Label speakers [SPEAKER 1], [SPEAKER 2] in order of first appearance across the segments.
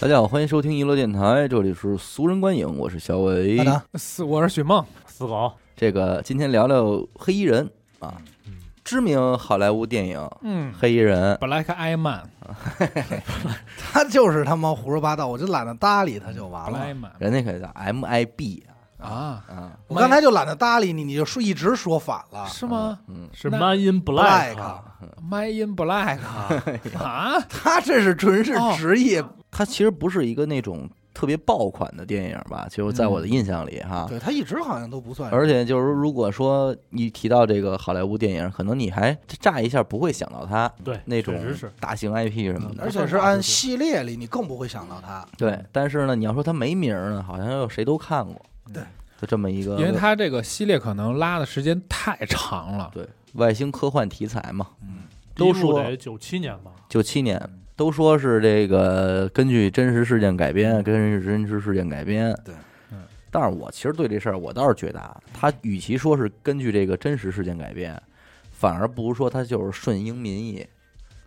[SPEAKER 1] 大家好，欢迎收听娱乐电台，这里是俗人观影，我是小伟
[SPEAKER 2] 大。达，
[SPEAKER 3] 死，我是许梦，死狗。
[SPEAKER 1] 这个今天聊聊黑衣人啊，知名好莱坞电影《
[SPEAKER 3] 嗯
[SPEAKER 1] 黑衣人》，
[SPEAKER 3] ，Black Eye Man，Black
[SPEAKER 2] 他就是他妈胡说八道，我就懒得搭理他就完了。
[SPEAKER 3] Man
[SPEAKER 1] 人家可叫 MIB 啊
[SPEAKER 3] 啊，
[SPEAKER 1] 啊，
[SPEAKER 2] 我刚才就懒得搭理你，你就说一直说反了。
[SPEAKER 3] 是吗
[SPEAKER 1] 嗯，
[SPEAKER 4] 是
[SPEAKER 3] 那啊
[SPEAKER 4] Man in Black，啊
[SPEAKER 2] Black，
[SPEAKER 3] ？My in Black
[SPEAKER 1] 哎
[SPEAKER 3] 啊，
[SPEAKER 2] 他这是纯是
[SPEAKER 3] 哦
[SPEAKER 2] 职业，
[SPEAKER 1] 它其实不是一个那种特别爆款的电影吧，其实在我的印象里哈。
[SPEAKER 2] 嗯对他一直好像都不算。
[SPEAKER 1] 而且就是，如果说一提到这个好莱坞电影，可能你还乍一下不会想到它
[SPEAKER 4] 对，
[SPEAKER 1] 那种
[SPEAKER 4] 确实是
[SPEAKER 1] 大型 IP 什么的。
[SPEAKER 2] 而且是按系列里，你更不会想到他。
[SPEAKER 1] 对，但是呢，你要说它没名儿呢，好像又谁都看过。
[SPEAKER 2] 对，
[SPEAKER 1] 就这么一个，
[SPEAKER 3] 因为它这个系列可能拉的时间太长了，
[SPEAKER 1] 对外星科幻题材嘛，
[SPEAKER 3] 嗯，
[SPEAKER 1] 都说
[SPEAKER 4] 九七年吧，
[SPEAKER 1] 九七年都说是这个根据真实事件改编，根据真实事件改编。
[SPEAKER 2] 对
[SPEAKER 3] 嗯，
[SPEAKER 1] 但是我其实对这事儿我倒是觉得啊，他与其说是根据这个真实事件改编，反而不如说他就是顺应民意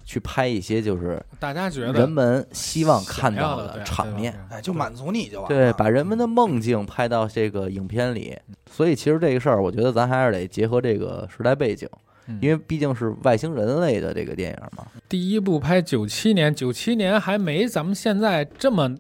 [SPEAKER 1] 去拍一些就是
[SPEAKER 3] 大家觉得
[SPEAKER 1] 人们希望看
[SPEAKER 3] 想要
[SPEAKER 1] 到
[SPEAKER 3] 的对
[SPEAKER 1] 的
[SPEAKER 3] 啊
[SPEAKER 1] 场面。
[SPEAKER 3] 对吧
[SPEAKER 2] 哎，就满足你就完了。
[SPEAKER 1] 对，把人们的梦境拍到这个影片里，所以其实这个事儿，我觉得咱还是得结合这个时代背景，
[SPEAKER 3] 嗯
[SPEAKER 1] 因为毕竟是外星人类的这个电影嘛。
[SPEAKER 3] 第一部拍九七年，九七年还没咱们现在这么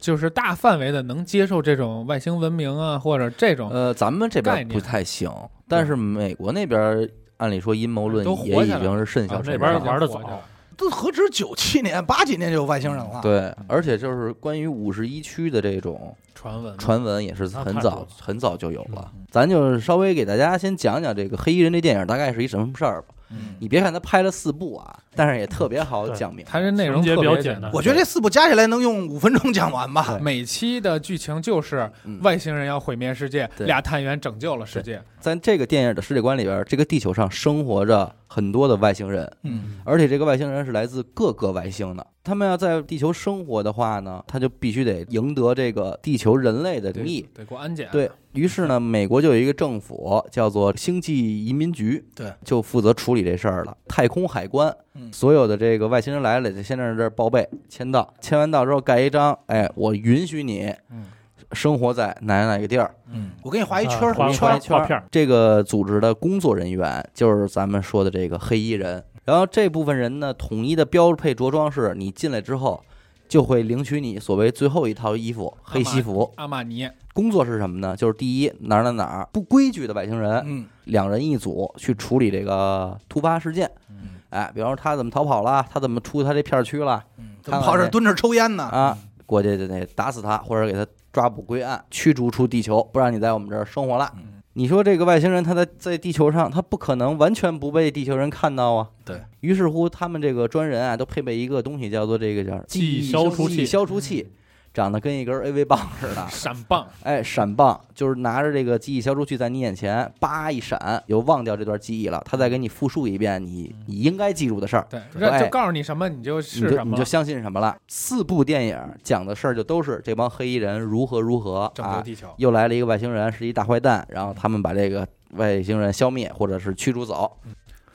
[SPEAKER 3] 就是大范围的能接受这种外星文明啊，或者这种
[SPEAKER 1] 呃，咱们这
[SPEAKER 3] 概
[SPEAKER 1] 边
[SPEAKER 3] 念
[SPEAKER 1] 不太行，但是美国那边按理说阴谋论
[SPEAKER 3] 都
[SPEAKER 1] 也
[SPEAKER 3] 火
[SPEAKER 1] 已
[SPEAKER 3] 起来了
[SPEAKER 1] 经是甚
[SPEAKER 4] 啊
[SPEAKER 1] 嚣
[SPEAKER 4] 那
[SPEAKER 1] 尘
[SPEAKER 4] 边
[SPEAKER 1] 上
[SPEAKER 4] 玩
[SPEAKER 1] 了。
[SPEAKER 4] 的
[SPEAKER 3] 火起来
[SPEAKER 4] 早
[SPEAKER 3] 了，
[SPEAKER 2] 都何止九七年、八几年就有外星人了。
[SPEAKER 1] 对，而且就是关于五十一区的这种
[SPEAKER 3] 传闻嘛，
[SPEAKER 1] 传闻也是
[SPEAKER 4] 那
[SPEAKER 1] 很
[SPEAKER 4] 太多
[SPEAKER 1] 早
[SPEAKER 4] 了
[SPEAKER 1] 很早就有了
[SPEAKER 3] 嗯。
[SPEAKER 1] 咱就是稍微给大家先讲讲这个黑衣人这电影大概是一什么事儿吧。
[SPEAKER 3] 嗯
[SPEAKER 1] 你别看他拍了四部啊，但是也特别好
[SPEAKER 4] 对
[SPEAKER 1] 讲明。
[SPEAKER 3] 它这内容
[SPEAKER 4] 情节
[SPEAKER 3] 特
[SPEAKER 4] 比较
[SPEAKER 3] 别
[SPEAKER 4] 简
[SPEAKER 3] 简
[SPEAKER 4] 单
[SPEAKER 3] 单。
[SPEAKER 2] 我觉得这四部加起来能用五分钟讲完吧。
[SPEAKER 3] 每期的剧情就是
[SPEAKER 1] 嗯
[SPEAKER 3] 外星人要毁灭世界，
[SPEAKER 1] 对
[SPEAKER 3] 俩探员拯救了世界。
[SPEAKER 1] 在这个电影的世界观里边，这个地球上生活着很多的外星人，
[SPEAKER 2] 嗯，
[SPEAKER 1] 而且这个外星人是来自各个外星的。他们要在地球生活的话呢，他就必须得赢得这个地球人类的同意。
[SPEAKER 3] 得过安检。
[SPEAKER 1] 对于是呢，美国就有一个政府叫做星际移民局，
[SPEAKER 2] 对，
[SPEAKER 1] 就负责处理这事儿了。太空海关，
[SPEAKER 2] 嗯
[SPEAKER 1] 所有的这个外星人来了，得先在这儿报备、签到，签完到之后盖一张，哎，我允许你
[SPEAKER 3] 嗯
[SPEAKER 1] 生活在哪哪个地儿，
[SPEAKER 2] 嗯，我给你画一圈儿，
[SPEAKER 4] 啊画
[SPEAKER 2] 一
[SPEAKER 4] 个
[SPEAKER 2] 圈
[SPEAKER 1] 圈
[SPEAKER 2] 儿
[SPEAKER 1] 圈
[SPEAKER 4] 画片儿
[SPEAKER 1] 这个组织的工作人员就是咱们说的这个黑衣人。然后这部分人呢，统一的标配着装是你进来之后就会领取你所谓最后一套衣服，黑西服。
[SPEAKER 3] 阿玛尼，。
[SPEAKER 1] 工作是什么呢？就是第一哪儿哪儿哪儿不规矩的外星人，
[SPEAKER 2] 嗯，
[SPEAKER 1] 两人一组去处理这个突发事件。
[SPEAKER 2] 嗯
[SPEAKER 1] 哎，比方说他怎么逃跑了，他怎么出他这片儿区了
[SPEAKER 2] 嗯怎么
[SPEAKER 1] 看
[SPEAKER 2] 跑这
[SPEAKER 1] 看
[SPEAKER 2] 儿
[SPEAKER 1] 这
[SPEAKER 2] 蹲着抽烟呢？
[SPEAKER 1] 啊？过去就得打死他，或者给他抓捕归案，驱逐出地球，不让你在我们这儿生活了。
[SPEAKER 2] 嗯
[SPEAKER 1] 你说这个外星人他在在地球上，他不可能完全不被地球人看到啊。
[SPEAKER 2] 对
[SPEAKER 1] 于是乎，他们这个专人啊，都配备一个东西，叫做这个叫
[SPEAKER 4] 记忆
[SPEAKER 1] 忆除
[SPEAKER 4] 消除器
[SPEAKER 1] 消除器，长得跟一根 AV 棒似的
[SPEAKER 3] 闪 棒，
[SPEAKER 1] 哎，闪棒就是拿着这个记忆消除器在你眼前叭一闪，就忘掉这段记忆了。他再给你复述一遍你你应该记住的事儿，
[SPEAKER 3] 对，
[SPEAKER 1] 哎
[SPEAKER 3] 这就告诉你什么你就
[SPEAKER 1] 你
[SPEAKER 3] 是
[SPEAKER 1] 就
[SPEAKER 3] 什
[SPEAKER 1] 你
[SPEAKER 3] 么
[SPEAKER 1] 就。相信什么了。四部电影讲的事儿就都是这帮黑衣人如何如何
[SPEAKER 3] 拯
[SPEAKER 1] 啊
[SPEAKER 3] 救，地球，
[SPEAKER 1] 又来了一个外星人，是一大坏蛋，然后他们把这个外星人消灭或者是驱逐走。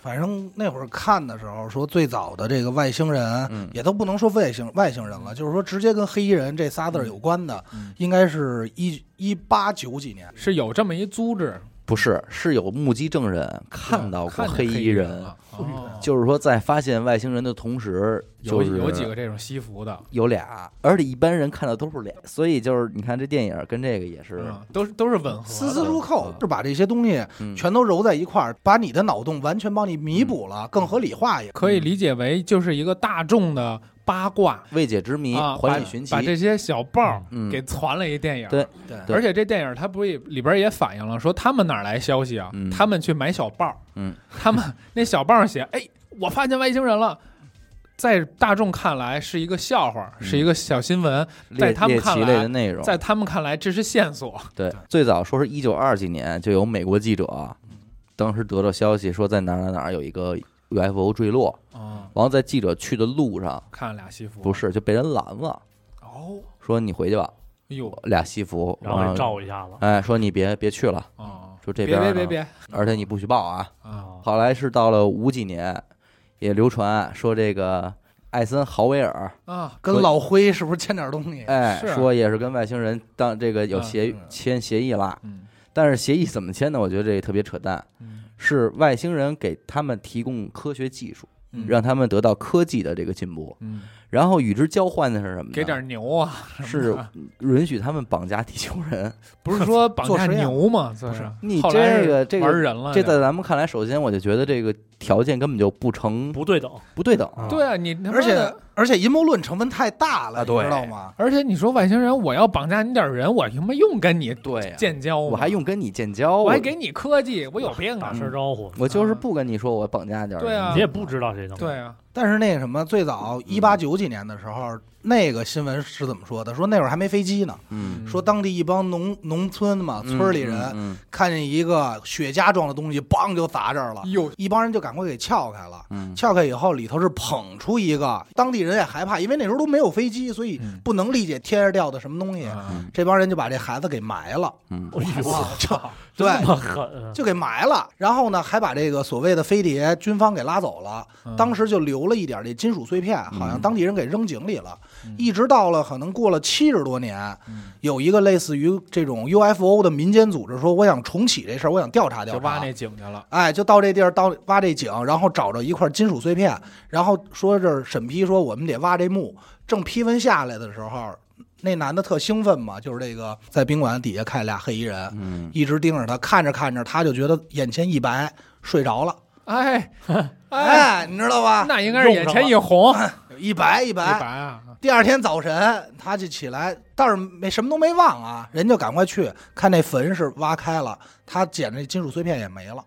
[SPEAKER 2] 反正那会儿看的时候，说最早的这个外星人，
[SPEAKER 1] 嗯
[SPEAKER 2] 也都不能说外星外星人了，就是说直接跟黑衣人这仨字儿有关的，
[SPEAKER 3] 嗯
[SPEAKER 2] 应该是一一八九几年。
[SPEAKER 3] 是有这么一组织嗯
[SPEAKER 1] 不是，是有目击证人看到过
[SPEAKER 3] 看见
[SPEAKER 1] 黑衣人，嗯
[SPEAKER 3] 了哦
[SPEAKER 1] 就是说在发现外星人的同时，
[SPEAKER 3] 有
[SPEAKER 1] 就是
[SPEAKER 3] 有几个这种西服的，
[SPEAKER 1] 有俩，而且一般人看到都是俩，所以就是你看这电影跟这个也是，
[SPEAKER 3] 嗯，都是都是吻合的，
[SPEAKER 2] 丝丝入扣
[SPEAKER 1] 嗯
[SPEAKER 2] 是把这些东西
[SPEAKER 1] 嗯
[SPEAKER 2] 全都揉在一块儿，把你的脑洞完全帮你弥补
[SPEAKER 1] 嗯
[SPEAKER 2] 了，更合理化也。
[SPEAKER 3] 可以理解为就是一个大众的八卦
[SPEAKER 1] 未解之谜，
[SPEAKER 3] 啊，
[SPEAKER 1] 环
[SPEAKER 3] 把
[SPEAKER 1] 宇寻
[SPEAKER 3] 把这
[SPEAKER 1] 奇，
[SPEAKER 3] 些小报
[SPEAKER 1] 嗯
[SPEAKER 3] 给传了一电影。
[SPEAKER 1] 对
[SPEAKER 2] 对
[SPEAKER 1] 对
[SPEAKER 3] 而且这电影它不是也里边也反映了说他们哪儿来消息啊？
[SPEAKER 1] 嗯
[SPEAKER 3] 他们去买小报，
[SPEAKER 1] 嗯，
[SPEAKER 3] 他们那小报上写，哎，我发现外星人了。在大众看来是一个笑话，
[SPEAKER 1] 嗯
[SPEAKER 3] 是一个小新闻，
[SPEAKER 1] 猎
[SPEAKER 3] 在他们
[SPEAKER 1] 猎奇
[SPEAKER 3] 看
[SPEAKER 1] 类的
[SPEAKER 3] 来，
[SPEAKER 1] 内容，
[SPEAKER 3] 在他们看来这是线索。
[SPEAKER 1] 对，最早说是一九二几年就有美国记者，当时得到消息说在哪儿哪儿哪儿有一个 UFO 坠落，
[SPEAKER 3] 嗯，
[SPEAKER 1] 然后在记者去的路上，
[SPEAKER 3] 看了俩西服，
[SPEAKER 1] 不是就被人拦了，
[SPEAKER 3] 哦，
[SPEAKER 1] 说你回去吧，
[SPEAKER 3] 哎呦，
[SPEAKER 1] 俩西服，
[SPEAKER 4] 然
[SPEAKER 3] 啊
[SPEAKER 4] 后给照一下子。
[SPEAKER 1] 哎，说你别别去了，
[SPEAKER 3] 哦，
[SPEAKER 1] 说这
[SPEAKER 3] 别
[SPEAKER 1] 边
[SPEAKER 3] 别
[SPEAKER 1] 呢
[SPEAKER 3] 别别
[SPEAKER 1] 而且你不许报啊。
[SPEAKER 3] 啊，
[SPEAKER 1] 后来是到了五几年，也流传说这个艾森豪威尔，
[SPEAKER 3] 啊，
[SPEAKER 2] 跟
[SPEAKER 1] 说
[SPEAKER 2] 老灰是不是欠点东西？
[SPEAKER 1] 哎，
[SPEAKER 3] 是啊
[SPEAKER 1] 说也是跟外星人当这个有
[SPEAKER 3] 嗯
[SPEAKER 1] 协
[SPEAKER 2] 嗯
[SPEAKER 1] 签协议了，
[SPEAKER 3] 嗯
[SPEAKER 1] 但是协议怎么签的？我觉得这也特别扯淡，
[SPEAKER 3] 嗯
[SPEAKER 1] 是外星人给他们提供科学技术，
[SPEAKER 3] 嗯
[SPEAKER 1] 让他们得到科技的这个进步，
[SPEAKER 3] 嗯，
[SPEAKER 1] 然后与之交换的是什么呢？
[SPEAKER 3] 给点牛啊，什
[SPEAKER 1] 是
[SPEAKER 3] 么的
[SPEAKER 1] 允许他们绑架地球人。
[SPEAKER 3] 不是说绑
[SPEAKER 2] 做
[SPEAKER 3] 架
[SPEAKER 2] 实验
[SPEAKER 3] 牛吗？这
[SPEAKER 2] 不
[SPEAKER 3] 是
[SPEAKER 1] 你
[SPEAKER 3] 后来
[SPEAKER 1] 这个
[SPEAKER 3] 是
[SPEAKER 1] 这个
[SPEAKER 3] 玩人了，
[SPEAKER 1] 这在咱们看来，首先我就觉得这个条件根本就不成
[SPEAKER 4] 不对等，
[SPEAKER 1] 不对等啊。
[SPEAKER 3] 对啊，你他妈
[SPEAKER 2] 而且
[SPEAKER 3] 的
[SPEAKER 2] 而且阴谋论成分太大了，
[SPEAKER 1] 啊
[SPEAKER 2] 你
[SPEAKER 1] 对
[SPEAKER 2] 知道吗？
[SPEAKER 3] 而且你说外星人，我要绑架你点人，我他妈用跟你
[SPEAKER 1] 对呀
[SPEAKER 3] 建交吗？
[SPEAKER 1] 我还用跟你建交，
[SPEAKER 3] 我
[SPEAKER 1] 我
[SPEAKER 3] 还给你科技，我有病
[SPEAKER 4] 打
[SPEAKER 3] 啊！
[SPEAKER 4] 声招呼，
[SPEAKER 1] 我就是不跟你说我绑架点儿人。
[SPEAKER 3] 对啊
[SPEAKER 4] 你也不知道谁能
[SPEAKER 3] 对啊，
[SPEAKER 2] 但是那个什么，最
[SPEAKER 1] 嗯
[SPEAKER 2] 早一八九几年的时候，那个新闻是怎么说的？说那会儿还没飞机呢，
[SPEAKER 1] 嗯，
[SPEAKER 2] 说当地一帮农农村嘛，
[SPEAKER 1] 嗯，
[SPEAKER 2] 村里人
[SPEAKER 1] 嗯，
[SPEAKER 2] 看见一个雪茄状的东西，梆就砸这儿了，
[SPEAKER 3] 有
[SPEAKER 2] 一帮人就赶快给撬开了。
[SPEAKER 1] 嗯，嗯
[SPEAKER 2] 撬开以后，里头是捧出一个，当地人也害怕，因为那时候都没有飞机，所以
[SPEAKER 3] 嗯
[SPEAKER 2] 不能理解天上掉的什么
[SPEAKER 1] 哎
[SPEAKER 2] 东西。
[SPEAKER 3] 啊，
[SPEAKER 2] 这帮人就把这孩子给埋了，
[SPEAKER 1] 嗯
[SPEAKER 4] 哎呦，
[SPEAKER 2] 就
[SPEAKER 4] 这
[SPEAKER 2] 对，
[SPEAKER 4] 么狠，啊
[SPEAKER 2] 就给埋了。然后呢，还把这个所谓的飞碟军方给拉走了，
[SPEAKER 3] 嗯
[SPEAKER 2] 当时就留了一点这金属碎片，好像当地人给扔井里了。
[SPEAKER 3] 嗯
[SPEAKER 2] 一直到了可能过了七十多年，
[SPEAKER 3] 嗯
[SPEAKER 2] 有一个类似于这种 UFO 的民间组织说，我想重启这事儿，我想调查
[SPEAKER 3] 就
[SPEAKER 2] 调
[SPEAKER 3] 挖
[SPEAKER 2] 查
[SPEAKER 3] 那。井 去了，
[SPEAKER 2] 哎，就到这地儿，到挖这井，然后找着一块金属碎片，然后说这儿审批说我们得挖这墓。正批文下来的时候，那男的特兴奋嘛，就是这个在宾馆底下看俩黑衣人，
[SPEAKER 1] 嗯，
[SPEAKER 2] 一直盯着他，看着看着，他就觉得眼前一白，睡着了。
[SPEAKER 3] 哎哎，
[SPEAKER 2] 哎，你知道吧？
[SPEAKER 3] 那应该是眼前一红，
[SPEAKER 1] 哎
[SPEAKER 3] 一
[SPEAKER 2] 一白一
[SPEAKER 3] 白
[SPEAKER 2] 白。
[SPEAKER 3] 啊，
[SPEAKER 2] 第二天早晨，他就起来，但是没什么都没忘啊，人就赶快去看那坟是挖开了，他捡那金属碎片也没了。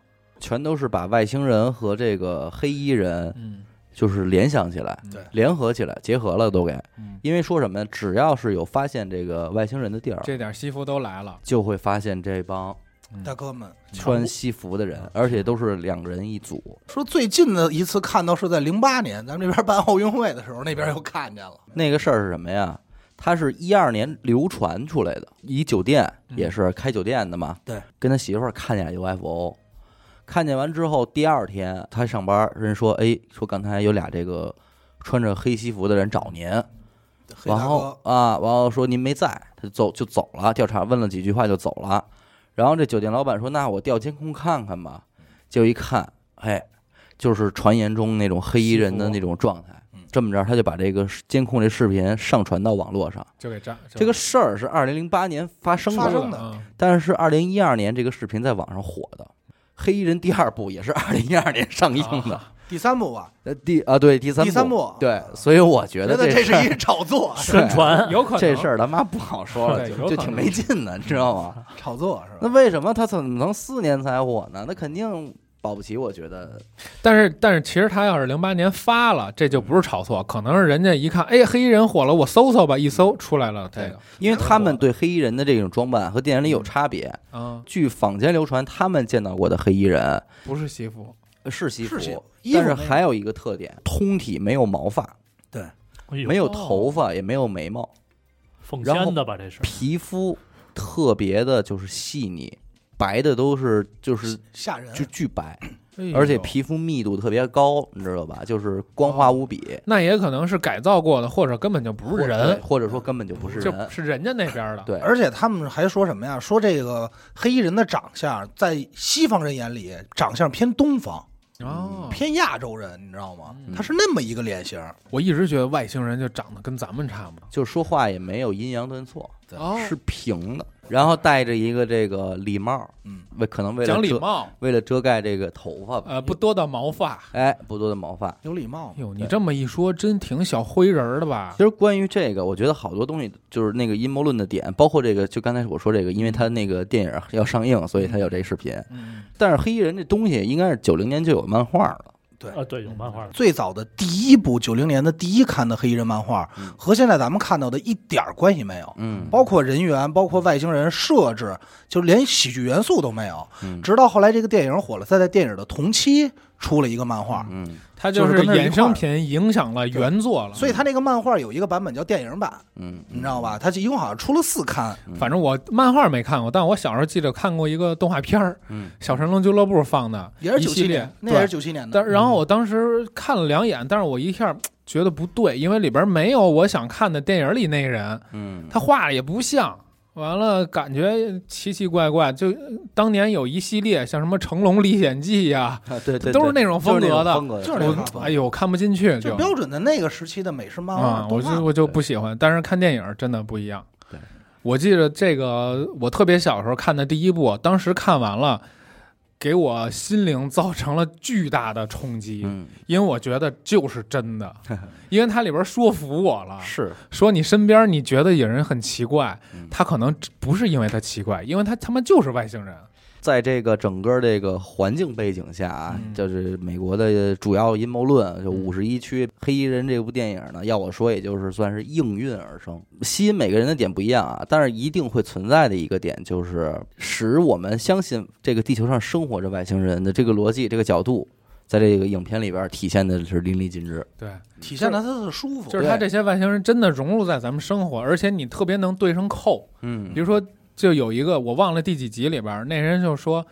[SPEAKER 1] 全都是把外星人和这个黑衣人
[SPEAKER 3] 嗯
[SPEAKER 1] 就是联想起来，
[SPEAKER 2] 对
[SPEAKER 1] 联合起来，结合了都给。
[SPEAKER 3] 嗯，
[SPEAKER 1] 因为说什么呢？只要是有发现这个外星人的地儿，
[SPEAKER 3] 这点西服都来了，
[SPEAKER 1] 就会发现这帮
[SPEAKER 3] 嗯
[SPEAKER 2] 大哥们
[SPEAKER 1] 穿西服的人，而且都是两人一组。
[SPEAKER 2] 说，最近的一次看到是在零八年，咱们这边办奥运会的时候，那边又看见
[SPEAKER 3] 嗯
[SPEAKER 2] 了。
[SPEAKER 1] 那个事儿是什么呀？他是一二年流传出来的，一酒店
[SPEAKER 3] 嗯
[SPEAKER 1] 也是开酒店的嘛，
[SPEAKER 2] 对，
[SPEAKER 1] 跟他媳妇儿看见 UFO，看见完之后，第二天他上班，人说，哎，说刚才有俩这个穿着黑西服的人找您，
[SPEAKER 2] 黑
[SPEAKER 1] 然
[SPEAKER 2] 大
[SPEAKER 1] 后
[SPEAKER 2] 哥，
[SPEAKER 1] 啊，然后说您没在，他就走就走了，调查问了几句话就走了，然后这酒店老板说，那我调监控看看吧，就一看，哎，就是传言中那种黑衣人的那种状态
[SPEAKER 2] 嗯。
[SPEAKER 1] 这么着，他就把这个视监控这视频上传到网络上。
[SPEAKER 3] 就给炸
[SPEAKER 1] 嗯这个事儿是二零零八年发生
[SPEAKER 2] 发
[SPEAKER 1] 的，
[SPEAKER 2] 生的，
[SPEAKER 3] 嗯
[SPEAKER 1] 但是二零一二年这个视频在网上火的。黑衣人第二部 也是二零一二年上映的，
[SPEAKER 2] 第三部吧，
[SPEAKER 1] 呃，第啊对啊第三
[SPEAKER 2] 第三部
[SPEAKER 1] 对，所以我觉得
[SPEAKER 2] 觉得
[SPEAKER 1] 这
[SPEAKER 2] 这
[SPEAKER 1] 事儿
[SPEAKER 2] 是一炒作，
[SPEAKER 4] 宣传
[SPEAKER 3] 有可能
[SPEAKER 1] 这事儿他妈不好说了，
[SPEAKER 3] 对
[SPEAKER 1] 就
[SPEAKER 3] 有可
[SPEAKER 1] 就
[SPEAKER 3] 能
[SPEAKER 1] 挺没劲的，你知道 吗？
[SPEAKER 2] 炒作是
[SPEAKER 1] 那
[SPEAKER 2] 吧？
[SPEAKER 1] 为什么他怎么能四年才火呢？那肯定保不齐，我觉得
[SPEAKER 3] 但是但是其实他要是零八年发了，这就不是炒作，可能是人家一看，哎，黑衣人火了，我搜搜吧，一搜
[SPEAKER 1] 嗯
[SPEAKER 3] 出来了这个，
[SPEAKER 1] 因为他们对黑衣人的这种装扮和电影里有差别。
[SPEAKER 3] 嗯，
[SPEAKER 1] 据坊间流传，他们见到过的黑衣人
[SPEAKER 3] 不是西服，
[SPEAKER 1] 呃是西服，
[SPEAKER 2] 是西服衣服
[SPEAKER 1] 但是
[SPEAKER 2] 没有
[SPEAKER 1] 还有一个特点，通体没有毛发，
[SPEAKER 4] 哎呦
[SPEAKER 1] 没有头发，也没有眉毛，
[SPEAKER 4] 奉
[SPEAKER 1] 然后
[SPEAKER 4] 先的吧，这是
[SPEAKER 1] 皮肤特别的就是细腻，白的都是就是
[SPEAKER 2] 吓人，啊
[SPEAKER 1] 就巨白，
[SPEAKER 3] 哎呦
[SPEAKER 1] 而且皮肤密度特别高，你知道吧？就是光滑无比。
[SPEAKER 3] 那也可能是改造过的，或者根本就不是
[SPEAKER 1] 对
[SPEAKER 3] 人，
[SPEAKER 1] 或者说根本就不是
[SPEAKER 3] 就
[SPEAKER 1] 人。
[SPEAKER 3] 是人家那边的，
[SPEAKER 1] 对，
[SPEAKER 2] 而且他们还说什么呀？说这个黑衣人的长相，在西方人眼里，长相偏东方、
[SPEAKER 1] 嗯
[SPEAKER 3] 哦，
[SPEAKER 2] 偏亚洲人，你知道吗
[SPEAKER 3] 嗯？
[SPEAKER 2] 他是那么一个脸型。
[SPEAKER 3] 我一直觉得外星人就长得跟咱们差不多，
[SPEAKER 1] 就说话也没有阴阳顿挫，
[SPEAKER 3] 哦
[SPEAKER 1] 是平的，然后戴着一个这个礼帽，
[SPEAKER 2] 嗯，
[SPEAKER 1] 为可能为了
[SPEAKER 3] 讲礼
[SPEAKER 1] 遮
[SPEAKER 3] 貌，
[SPEAKER 1] 为了遮盖这个头发吧，
[SPEAKER 3] 呃，不多的毛发。
[SPEAKER 1] 哎，不多的毛发。
[SPEAKER 2] 有礼貌吗？
[SPEAKER 3] 哟，你这么一说，真挺小灰人儿的吧
[SPEAKER 1] 其？实关于这个，我觉得好多东西就是那个阴谋论的点，包括这个，就刚才我说这个，因为他那个电影要上映，所以他有这视频。
[SPEAKER 3] 嗯，
[SPEAKER 1] 但是黑衣人这东西应该是九零年就有漫画了，
[SPEAKER 4] 啊，对，有漫画的，
[SPEAKER 2] 最早的第一部九零年的第一刊的黑衣人漫画
[SPEAKER 1] 嗯，
[SPEAKER 2] 和现在咱们看到的一点儿关系没有。
[SPEAKER 1] 嗯，
[SPEAKER 2] 包括人员，包括外星人设置，就连喜剧元素都没有。
[SPEAKER 1] 嗯
[SPEAKER 2] 直到后来这个电影火了，再在电影的同期出了一个漫画，
[SPEAKER 1] 嗯
[SPEAKER 3] 他就
[SPEAKER 2] 就是
[SPEAKER 3] 是
[SPEAKER 2] 跟那一块儿
[SPEAKER 3] 衍生品影响了原作了，
[SPEAKER 2] 所以他那个漫画有一个版本叫电影版，
[SPEAKER 1] 嗯，
[SPEAKER 2] 你知道吧？他一共好像出了四刊，
[SPEAKER 3] 反正我漫画没看过，但我小时候记得看过一个动画片儿，
[SPEAKER 1] 嗯
[SPEAKER 3] 小神龙俱乐部》放的，
[SPEAKER 2] 也是
[SPEAKER 3] 一
[SPEAKER 2] 九
[SPEAKER 3] 系
[SPEAKER 2] 七
[SPEAKER 3] 列
[SPEAKER 2] 年，，那也是
[SPEAKER 3] 对。
[SPEAKER 2] 九七年的。
[SPEAKER 3] 但然后我当时看了两眼，但是我一下觉得不对，因为里边没有我想看的电影里那个人，
[SPEAKER 1] 嗯，
[SPEAKER 3] 他画的也不像。完了，感觉奇奇怪怪。就当年有一系列像什么《成龙历险记》呀，
[SPEAKER 1] 啊 对对，
[SPEAKER 3] 都是
[SPEAKER 1] 对
[SPEAKER 3] 那种
[SPEAKER 1] 就是
[SPEAKER 3] 风格
[SPEAKER 1] 那
[SPEAKER 3] 的
[SPEAKER 1] 种风格的，
[SPEAKER 2] 就是那种
[SPEAKER 3] 我哎呦看不进去，
[SPEAKER 2] 就
[SPEAKER 3] 就
[SPEAKER 2] 标准的那个时期的美式漫画
[SPEAKER 3] 啊，
[SPEAKER 2] 动
[SPEAKER 3] 我就
[SPEAKER 2] 画。
[SPEAKER 3] 我就不喜欢。但是看电影真的不一样。
[SPEAKER 1] 对，
[SPEAKER 3] 我记得这个，我特别小时候看的第一部，当时看完了，给我心灵造成了巨大的冲击，
[SPEAKER 1] 嗯
[SPEAKER 3] 因为我觉得就是真的，因为它里边说服我了，
[SPEAKER 1] 是
[SPEAKER 3] 说你身边你觉得有人很奇怪
[SPEAKER 1] 嗯，
[SPEAKER 3] 他可能不是因为他奇怪，因为他他妈就是外星人。
[SPEAKER 1] 在这个整个这个环境背景下啊，
[SPEAKER 3] 嗯
[SPEAKER 1] 就是美国的主要阴谋论，就五十一区黑衣人这部电影呢，要我说，也就是算是应运而生，吸引每个人的点不一样啊，但是一定会存在的一个点就是使我们相信这个地球上生活着外星人的这个逻辑、这个角度，在这个影片里边体现的是淋漓尽致。
[SPEAKER 3] 对，
[SPEAKER 2] 体现了它的舒服，
[SPEAKER 3] 就是他这些外星人真的融入在咱们生活，而且你特别能对上扣。
[SPEAKER 1] 嗯
[SPEAKER 3] 比如说，就有一个我忘了第几集里边儿，那人就说，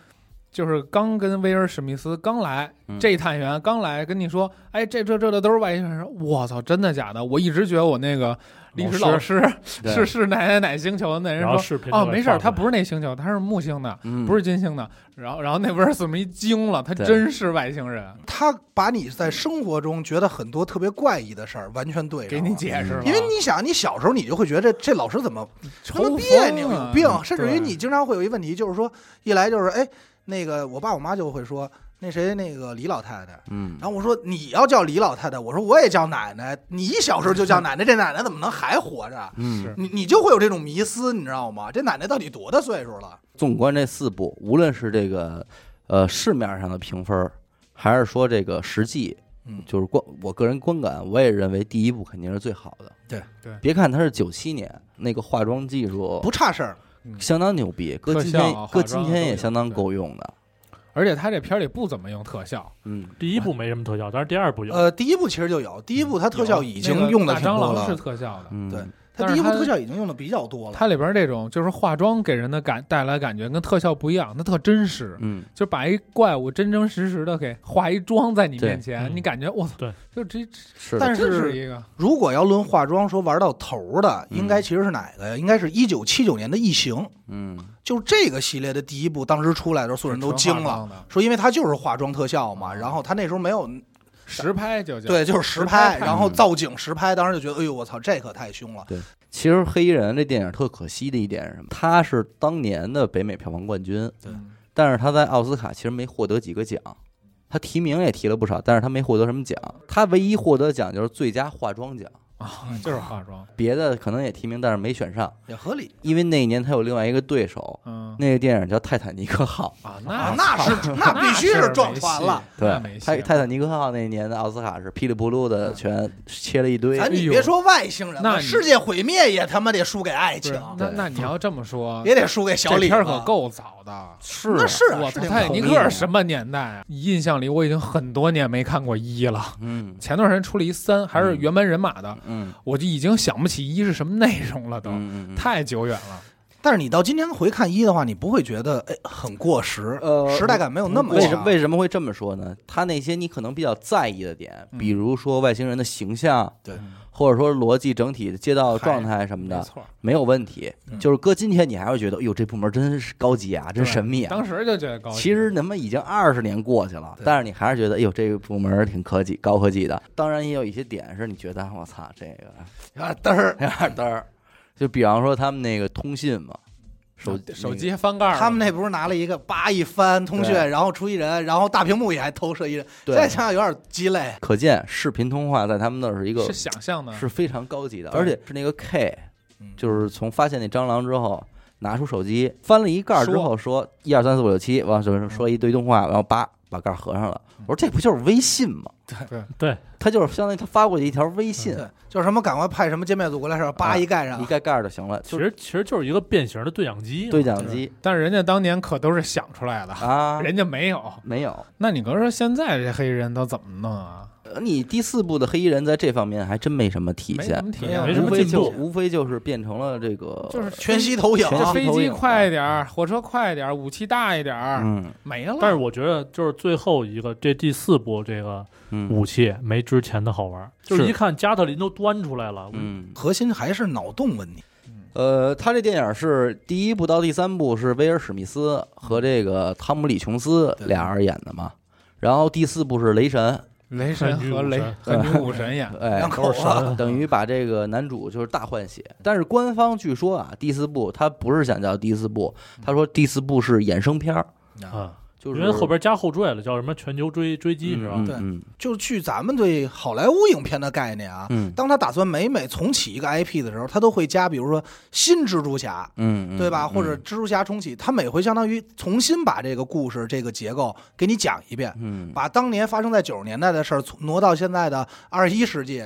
[SPEAKER 3] 就是刚跟威尔史密斯刚来
[SPEAKER 1] 嗯，
[SPEAKER 3] 这一探员刚来跟你说，哎，这这这这都是外星人，我操，真的假的？我一直觉得我那个历史老师
[SPEAKER 1] 对
[SPEAKER 3] 是是哪哪哪星球的那人
[SPEAKER 4] 然后
[SPEAKER 3] 说。
[SPEAKER 4] 视频
[SPEAKER 3] 哦，没事儿，他不
[SPEAKER 4] 是
[SPEAKER 3] 是那星球，他是木星的，
[SPEAKER 1] 嗯
[SPEAKER 3] 不是金星的。然后，然后那威尔史密斯惊了，他
[SPEAKER 1] 对
[SPEAKER 3] 真是外星人，
[SPEAKER 2] 他把你在生活中觉得很多特别怪异的事儿完全对上
[SPEAKER 3] 给你
[SPEAKER 2] 了
[SPEAKER 3] 解释了。
[SPEAKER 2] 因为你想，你小时候你就会觉得这老师怎么
[SPEAKER 3] 抽
[SPEAKER 2] 那么
[SPEAKER 3] 风
[SPEAKER 2] 别扭、
[SPEAKER 3] 啊
[SPEAKER 2] 有病，甚至于
[SPEAKER 3] 对
[SPEAKER 2] 你经常会有一问题，就是说一来就是哎，那个我爸我妈就会说那谁那个李老太太，
[SPEAKER 1] 嗯
[SPEAKER 2] 然，后我说你要叫李老太太，我说我也叫奶奶，你小时候就叫奶奶，这奶奶怎么能还活着？
[SPEAKER 1] 嗯
[SPEAKER 3] 是
[SPEAKER 2] 你你就会有这种迷思，你知道吗？这奶奶到底多大岁数了？
[SPEAKER 1] 纵观这四部，无论是这个呃市面上的评分儿，还是说这个实际，
[SPEAKER 2] 嗯
[SPEAKER 1] 就是观我个人观感，我也认为第一部肯定是最好的。
[SPEAKER 2] 对
[SPEAKER 3] 对
[SPEAKER 1] 别看它是九七年，那个化妆技术
[SPEAKER 2] 不差事儿，
[SPEAKER 1] 相当牛逼，搁
[SPEAKER 3] 特
[SPEAKER 1] 今
[SPEAKER 3] 效啊
[SPEAKER 1] 天
[SPEAKER 3] 化
[SPEAKER 1] 搁
[SPEAKER 3] 妆
[SPEAKER 1] 今
[SPEAKER 3] 啊
[SPEAKER 1] 天
[SPEAKER 3] 都
[SPEAKER 1] 也
[SPEAKER 3] 有
[SPEAKER 1] 相当
[SPEAKER 3] 对
[SPEAKER 1] 够用的。
[SPEAKER 3] 而且他这片儿里不怎么用特效，
[SPEAKER 1] 嗯，
[SPEAKER 4] 第一部没什么特效，但是第二部有。
[SPEAKER 2] 呃，第一部其实就有，第一部它特效已
[SPEAKER 3] 那
[SPEAKER 2] 经
[SPEAKER 3] 个
[SPEAKER 2] 用的
[SPEAKER 3] 大
[SPEAKER 2] 挺
[SPEAKER 3] 蟑
[SPEAKER 2] 多
[SPEAKER 3] 螂是
[SPEAKER 2] 了，
[SPEAKER 3] 特效的，
[SPEAKER 1] 嗯
[SPEAKER 2] 对
[SPEAKER 3] 但
[SPEAKER 2] 第一
[SPEAKER 3] 是
[SPEAKER 2] 部
[SPEAKER 3] 它
[SPEAKER 2] 特效已经用的比较多了。
[SPEAKER 3] 它里边这种就是化妆给人的感带来感觉跟特效不一样，它特真实，
[SPEAKER 1] 嗯，
[SPEAKER 3] 就把一怪物真真实实的给化一妆在你
[SPEAKER 1] 对
[SPEAKER 3] 面前，
[SPEAKER 4] 嗯
[SPEAKER 3] 你感觉我操，
[SPEAKER 4] 对，
[SPEAKER 3] 就这
[SPEAKER 1] 嗯是的，
[SPEAKER 2] 但
[SPEAKER 3] 这
[SPEAKER 2] 是
[SPEAKER 3] 是一个
[SPEAKER 2] 如果要论化妆说玩到头儿的，
[SPEAKER 1] 嗯
[SPEAKER 2] 应该其实是哪个呀？应该是一九七九年的《异形》，
[SPEAKER 1] 嗯
[SPEAKER 2] 就是这个系列的第一部，当时出来的时候，所有人都惊
[SPEAKER 3] 纯化
[SPEAKER 2] 了，
[SPEAKER 3] 妆的，
[SPEAKER 2] 说因为它就是化妆特效嘛，然后它那时候没有
[SPEAKER 3] 实拍就叫
[SPEAKER 2] 对，就是实
[SPEAKER 3] 实
[SPEAKER 2] 拍，
[SPEAKER 3] 拍嗯
[SPEAKER 2] 然后造景实拍，当时就觉得，哎呦，我操，这可太凶了。
[SPEAKER 1] 其实《黑衣人》这电影特可惜的一点是什么？它是当年的北美票房冠军，
[SPEAKER 2] 对
[SPEAKER 3] 嗯
[SPEAKER 1] 但是他在奥斯卡其实没获得几个奖，他提名也提了不少，但是他没获得什么奖。他唯一获得奖就是最佳化妆奖，
[SPEAKER 3] 啊，就是化妆，
[SPEAKER 1] 别的可能也提名，但是没选上，
[SPEAKER 2] 也合理
[SPEAKER 1] 因为那一年他有另外一个对手，
[SPEAKER 3] 嗯
[SPEAKER 1] 那个电影叫《泰坦尼克号
[SPEAKER 3] 啊，
[SPEAKER 2] 啊
[SPEAKER 3] 那，
[SPEAKER 2] 那是那必须
[SPEAKER 3] 是
[SPEAKER 2] 撞船了。
[SPEAKER 3] 没戏，》。
[SPEAKER 1] 对
[SPEAKER 3] 那没，戏
[SPEAKER 1] 泰泰坦尼克号那一年的奥斯卡是噼里扑噜的全切了一堆。
[SPEAKER 2] 咱
[SPEAKER 3] 哎
[SPEAKER 2] 你
[SPEAKER 3] 呦
[SPEAKER 2] 别说外星人
[SPEAKER 3] 那
[SPEAKER 2] 了，
[SPEAKER 3] 你
[SPEAKER 2] 世界毁灭也他妈得输给爱
[SPEAKER 3] 不是
[SPEAKER 2] 情，
[SPEAKER 3] 那
[SPEAKER 1] 对
[SPEAKER 3] 那你要这么说，
[SPEAKER 2] 也得输给小
[SPEAKER 3] 这
[SPEAKER 2] 李
[SPEAKER 3] 片
[SPEAKER 2] 子。
[SPEAKER 3] 儿可够早的。
[SPEAKER 1] 是
[SPEAKER 2] 那是啊
[SPEAKER 3] 我
[SPEAKER 2] 是
[SPEAKER 3] 操，
[SPEAKER 2] 挺
[SPEAKER 3] 泰坦尼
[SPEAKER 1] 同意
[SPEAKER 3] 克
[SPEAKER 1] 的
[SPEAKER 3] 什么年代啊？印象里我已经很多年没看过一了。
[SPEAKER 1] 嗯
[SPEAKER 3] 前段时间出了一三，还是
[SPEAKER 1] 嗯
[SPEAKER 3] 原班人马的，
[SPEAKER 1] 嗯
[SPEAKER 3] 我就已经想不起一是什么内容了都，
[SPEAKER 1] 嗯，
[SPEAKER 3] 太久远了。
[SPEAKER 2] 但是你到今天回看一的话，你不会觉得哎很过时，
[SPEAKER 1] 呃
[SPEAKER 2] 时代感没有那么
[SPEAKER 1] 为什
[SPEAKER 2] 强。
[SPEAKER 1] 为什么会这么说呢？他那些你可能比较在意的点，
[SPEAKER 3] 嗯
[SPEAKER 1] 比如说外星人的形象，
[SPEAKER 2] 对
[SPEAKER 1] 或者说逻辑整体的街道状态什么
[SPEAKER 3] 没
[SPEAKER 1] 的，
[SPEAKER 3] 错，
[SPEAKER 1] 没有问题。
[SPEAKER 2] 嗯
[SPEAKER 1] 就是搁今天，你还会觉得，哎呦，这部门真是高级啊，真神秘啊。
[SPEAKER 3] 当时就觉得高级。
[SPEAKER 1] 其实他妈已经二十年过去了，
[SPEAKER 2] 对
[SPEAKER 1] 但是你还是觉得，哎呦，这个部门挺科技、高科技的。当然也有一些点是你觉得，我操，这个
[SPEAKER 2] 啊，但是
[SPEAKER 1] 有点嘚儿。就比方说他们那个通信嘛，手
[SPEAKER 3] 啊手
[SPEAKER 1] 那
[SPEAKER 3] 机翻盖儿 了，
[SPEAKER 2] 他们那不是拿了一个叭一翻通讯，
[SPEAKER 1] 对
[SPEAKER 2] 然后出一人，然后大屏幕也还投射一人，
[SPEAKER 1] 对
[SPEAKER 2] 再想想有点鸡肋。
[SPEAKER 1] 个可见视频通话在他们那儿是一个
[SPEAKER 3] 是想象的，
[SPEAKER 1] 是非常高级的，
[SPEAKER 3] 嗯对
[SPEAKER 1] 而且是那个 K，
[SPEAKER 2] 嗯
[SPEAKER 1] 就是从发现那蟑螂之后，拿出手机翻了一盖儿之后说一二三四五六七，完什么说一堆动画，然后叭把盖儿合上了。我说这不就是微信吗？
[SPEAKER 3] 对
[SPEAKER 4] 对，
[SPEAKER 1] 他就是相当于他发过去一条微信，
[SPEAKER 2] 对，就是什么赶快派什么歼灭组过来时候，
[SPEAKER 1] 啊
[SPEAKER 2] 叭一盖上
[SPEAKER 1] 一，盖盖儿就行了，
[SPEAKER 4] 其
[SPEAKER 1] 就是
[SPEAKER 4] 实其实就是一个变形的对讲机嘛。啊
[SPEAKER 1] 对讲机
[SPEAKER 3] 但是人家当年可都是想出来的，
[SPEAKER 1] 啊，
[SPEAKER 3] 人家没有。
[SPEAKER 1] 没有。
[SPEAKER 3] 那你可说现在这黑人都怎么弄啊？
[SPEAKER 1] 呃你第四部的黑衣人在这方面还真没什么体
[SPEAKER 3] 没什
[SPEAKER 1] 现，
[SPEAKER 3] 么体
[SPEAKER 2] 没有
[SPEAKER 3] 验，
[SPEAKER 4] 没什
[SPEAKER 1] 无
[SPEAKER 4] 么
[SPEAKER 1] 非
[SPEAKER 4] 进
[SPEAKER 1] 就
[SPEAKER 4] 步
[SPEAKER 1] 无非就是变成了这个，
[SPEAKER 3] 就是
[SPEAKER 2] 呃全息投影啊，
[SPEAKER 1] 全
[SPEAKER 3] 这
[SPEAKER 1] 息
[SPEAKER 3] 飞
[SPEAKER 1] 投
[SPEAKER 3] 机
[SPEAKER 1] 影
[SPEAKER 3] 快一点儿，火车快一点儿，武器大一点儿，
[SPEAKER 1] 嗯
[SPEAKER 3] 没了。
[SPEAKER 4] 但是我觉得就是最后一个这第四部这个
[SPEAKER 1] 嗯
[SPEAKER 4] 武器没之前的好玩，就是是一看加特林都端出来了，
[SPEAKER 1] 嗯，
[SPEAKER 2] 核心还是脑洞问题。
[SPEAKER 1] 呃，他这电影是第一部到第三部是威尔史密斯和这个汤姆李琼斯
[SPEAKER 2] 对
[SPEAKER 1] 俩人演的嘛，然后第四部是雷神，
[SPEAKER 3] 雷神和雷和
[SPEAKER 1] 女武神
[SPEAKER 3] 女 武神演，
[SPEAKER 1] 哎
[SPEAKER 2] 两，口子，
[SPEAKER 1] 等于把这个男主就是大换血。但是官方据说啊，第四部他不是想叫第四部，他说第四部是衍生片儿，
[SPEAKER 4] 啊，
[SPEAKER 1] 就
[SPEAKER 4] 因
[SPEAKER 1] 是
[SPEAKER 4] 为后边加后缀了，叫什么全球追追击是吧
[SPEAKER 1] 嗯？
[SPEAKER 2] 对
[SPEAKER 1] 嗯
[SPEAKER 2] 就去咱们对好莱坞影片的概念啊，
[SPEAKER 1] 嗯
[SPEAKER 2] 当他打算每每重启一个 IP 的时候，他都会加，比如说新蜘蛛侠，
[SPEAKER 1] 嗯，嗯
[SPEAKER 2] 对吧？
[SPEAKER 1] 嗯
[SPEAKER 2] 或者蜘蛛侠重启，他每回相当于重新把这个故事、这个结构给你讲一遍，
[SPEAKER 1] 嗯
[SPEAKER 2] 把当年发生在九十年代的事儿从挪到现在的二十一世纪，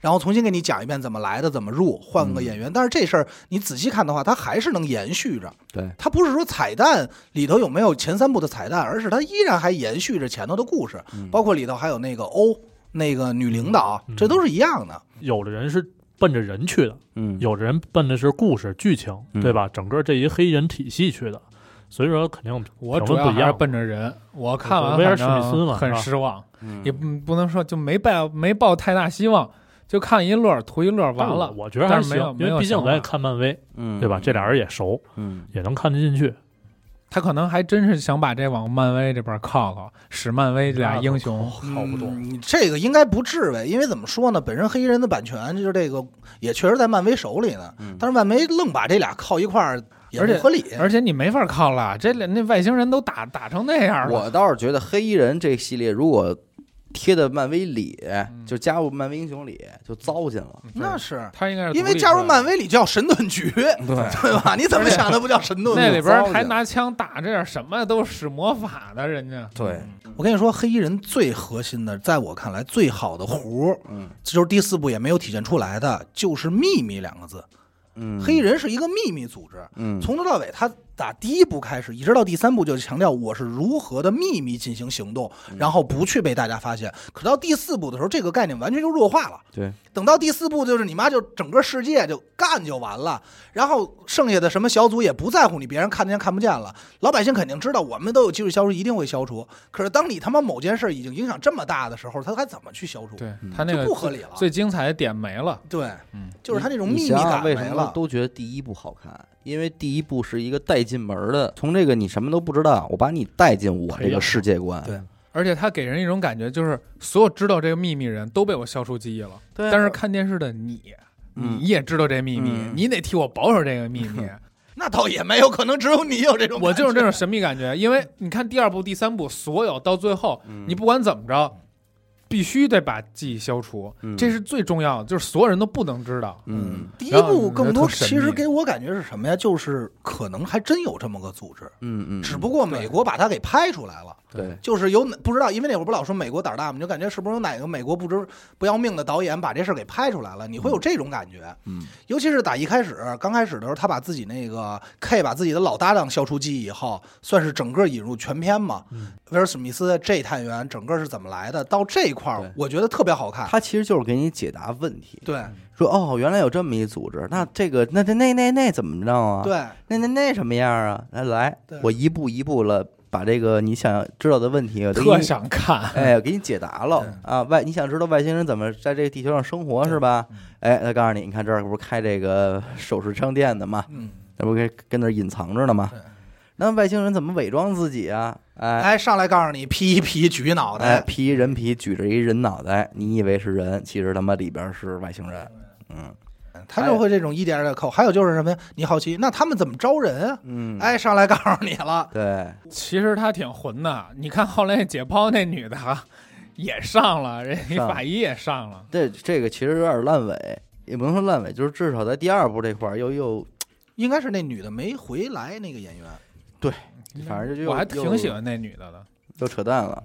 [SPEAKER 2] 然后重新给你讲一遍怎么来的、怎么入，换
[SPEAKER 1] 嗯
[SPEAKER 2] 个演员。但是这事儿你仔细看的话，它还是能延续着。
[SPEAKER 1] 对，
[SPEAKER 2] 它不是说彩蛋里头有没有前三部的彩蛋，而是它依然还延续着前头的故事，
[SPEAKER 1] 嗯
[SPEAKER 2] 包括里头还有那个欧那个女领导，
[SPEAKER 4] 嗯
[SPEAKER 2] 这都是一样的。
[SPEAKER 4] 有的人是奔着人去的，
[SPEAKER 1] 嗯
[SPEAKER 4] 有的人奔的是故事剧情，
[SPEAKER 1] 嗯
[SPEAKER 4] 对吧？整个这一黑人体系去的，所以说肯定
[SPEAKER 3] 我
[SPEAKER 4] 评
[SPEAKER 3] 主
[SPEAKER 4] 论
[SPEAKER 3] 要
[SPEAKER 4] 不
[SPEAKER 3] 还
[SPEAKER 4] 一
[SPEAKER 3] 是
[SPEAKER 4] 样。
[SPEAKER 3] 奔着人。我看完
[SPEAKER 4] 威尔
[SPEAKER 3] 反正
[SPEAKER 4] 史密斯嘛
[SPEAKER 3] 很
[SPEAKER 4] 是吧
[SPEAKER 3] 失望，
[SPEAKER 1] 嗯
[SPEAKER 3] 也不不能说就没抱没抱太大希望，就看一乐儿图一乐儿，完
[SPEAKER 4] 但
[SPEAKER 3] 了。
[SPEAKER 4] 我觉得还
[SPEAKER 3] 但是没
[SPEAKER 4] 行
[SPEAKER 3] 有，没
[SPEAKER 4] 因
[SPEAKER 3] 有
[SPEAKER 4] 为毕竟
[SPEAKER 3] 想
[SPEAKER 4] 咱也
[SPEAKER 3] 法
[SPEAKER 4] 看漫威，
[SPEAKER 1] 嗯
[SPEAKER 4] 对吧？这俩人也熟，
[SPEAKER 1] 嗯
[SPEAKER 4] 也能看得进去。
[SPEAKER 3] 他可能还真是想把这往漫威这边靠靠，使漫威这俩英雄
[SPEAKER 4] 靠不动。
[SPEAKER 2] 嗯，这个应该不至为，因为怎么说呢，本身黑衣人的版权就是这个也确实在漫威手里呢，
[SPEAKER 1] 嗯
[SPEAKER 2] 但是漫威愣把这俩靠一块儿也
[SPEAKER 3] 而
[SPEAKER 2] 不
[SPEAKER 3] 且
[SPEAKER 2] 合理。
[SPEAKER 3] 而且你没法靠了，这俩那外星人都打打成那样了，
[SPEAKER 1] 我倒是觉得黑衣人这系列如果贴到漫威里，
[SPEAKER 2] 嗯
[SPEAKER 1] 就加入漫威英雄里，就糟践了。
[SPEAKER 2] 那是
[SPEAKER 3] 他应该是
[SPEAKER 2] 因为
[SPEAKER 3] 独立
[SPEAKER 2] 加入
[SPEAKER 3] 出来
[SPEAKER 2] 漫威里叫神盾局，
[SPEAKER 1] 对，
[SPEAKER 2] 对吧？你怎么想的不叫神盾
[SPEAKER 3] 那
[SPEAKER 2] 局？
[SPEAKER 3] 里边儿还拿枪打，这样什么都使魔法的，人家嗯
[SPEAKER 1] 对，
[SPEAKER 2] 我跟你说，黑衣人最核心的，在我看来最好的弧，
[SPEAKER 1] 嗯
[SPEAKER 2] 就是第四部也没有体现出来的，就是秘密两个字。
[SPEAKER 1] 嗯，
[SPEAKER 2] 黑衣人是一个秘密组织，
[SPEAKER 1] 嗯
[SPEAKER 2] 从头到尾，他打第一部开始，一直到第三部，就强调我是如何的秘密进行行动，
[SPEAKER 1] 嗯
[SPEAKER 2] 然后不去被大家发现。可到第四部的时候，这个概念完全就弱化了。
[SPEAKER 1] 对，
[SPEAKER 2] 等到第四部，就是你妈就整个世界就干就完了，然后剩下的什么小组也不在乎你，别人看得见看不见了，老百姓肯定知道我们都有技术消除，一定会消除。可是当你他妈某件事已经影响这么大的时候，他还怎么去消除？
[SPEAKER 3] 对
[SPEAKER 1] 嗯
[SPEAKER 3] 他那
[SPEAKER 2] 就
[SPEAKER 3] 个
[SPEAKER 2] 不合理了。
[SPEAKER 3] 最精彩的点没了，
[SPEAKER 2] 对，
[SPEAKER 3] 嗯，
[SPEAKER 2] 就是他那种
[SPEAKER 1] 你
[SPEAKER 2] 秘密
[SPEAKER 1] 想想
[SPEAKER 2] 感没
[SPEAKER 1] 为什么
[SPEAKER 2] 了。
[SPEAKER 1] 都觉得第一部好看？因为第一部是一个带进门儿的，从这个你什么都不知道，我把你带进我这
[SPEAKER 4] 培
[SPEAKER 1] 个
[SPEAKER 4] 养
[SPEAKER 1] 世界观。嗯
[SPEAKER 2] 对
[SPEAKER 3] 而且他给人一种感觉，就是所有知道这个秘密人都被我消除记忆了。
[SPEAKER 1] 对啊
[SPEAKER 3] 但是看电视的你，
[SPEAKER 1] 嗯
[SPEAKER 3] 你也知道这秘密，
[SPEAKER 1] 嗯
[SPEAKER 3] 你得替我保守这个秘密。
[SPEAKER 2] 那倒也没有，可能只有你有这种感觉。
[SPEAKER 3] 我就是这种神秘感觉，因为你看第二部、第三部，所有到最后，
[SPEAKER 1] 嗯
[SPEAKER 3] 你不管怎么着，必须得把记忆消除，
[SPEAKER 1] 嗯
[SPEAKER 3] 这是最重要的，就是所有人都不能知道。
[SPEAKER 1] 嗯
[SPEAKER 2] 第一
[SPEAKER 3] 然后
[SPEAKER 2] 部
[SPEAKER 3] 你就
[SPEAKER 2] 更多
[SPEAKER 3] 特神
[SPEAKER 2] 其实
[SPEAKER 3] 秘
[SPEAKER 2] 给我感觉是什么呀？就是可能还真有这么个组织，
[SPEAKER 1] 嗯嗯，
[SPEAKER 2] 只不过嗯美国把它给拍出来了。
[SPEAKER 1] 对，
[SPEAKER 2] 就是有哪不知道，因为那会儿不老说美国胆儿大嘛，你就感觉是不是有哪个美国不知不要命的导演把这事儿给拍出来了，你会有这种感觉。
[SPEAKER 1] 嗯，
[SPEAKER 2] 尤其是打一开始刚开始的时候，他把自己那个 K 把自己的老搭档消除记忆以后，算是整个引入全片嘛。
[SPEAKER 4] 嗯
[SPEAKER 2] 威尔史密斯这探员整个是怎么来的，到这一块
[SPEAKER 1] 对
[SPEAKER 2] 儿我觉得特别好看。
[SPEAKER 1] 他其实就是给你解答问题，
[SPEAKER 2] 对
[SPEAKER 3] 啊
[SPEAKER 1] 说哦，原来有这么一组织，那这个那那那那那怎么着啊？，
[SPEAKER 2] 嗯对
[SPEAKER 1] 那那那什么样啊？来来
[SPEAKER 2] 对，
[SPEAKER 1] 我一步一步了把这个你想知道的问题，我都给
[SPEAKER 3] 特
[SPEAKER 1] 你
[SPEAKER 3] 想看，
[SPEAKER 2] 嗯
[SPEAKER 1] 哎，给你解答了啊！外，你想知道外星人怎么在这个地球上生
[SPEAKER 2] 嗯
[SPEAKER 1] 活是吧？哎，他告诉你，你看这儿不是开这个首饰商店的吗？
[SPEAKER 2] 嗯，
[SPEAKER 1] 那不跟跟那儿隐藏着呢吗
[SPEAKER 2] 对？
[SPEAKER 1] 那外星人怎么伪装自己啊？哎
[SPEAKER 2] 哎，上来告诉你劈一劈举一脑
[SPEAKER 1] 哎
[SPEAKER 2] 袋，，
[SPEAKER 1] 披人皮举着一人脑袋，你以为是人，其实他妈里边是外星人。嗯
[SPEAKER 2] 他就会这种一点点扣。还有就是什么呀？你好奇，那他们怎么招人啊？
[SPEAKER 1] 嗯，
[SPEAKER 2] 哎，上来告诉你了，
[SPEAKER 1] 对，
[SPEAKER 3] 其实他挺混的。你看后来解剖那女的啊 也上了，人家
[SPEAKER 1] 上了
[SPEAKER 3] 法医也上了，
[SPEAKER 1] 这这个其实有点烂尾，也不能说烂尾，就是至少在第二部这块儿又又
[SPEAKER 2] 应该是那女的没回来，那个演员。
[SPEAKER 1] 反正就又
[SPEAKER 3] 我还挺喜
[SPEAKER 1] 又
[SPEAKER 3] 欢那女的的。
[SPEAKER 1] 又扯淡了。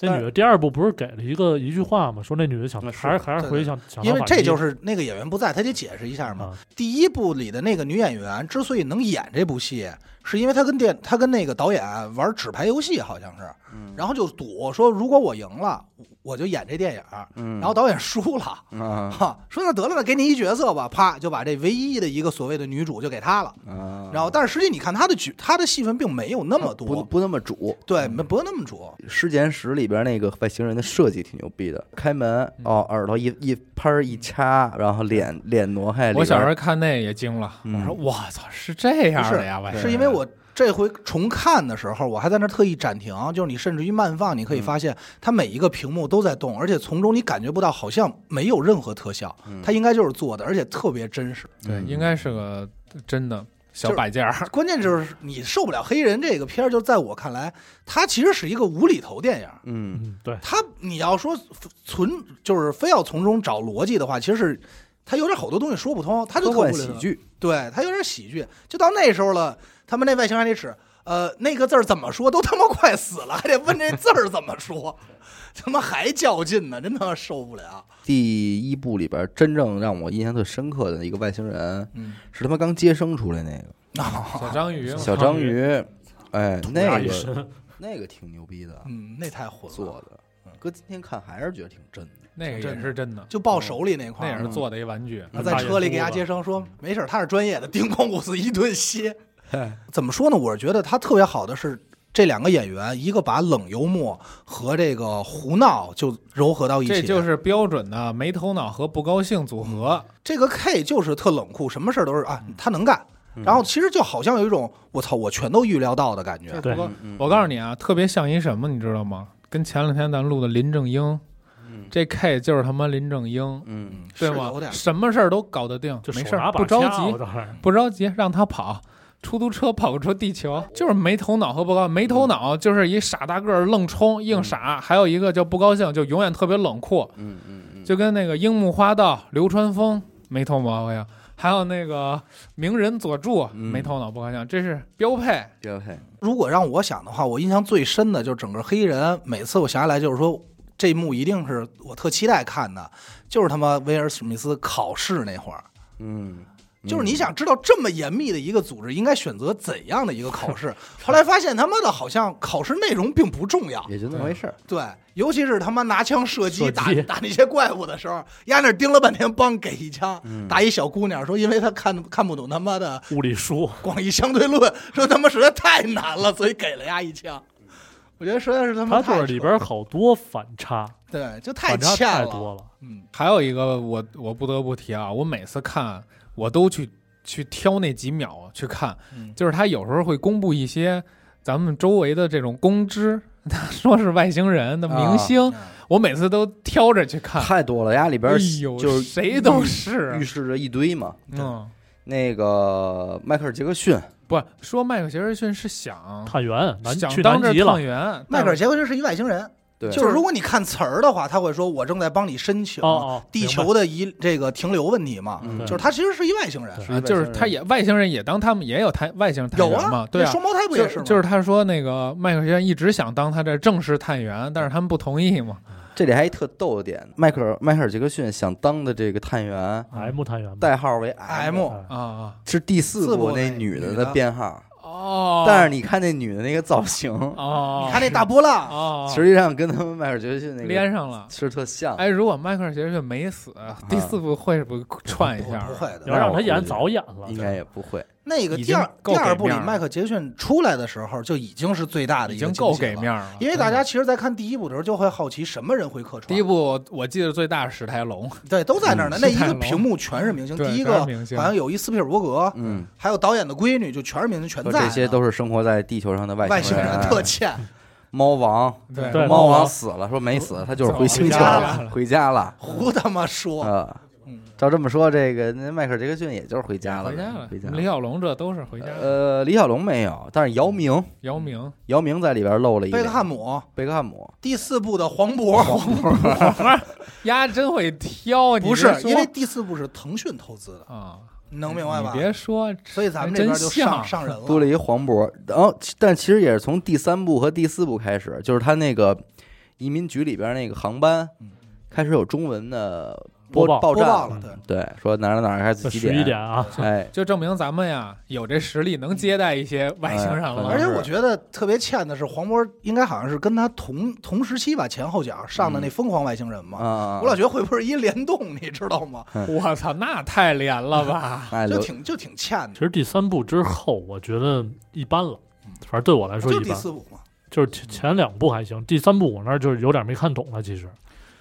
[SPEAKER 4] 那女的第二部不是给了一个一句话吗？说那女的想
[SPEAKER 1] 那是
[SPEAKER 4] 还是还是回想想当
[SPEAKER 2] 因为
[SPEAKER 4] 法
[SPEAKER 2] 这
[SPEAKER 4] 医
[SPEAKER 2] 就是那个演员不在，他得解释一下嘛。
[SPEAKER 4] 啊
[SPEAKER 2] 第一部里的那个女演员之所以能演这部戏，是因为他跟电他跟那个导演玩纸牌游戏好像是，
[SPEAKER 1] 嗯
[SPEAKER 2] 然后就赌说如果我赢了，我就演这电影儿，
[SPEAKER 1] 嗯，
[SPEAKER 2] 然后导演输了。
[SPEAKER 1] 啊
[SPEAKER 2] 哈，说那得了，那给你一角色吧，啪就把这唯一的一个所谓的女主就给她了。
[SPEAKER 1] 啊，
[SPEAKER 2] 然后，但是实际你看她的剧，她的戏份并没有嗯呃那么嗯
[SPEAKER 1] 不
[SPEAKER 2] 多，
[SPEAKER 1] 不那么主，
[SPEAKER 2] 对，没不是那么主。
[SPEAKER 1] 《尸检史》里边那个外星人的设计挺牛逼的，开门
[SPEAKER 3] 嗯
[SPEAKER 1] 哦，耳朵一一拍儿一掐，然后脸脸挪开。
[SPEAKER 3] 我小时
[SPEAKER 1] 候
[SPEAKER 3] 候看那也惊了，
[SPEAKER 1] 嗯
[SPEAKER 3] 我说我操，是这样的呀！外星人
[SPEAKER 2] 是因为我这回重看的时候，我还在那儿特意暂停，就是你甚至于慢放，你可以发现它每一个屏幕都在动，而且从中你感觉不到好像没有任何特效，它应该就是做的，而且特别真实。
[SPEAKER 3] 对，应该是个真的小
[SPEAKER 2] 就是
[SPEAKER 3] 摆件儿。
[SPEAKER 2] 关键就是你受不了黑人这个片儿，就在我看来，它其实是一个无厘头电影。
[SPEAKER 1] 嗯
[SPEAKER 4] 嗯，对，
[SPEAKER 2] 他你要说存就是非要从中找逻辑的话，其实是他有点好多东西说不通，他就
[SPEAKER 1] 科
[SPEAKER 2] 特
[SPEAKER 1] 幻
[SPEAKER 2] 不
[SPEAKER 1] 喜
[SPEAKER 2] 了
[SPEAKER 1] 剧，
[SPEAKER 2] 对他有点喜剧。就到那时候了，他们那外星还得使呃那个字儿怎么说，都他妈快死了，还 得问这字儿怎么说， 他妈还较劲呢，真他妈受不了。
[SPEAKER 1] 第一部里边真正让我印象最深刻的一个外星人，
[SPEAKER 2] 嗯，
[SPEAKER 1] 是他妈刚接生出来那个
[SPEAKER 3] 小章鱼嘛，
[SPEAKER 1] 小章鱼，哎，那
[SPEAKER 4] 呀一
[SPEAKER 1] 个
[SPEAKER 4] 身
[SPEAKER 1] 那个挺牛逼的
[SPEAKER 2] 嗯，那太混了，
[SPEAKER 1] 做的，
[SPEAKER 3] 嗯
[SPEAKER 1] 搁今天看还是觉得挺真的。
[SPEAKER 3] 那个也是真的，
[SPEAKER 2] 就抱手里那块
[SPEAKER 3] 哦那也
[SPEAKER 2] 儿。
[SPEAKER 3] 是做的一玩具。
[SPEAKER 2] 啊在车里给他接生说
[SPEAKER 3] 嗯
[SPEAKER 2] 没事儿，他是专业的，叮咣五四一顿歇。怎么说呢？我是觉得他特别好的是这两个演员，一个把冷幽默和这个胡闹就糅合到一起。
[SPEAKER 3] 这就是标准的没头脑和不高兴组合。
[SPEAKER 2] 这个 K 就是特冷酷，什么事儿都是
[SPEAKER 3] 嗯
[SPEAKER 2] 啊，他能干。然后其实就好像有一种我操，我全都预料到的感觉。
[SPEAKER 4] 对
[SPEAKER 3] 不过
[SPEAKER 1] 嗯嗯
[SPEAKER 3] 我告诉你啊，特别像一什么，你知道吗？跟前两天咱录的林正英，这 K 就是他妈林正英，
[SPEAKER 1] 嗯，
[SPEAKER 3] 对
[SPEAKER 2] 是
[SPEAKER 3] 吗
[SPEAKER 2] 有点？
[SPEAKER 3] 什么事儿都搞得定
[SPEAKER 4] 就，
[SPEAKER 3] 没
[SPEAKER 4] 手
[SPEAKER 3] 事
[SPEAKER 4] 拿
[SPEAKER 3] 儿，
[SPEAKER 4] 把
[SPEAKER 3] 不着
[SPEAKER 4] 掐我
[SPEAKER 3] 急，
[SPEAKER 4] 当然
[SPEAKER 3] 不着急，让他跑。出租车跑不出地球，就是没头脑和不高，没
[SPEAKER 4] 嗯
[SPEAKER 3] 头脑就是一傻大个儿愣冲硬傻，还有一个就不高兴，就永远特别冷酷，
[SPEAKER 1] 嗯嗯嗯，
[SPEAKER 3] 就跟那个樱木花道、流川枫没头毛呀，还有那个鸣人佐助
[SPEAKER 1] 嗯
[SPEAKER 3] 没头脑不高兴，这是标配。
[SPEAKER 1] 标配，
[SPEAKER 2] 如果让我想的话，我印象最深的就是整个黑衣人，每次我想起来就是说这一幕一定是我特期待看的，就是他妈威尔史密斯考试那会儿。
[SPEAKER 1] 嗯，
[SPEAKER 2] 就是
[SPEAKER 1] 嗯
[SPEAKER 2] 你想知道这么严密的一个组织应该选择怎样的一个考 试，后来发现他妈的好像考试内容并不重要，
[SPEAKER 1] 也就那么回事儿，
[SPEAKER 2] 对，尤其是他妈拿枪射击
[SPEAKER 4] 射
[SPEAKER 2] 打
[SPEAKER 4] 击
[SPEAKER 2] 打那些怪物的时候，丫那儿盯了半天，梆给一枪
[SPEAKER 1] 嗯
[SPEAKER 2] 打一小姑娘，说因为她看看不懂他妈的
[SPEAKER 4] 物理书，
[SPEAKER 2] 广义相对论，说他妈实在太难了，所以给了丫一枪。我觉得实在是他妈
[SPEAKER 4] 它
[SPEAKER 2] 太
[SPEAKER 4] 就是里边好多反差，
[SPEAKER 2] 对就太
[SPEAKER 4] 反差
[SPEAKER 2] 欠
[SPEAKER 4] 太
[SPEAKER 2] 了，
[SPEAKER 4] 多了。
[SPEAKER 2] 嗯，
[SPEAKER 3] 还有一个我我不得不提啊，我每次看我都去去挑那几秒去看，
[SPEAKER 2] 嗯
[SPEAKER 3] 就是他有时候会公布一些咱们周围的这种公知，他说是外星人的
[SPEAKER 1] 啊
[SPEAKER 3] 明
[SPEAKER 2] 嗯
[SPEAKER 3] 星，我每次都挑着去看。
[SPEAKER 1] 太多了。呀，里边
[SPEAKER 3] 嗯哎
[SPEAKER 1] 儿
[SPEAKER 3] 呦，
[SPEAKER 1] 就是
[SPEAKER 3] 谁都是
[SPEAKER 1] 预，示着一堆嘛。
[SPEAKER 3] 嗯，
[SPEAKER 1] 那个迈克尔·杰克逊，
[SPEAKER 3] 不说迈克尔·杰克逊
[SPEAKER 2] 嗯
[SPEAKER 3] 是想
[SPEAKER 4] 探员南
[SPEAKER 3] 想
[SPEAKER 4] 去
[SPEAKER 3] 当
[SPEAKER 4] 南
[SPEAKER 3] 这
[SPEAKER 4] 极了
[SPEAKER 3] 探，员，
[SPEAKER 2] 迈克尔·
[SPEAKER 3] 但是
[SPEAKER 2] 杰克逊是一外星人，
[SPEAKER 1] 对，
[SPEAKER 2] 就是如果你看词儿的话，他会说我正在帮你申请
[SPEAKER 4] 哦哦，
[SPEAKER 2] 地
[SPEAKER 4] 明白
[SPEAKER 2] 球的一这个停留问题嘛，
[SPEAKER 1] 嗯
[SPEAKER 4] 对
[SPEAKER 2] 就是他其实是一外星人，
[SPEAKER 4] 对
[SPEAKER 1] 一外
[SPEAKER 3] 啊，就
[SPEAKER 1] 星
[SPEAKER 3] 是
[SPEAKER 1] 人
[SPEAKER 3] 他也外星人也当他们也有探外星人探
[SPEAKER 2] 有
[SPEAKER 3] 员嘛，
[SPEAKER 2] 啊，
[SPEAKER 3] 对
[SPEAKER 2] 那
[SPEAKER 3] 啊，
[SPEAKER 2] 双胞胎不也是
[SPEAKER 3] 就
[SPEAKER 2] 吗？
[SPEAKER 3] 就是他说那个迈克尔先生一直想当他这正式探员，但是他们不同意嘛。
[SPEAKER 1] 这里还一特逗的点，迈克尔迈克尔·杰克逊想当的这个探员
[SPEAKER 4] M 探员嘛
[SPEAKER 1] 代号为 M，,
[SPEAKER 2] 哎
[SPEAKER 4] 哎
[SPEAKER 2] M
[SPEAKER 3] 啊
[SPEAKER 4] 嗯
[SPEAKER 3] 啊
[SPEAKER 1] 是第四
[SPEAKER 2] 四
[SPEAKER 1] 部
[SPEAKER 2] 部
[SPEAKER 1] 那
[SPEAKER 2] 那
[SPEAKER 1] 女的
[SPEAKER 2] 女
[SPEAKER 1] 的
[SPEAKER 2] 的
[SPEAKER 1] 编号，
[SPEAKER 3] 哦，
[SPEAKER 1] 但是你看那女的那个造型，
[SPEAKER 3] 哦，
[SPEAKER 2] 你看那大波浪，
[SPEAKER 3] 哦，
[SPEAKER 1] 实际上跟他们迈克尔·杰克逊那
[SPEAKER 3] 连
[SPEAKER 1] 个
[SPEAKER 3] 上了。
[SPEAKER 1] 是特
[SPEAKER 2] 啊
[SPEAKER 1] 像。
[SPEAKER 3] 哎，如果迈克尔·杰克逊没死，第四部会不会串一
[SPEAKER 2] 不
[SPEAKER 3] 下？啊
[SPEAKER 2] 不啊会
[SPEAKER 4] 要
[SPEAKER 2] 的。
[SPEAKER 4] 让他演早演了，
[SPEAKER 1] 应该也不会，
[SPEAKER 2] 那个
[SPEAKER 3] 已
[SPEAKER 2] 第
[SPEAKER 3] 经
[SPEAKER 2] 二
[SPEAKER 3] 够
[SPEAKER 2] 第
[SPEAKER 3] 给
[SPEAKER 2] 二部里
[SPEAKER 3] 面儿了
[SPEAKER 2] 迈克尔·杰克逊出来的时候就已经是最大的
[SPEAKER 3] 已
[SPEAKER 2] 一个
[SPEAKER 3] 经
[SPEAKER 2] 惊
[SPEAKER 3] 够
[SPEAKER 2] 喜
[SPEAKER 3] 给
[SPEAKER 2] 了
[SPEAKER 3] 面，儿了。
[SPEAKER 2] 因为大
[SPEAKER 3] 真
[SPEAKER 2] 家
[SPEAKER 3] 的
[SPEAKER 2] 其实，在看第一部的时候就会好奇什么人会客串，
[SPEAKER 3] 第一部我记得最大是史泰龙，
[SPEAKER 2] 对都在那儿呢，
[SPEAKER 3] 嗯
[SPEAKER 2] 那
[SPEAKER 3] 是
[SPEAKER 2] 一
[SPEAKER 3] 泰
[SPEAKER 2] 个
[SPEAKER 3] 罗
[SPEAKER 2] 屏幕全是明星，
[SPEAKER 3] 对
[SPEAKER 2] 第一
[SPEAKER 3] 全是
[SPEAKER 2] 个
[SPEAKER 3] 明星
[SPEAKER 2] 好像有一斯皮尔伯格，
[SPEAKER 1] 嗯，
[SPEAKER 2] 还有导演的闺女，就全是明星，全
[SPEAKER 1] 说
[SPEAKER 2] 在呢
[SPEAKER 1] 这些都是生活在地球上的外
[SPEAKER 2] 外
[SPEAKER 1] 星
[SPEAKER 2] 星人特欠，
[SPEAKER 1] 猫王，
[SPEAKER 3] 对
[SPEAKER 4] 对
[SPEAKER 1] 猫
[SPEAKER 4] 猫
[SPEAKER 1] 王
[SPEAKER 4] 王
[SPEAKER 1] 死了，说没死，他就是
[SPEAKER 3] 走
[SPEAKER 1] 回星球
[SPEAKER 2] 回家
[SPEAKER 3] 了
[SPEAKER 1] 回家了。
[SPEAKER 2] 胡他妈说，
[SPEAKER 1] 啊
[SPEAKER 2] 嗯，
[SPEAKER 1] 照这么说，这个那迈克尔·杰克逊也就是回家了，
[SPEAKER 3] 回家了
[SPEAKER 1] 回家。
[SPEAKER 3] 李小龙这都是回家了。
[SPEAKER 1] 呃，李小龙没有，但是姚明，
[SPEAKER 3] 姚明
[SPEAKER 1] 姚明在里边露了一
[SPEAKER 2] 贝克汉
[SPEAKER 1] 姆，
[SPEAKER 2] 姆
[SPEAKER 1] 贝克汉姆，
[SPEAKER 2] 第四部的黄渤，
[SPEAKER 3] 丫真会挑，你
[SPEAKER 2] 不是
[SPEAKER 3] 别说
[SPEAKER 2] 因为第四部是腾讯投资的，
[SPEAKER 3] 啊，
[SPEAKER 2] 你能明白吧
[SPEAKER 3] 你？别说，
[SPEAKER 2] 所以咱们这边就上
[SPEAKER 3] 真像
[SPEAKER 2] 上人了，
[SPEAKER 1] 多了一黄渤。然后，但其实也是从第三部和第四部开始，就是他那个移民局里边那个航班
[SPEAKER 2] 嗯
[SPEAKER 1] 开始有中文的播
[SPEAKER 4] 播报
[SPEAKER 1] 爆
[SPEAKER 2] 播
[SPEAKER 1] 炸
[SPEAKER 2] 报
[SPEAKER 1] 了
[SPEAKER 2] 了，
[SPEAKER 4] 嗯
[SPEAKER 2] 对，
[SPEAKER 1] 对，说哪儿哪儿哪儿开始几
[SPEAKER 4] 十一点啊，
[SPEAKER 1] 哎，
[SPEAKER 3] 就证明咱们呀有这实力能接待一些外星人
[SPEAKER 1] 哎
[SPEAKER 3] 了
[SPEAKER 1] 哎。
[SPEAKER 2] 而且我觉得特别欠的是，黄渤应该好像是跟他同同时期吧，前后脚上的那《疯狂外星人》嘛，
[SPEAKER 1] 啊，
[SPEAKER 2] 我老觉得会不会是一联动，你知道吗？
[SPEAKER 3] 我操，那太连了 吧！
[SPEAKER 1] 哎，
[SPEAKER 2] 就
[SPEAKER 1] 刘
[SPEAKER 2] 挺就挺欠
[SPEAKER 4] 其
[SPEAKER 2] 的，
[SPEAKER 4] 实第三部之后，我觉得一般了，反正对我来说
[SPEAKER 2] 就
[SPEAKER 4] 一
[SPEAKER 2] 第
[SPEAKER 4] 般，
[SPEAKER 2] 四部嘛。
[SPEAKER 4] 就是前前两部还行，第三部我那儿就是有点没看懂了。其实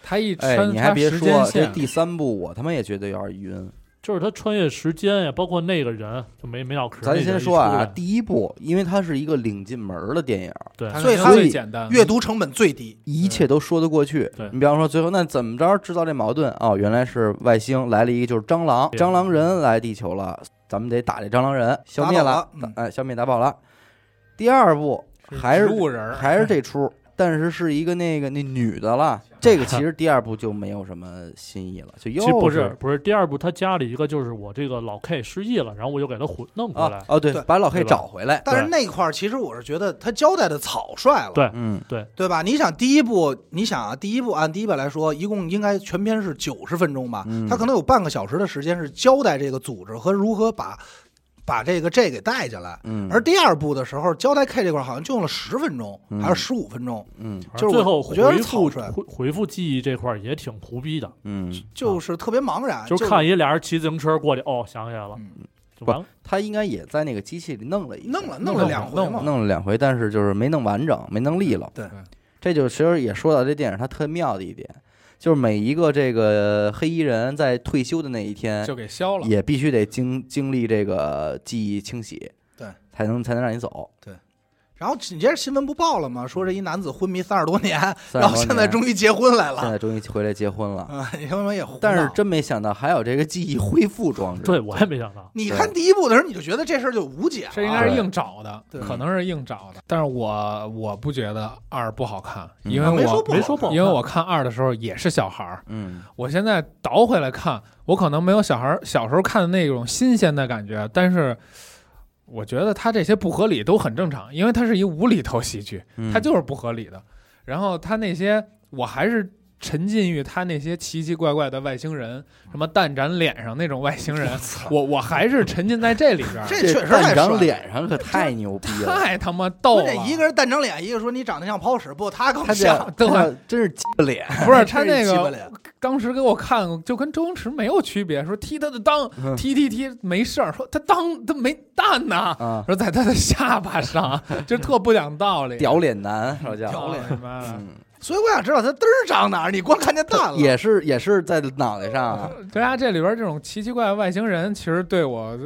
[SPEAKER 3] 他一
[SPEAKER 1] 哎，
[SPEAKER 3] 穿
[SPEAKER 1] 你还
[SPEAKER 3] 插
[SPEAKER 1] 别
[SPEAKER 3] 时
[SPEAKER 1] 说
[SPEAKER 3] 间，
[SPEAKER 1] 这
[SPEAKER 3] 线，
[SPEAKER 1] 第三部我他妈也觉得有点晕。
[SPEAKER 4] 就是他穿越时间呀，包括那个人就没没脑壳那个
[SPEAKER 1] 咱
[SPEAKER 4] 一出来。
[SPEAKER 1] 先说啊，第一部，因为它是一个领进门儿的电影，
[SPEAKER 4] 对
[SPEAKER 3] 它
[SPEAKER 2] 所以
[SPEAKER 3] 是
[SPEAKER 2] 它
[SPEAKER 3] 最简单。
[SPEAKER 2] 阅读成本最低，
[SPEAKER 1] 一切都说得过去
[SPEAKER 4] 对。
[SPEAKER 1] 你比方说最后那怎么着制造这矛盾？哦，原来是外星来了一个就是蟑螂，
[SPEAKER 4] 对
[SPEAKER 1] 蟑螂人来地球了，咱们得打这蟑螂人，消灭
[SPEAKER 2] 打倒了
[SPEAKER 1] 打
[SPEAKER 2] 嗯
[SPEAKER 1] 哎，消灭打宝了。第二部还是
[SPEAKER 3] 植物人儿
[SPEAKER 1] 还是这 出，但是是一个那个那女的了。这个其实第二部就没有什么新意了，就又
[SPEAKER 4] 其实不
[SPEAKER 1] 是
[SPEAKER 4] 是不是，第二部他加了一个，就是我这个老 K 失忆了，然后我又给他混弄回来。
[SPEAKER 1] 啊哦对
[SPEAKER 2] 对，
[SPEAKER 1] 把老黑
[SPEAKER 4] 对吧
[SPEAKER 1] 找回来。
[SPEAKER 2] 但是那块儿其实我是觉得他交代的草率了，
[SPEAKER 4] 对
[SPEAKER 1] 嗯，
[SPEAKER 2] 对吧？你想第一部，你想啊，第一部按第一版来说，一共应该全篇是九十分钟吧
[SPEAKER 1] 嗯，
[SPEAKER 2] 他可能有半个小时的时间是交代这个组织和如何把把这个这给带进来。
[SPEAKER 1] 嗯，
[SPEAKER 2] 而第二部的时候，交代 K 这块儿好像就用了十分钟，
[SPEAKER 1] 嗯
[SPEAKER 2] 还是十五分钟，
[SPEAKER 1] 嗯
[SPEAKER 4] 反
[SPEAKER 2] 就
[SPEAKER 4] 正
[SPEAKER 2] 是
[SPEAKER 4] 最
[SPEAKER 2] 我
[SPEAKER 4] 后
[SPEAKER 2] 我觉得
[SPEAKER 4] 回
[SPEAKER 2] 草
[SPEAKER 4] 复
[SPEAKER 2] 率
[SPEAKER 4] 回回复记忆这块儿也挺胡逼的，
[SPEAKER 1] 嗯，
[SPEAKER 2] 啊就是特别茫然。
[SPEAKER 4] 就是看一俩人骑自行车过去，哦，想起来了，
[SPEAKER 2] 嗯
[SPEAKER 4] 就完了。
[SPEAKER 1] 他应该也在那个机器里弄了一下
[SPEAKER 2] 弄了弄了两回嘛，
[SPEAKER 1] 弄了两回，但是就是没弄完整，没弄利落。
[SPEAKER 2] 对
[SPEAKER 3] 对
[SPEAKER 1] 这就其实也说到这电影它特妙的一点，就是每一个这个黑衣人在退休的那一
[SPEAKER 2] 哎
[SPEAKER 1] 天，
[SPEAKER 3] 就给消了。
[SPEAKER 1] 也必须得经经历这个记忆清洗，
[SPEAKER 2] 对，
[SPEAKER 1] 才能才能让你走。
[SPEAKER 2] 然后紧接着新闻不报了吗？说这一男子昏迷三十多年，
[SPEAKER 1] 30
[SPEAKER 2] 然后现在
[SPEAKER 1] 多年
[SPEAKER 2] 终于结婚来
[SPEAKER 1] 现
[SPEAKER 2] 了。
[SPEAKER 1] 在终于回来结婚了，
[SPEAKER 2] 啊，因为也胡闹
[SPEAKER 1] 但是真没想到还有这个记忆恢复装置。
[SPEAKER 4] 对我也没想到，
[SPEAKER 2] 你看第一部的时候，你就觉得这事儿就无解了，
[SPEAKER 3] 这应该是
[SPEAKER 1] 对
[SPEAKER 3] 硬找的，
[SPEAKER 2] 对
[SPEAKER 3] 可能是硬找的。但是我我不觉得二不好看，
[SPEAKER 1] 嗯
[SPEAKER 3] 因为
[SPEAKER 2] 啊没
[SPEAKER 3] 我
[SPEAKER 2] 说不好
[SPEAKER 4] 没说不好看，
[SPEAKER 3] 因为我看二的时候也是小孩儿，
[SPEAKER 1] 嗯，
[SPEAKER 3] 我现在倒回来看，我可能没有小孩儿小时候看的那种新鲜的感觉，但是我觉得它这些不合理都很正常，因为它是一无厘头喜剧，
[SPEAKER 1] 嗯
[SPEAKER 3] 它就是不合理的。然后它那些我还是。沉浸于他那些奇奇怪怪的外星人，什么蛋展脸上那种外星人，我我还是沉浸在这里 边儿，
[SPEAKER 2] 这确
[SPEAKER 1] 这
[SPEAKER 2] 实太
[SPEAKER 1] 站
[SPEAKER 2] 帅了
[SPEAKER 1] 长脸上可太牛逼了，
[SPEAKER 3] 太他妈逗
[SPEAKER 2] 关
[SPEAKER 3] 了。
[SPEAKER 2] 键一个人蛋成脸，一个说你长得像泡屎，不，他更
[SPEAKER 1] 他这
[SPEAKER 2] 像。
[SPEAKER 1] 样
[SPEAKER 3] 对
[SPEAKER 1] 他真是鸡巴脸，
[SPEAKER 3] 不是他
[SPEAKER 2] 真
[SPEAKER 3] 那
[SPEAKER 2] 是鸡巴
[SPEAKER 3] 个，
[SPEAKER 2] 脸
[SPEAKER 3] 当时给我看过就跟周星驰没有区别，说踢他的裆，
[SPEAKER 1] 嗯
[SPEAKER 3] 踢踢踢没事儿，说他裆他没蛋呐、
[SPEAKER 2] 嗯
[SPEAKER 1] 啊，
[SPEAKER 3] 说在他的下巴上，就特不讲道理，哎
[SPEAKER 1] 屌脸男，说叫
[SPEAKER 2] 屌脸
[SPEAKER 3] 什么？
[SPEAKER 1] 嗯，
[SPEAKER 2] 所以我想知道他嘚儿长哪儿，你光看见蛋了。
[SPEAKER 1] 也是也是在脑袋上啊，
[SPEAKER 2] 嗯
[SPEAKER 3] 对啊，这里边这种奇奇怪怪外星人，其实对我